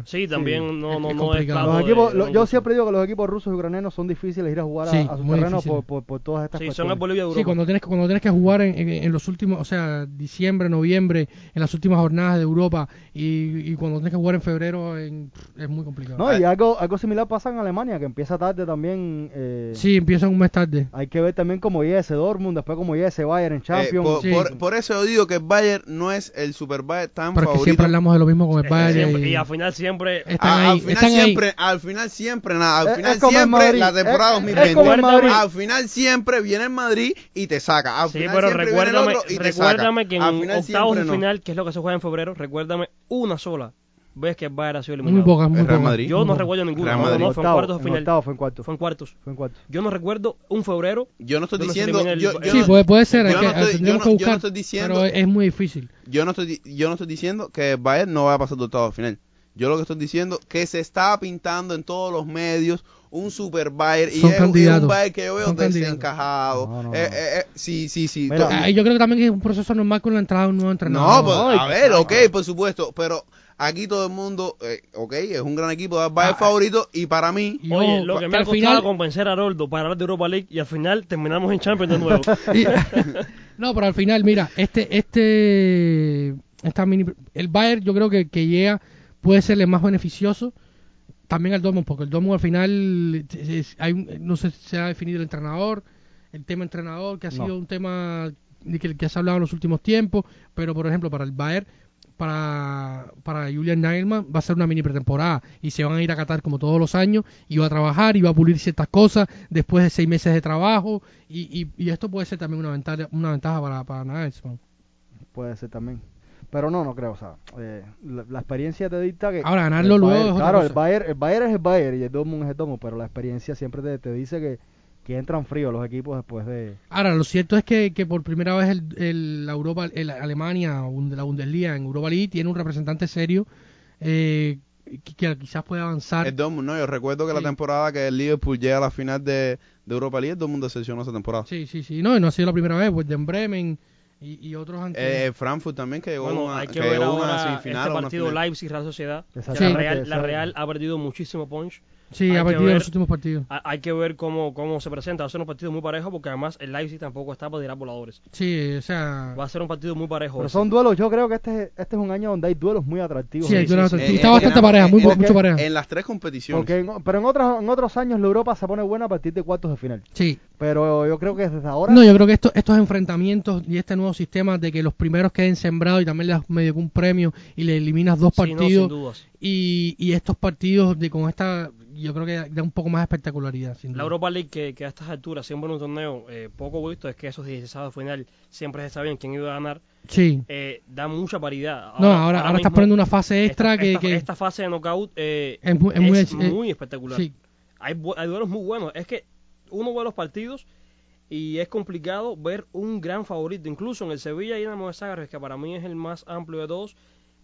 F: Rusia.
E: también no,
F: Es-
E: no,
F: es
E: no es
F: complicado.
E: claro.
B: Los
E: de-
B: equipos,
E: de
B: lo- yo
E: Rusia.
B: siempre digo que los equipos rusos y ucranianos son difíciles ir a jugar a-
F: Sí,
B: a, sus
F: muy
B: terrenos por,
F: difíciles.
B: por- por todas estas
E: Sí, son
B: cuestiones.
E: el Bolivia de Europa.
F: Sí, cuando tienes, que- cuando tienes que jugar en, en- en los últimos, o sea, diciembre, noviembre, en las últimas jornadas de Europa y, y cuando tienes que jugar en febrero en- es muy complicado.
B: No, y algo, algo similar pasa en Alemania, que empieza tarde también. eh,
F: Sí, empiezan un mes tarde.
B: Hay que ver también cómo llega ese Dortmund, después cómo llega ese Bayern en
D: Eh,
B: Champions.
D: por,
F: Sí.
D: por- por eso yo digo que el Bayern no es el Super Bayern tan
F: Pero es que
D: favorito.
F: siempre hablamos de lo mismo con el
E: Eh,
F: Bayern.
E: siempre-
F: y-
E: y al final siempre
F: Están
D: Ah,
F: ahí,
D: al, final
F: están ahí.
D: siempre, al final siempre, nada, al
B: Es-
D: final
B: es como el
D: siempre
B: Madrid,
D: la temporada
B: es- es
D: 2020.
B: como el Madrid.
D: Al final siempre viene el Madrid y te saca. Al
E: Sí,
D: final
E: pero
D: siempre viene el
E: recuérdame,
D: otro y te saca.
E: recuérdame que en
D: Al final
E: octavos
D: siempre
E: de
D: no.
E: final, que es lo que se juega en febrero, recuérdame una sola veces que el Bayern ha sido
F: Muy
E: eliminado.
F: pocas, muy
D: El Real
F: pocas.
D: Madrid.
E: Yo no recuerdo ninguno.
D: Real
E: No, no,
D: Madrid.
E: no, fue en cuartos
B: en
E: de final.
B: octavo, fue en cuarto.
E: Fue en cuartos.
B: Fue en cuarto.
E: Yo no recuerdo un febrero.
D: Yo no estoy
E: Yo no sé
D: diciendo.
E: eliminar el-
D: yo- yo
F: Sí,
D: no-
F: puede, puede ser,
D: yo
F: hay
D: no
F: que-
D: estoy- yo
F: tendremos
D: no-
F: que
D: yo no
F: buscar,
D: estoy diciendo-
F: pero es, es muy difícil.
D: Yo no estoy, di- yo no estoy diciendo que el Bayern no va a pasar de octavo final. Yo lo que estoy diciendo que se está pintando en todos los medios un super Bayern y es,
F: Son
D: un- es
F: candidatos.
D: un Bayern que yo veo
F: Son candidatos.
D: desencajado.
B: No, no,
D: Eh,
B: no.
D: eh, eh, sí, sí, sí.
B: Mira,
D: To-
F: Ah, yo creo que también es un proceso normal con la entrada de un nuevo
D: no,
F: entrenador.
D: pues,
B: no,
D: a
B: y-
D: ver, ok, por supuesto, pero aquí todo el mundo, eh, ok, es un gran equipo, es el Bayern favorito y para mí
F: Yo-
E: Oye, lo que me ha
F: al
E: costado
F: final-
E: convencer a Aroldo para hablar de Europa League y al final terminamos en Champions de nuevo.
F: No, pero al final, mira, este, este, esta mini, el Bayern yo creo que, que llega puede serle más beneficioso también al Dortmund, porque el Dortmund al final es- es- hay un- no sé si se ha definido el entrenador, el tema entrenador que ha
B: No.
F: sido un tema de que, que se ha hablado en los últimos tiempos, pero por ejemplo para el Bayern, para, para Julian Nagelsmann va a ser una mini pretemporada y se van a ir a Qatar como todos los años y va a trabajar y va a pulir ciertas cosas después de seis meses de trabajo y, y- y esto puede ser también una ventaja, una ventaja para, para Nagelsmann.
B: Puede ser también. Pero no, no creo. O sea, eh, la, la experiencia te dicta que.
F: Ahora, ganarlo
B: el
F: luego
B: Bayern-
F: es otra
B: Claro, el
F: cosa.
B: Bayern, el Bayern es el Bayern y el Dortmund es el Dortmund, pero la experiencia siempre te, te dice que, que entran fríos los equipos después de.
F: Ahora, lo cierto es que, que por primera vez el, el- la Europa, el, Alemania, Bund- la Bundesliga en Europa League tiene un representante serio eh, que, que quizás pueda avanzar.
D: el Dortmund, no, yo recuerdo que
F: Sí.
D: la temporada que el Liverpool llega a la final de, de Europa League, el Dortmund decepcionó esa temporada.
F: Sí, sí, sí. No, y no ha sido la primera vez. Werder Bremen y, y otros antes.
D: Eh, Frankfurt también que llegó
E: Bueno,
D: a una,
E: hay que
D: que
E: ver
D: llegó a una
E: ahora este
D: semifinal o una
E: partido
D: final.
E: Leipzig-Real Sociedad. que La
B: Exactamente,
E: Real, la
B: exacto.
E: Real ha perdido muchísimo punch. hay
F: sí,
E: que
F: a partir de
E: ver-
F: los últimos partidos.
E: Ha- Hay que ver cómo, cómo se presenta. Va a ser un partido muy parejo porque además el Leipzig tampoco está para tirar voladores.
F: Sí, o sea.
E: Va a ser un partido muy parejo.
B: Pero
E: ese.
B: son duelos. Yo creo que este, es- este es un año donde hay duelos muy atractivos.
F: Sí, hay
E: sí,
F: duelos
E: sí.
F: atractivos.
D: Eh,
F: está
D: eh,
F: bastante
D: era-
F: pareja, muy,
D: eh,
F: mucho pareja.
D: En las tres competiciones.
B: Porque en- pero en otros, en otros años la Europa se pone buena a partir de cuartos de final.
F: Sí.
B: Pero yo creo que desde ahora.
F: No, yo creo que esto- estos enfrentamientos y este nuevo sistema de que los primeros queden sembrados y también le das medio que un premio y le eliminas dos
E: Sí, no, sin
F: partidos
E: dudas.
F: y, y estos partidos de con esta yo creo que da un poco más de espectacularidad. sin duda.
E: La Europa League, que, que a estas alturas siempre en un torneo eh, poco visto, es que esos 16 de final siempre se sabían quién iba a ganar,
F: Sí.
E: eh, da mucha paridad.
F: no, ahora, ahora, estás
E: mismo,
F: poniendo una fase extra
E: esta,
F: que,
E: esta-
F: que-
E: esta fase de knockout eh,
F: Es muy- es muy-
E: es
F: es-
E: muy espectacular.
F: sí.
E: Hay, bu- hay duelos muy buenos. Es que uno ve los partidos y es complicado ver un gran favorito. Incluso en el Sevilla y Dinamo de Zagreb, que para mí es el más amplio de todos,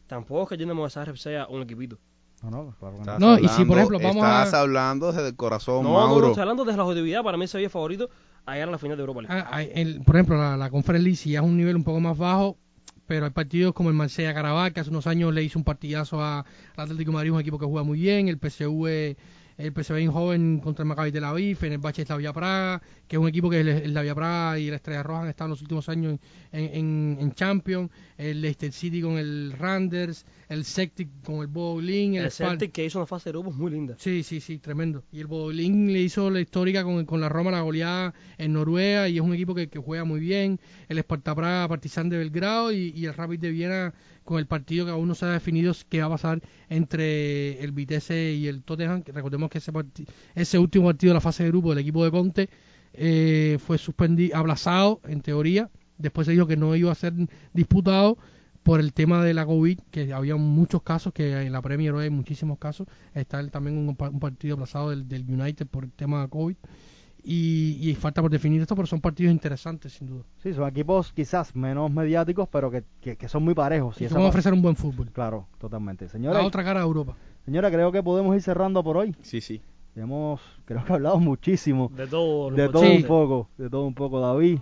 E: tampoco es que Dinamo de Zagreb sea un equipito.
B: No, no, claro que no.
D: Estás
F: No, y si, por ejemplo, vamos a-
D: Estás hablando desde el corazón,
E: No, no, no,
D: Oh, Mauro.
E: estoy hablando de la objetividad, para mí el Sevilla es favorito a llegar a la final de Europa League.
F: ah, hay- el- por ejemplo, la, la Conference League sí es un nivel un poco más bajo, pero hay partidos como el Marsella Carabao que hace unos años le hizo un partidazo a- al Atlético de Madrid, un equipo que juega muy bien, el PSV el PSV joven contra el Maccabi Tel Aviv, en el Bache Slavia Praga, que es un equipo que el, el Slavia Praga y la Estrella Roja han estado en los últimos años en, en, en Champions, el Leicester City con el Randers, el Celtic con el Bowling, el,
E: el
F: Spal-
E: Celtic que hizo una fase de grupos muy linda.
F: Sí, sí, sí, tremendo. Y el Bodolín le hizo la histórica con, con la Roma, la goleada en Noruega, y es un equipo que, que juega muy bien. El Sparta Praga, Partizan de Belgrado, y, y el Rapid de Viena con el partido que aún no se ha definido qué va a pasar entre el Vitesse y el Tottenham. que Recordemos que ese, parti- ese último partido de la fase de grupo del equipo de Conte eh, fue suspendido, aplazado, en teoría. Después se dijo que no iba a ser disputado por el tema de la COVID, que había muchos casos, que en la Premier hay muchísimos casos. Está el- también un, pa- un partido aplazado del, del United por el tema de COVID. Y, y falta por definir esto, pero son partidos interesantes, sin duda.
B: Sí, son equipos quizás menos mediáticos, pero que, que, que son muy parejos. y
F: y que
B: esa
F: van a
B: pa-
F: ofrecer un buen fútbol.
B: Claro, totalmente.
F: La
B: Señora,
F: Ah, otra cara de Europa.
B: señora, creo que podemos ir cerrando por hoy.
D: Sí, sí.
B: Hemos, creo que hablado muchísimo.
E: De todo. lo
B: De todo
E: importante.
B: un poco, de todo un poco, David.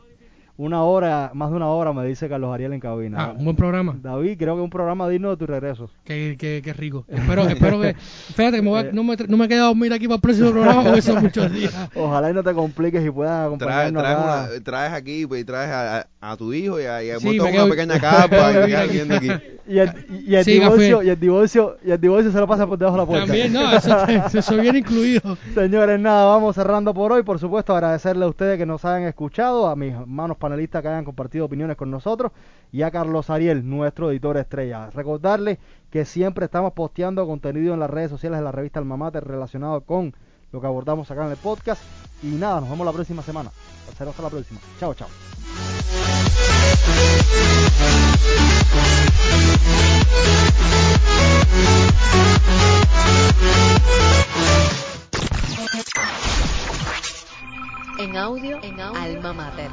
B: Una hora, más de una hora me dice Carlos Ariel en cabina.
F: Ah, un buen programa.
B: David, creo que un programa digno de tu regreso.
F: Qué, qué- qué rico. Espero, espero que. Fíjate, que me
B: Eh.
F: voy a- no, me, tra- no me he quedado a dormir aquí para el próximo programa porque son muchos días.
B: Ojalá y no te compliques y puedas
D: Traes,
F: pues,
B: acompañarnos
D: traes,
B: acá.
D: una- traes aquí pues, y traes a, a- a tu hijo y a, y a
F: Sí,
D: montas
F: me
D: una
F: quedo-
D: pequeña capa y te
F: Mira
D: quedas
F: aquí.
D: viendo aquí.
B: Y el, y el
F: Sí,
B: divorcio,
F: café.
B: y el divorcio, y el divorcio se lo pasa por debajo de la puerta.
F: También, no, eso, eso viene incluido.
B: Señores, nada, vamos cerrando por hoy. Por supuesto, agradecerle a ustedes que nos hayan escuchado, a mis hermanos panelistas que hayan compartido opiniones con nosotros y a Carlos Ariel, nuestro editor estrella. Recordarles que siempre estamos posteando contenido en las redes sociales de la revista Alma Mater relacionado con lo que abordamos acá en el podcast. Y nada, nos vemos la próxima semana. Será hasta la próxima. Chao, chao.
A: En audio, en au- Alma Mater.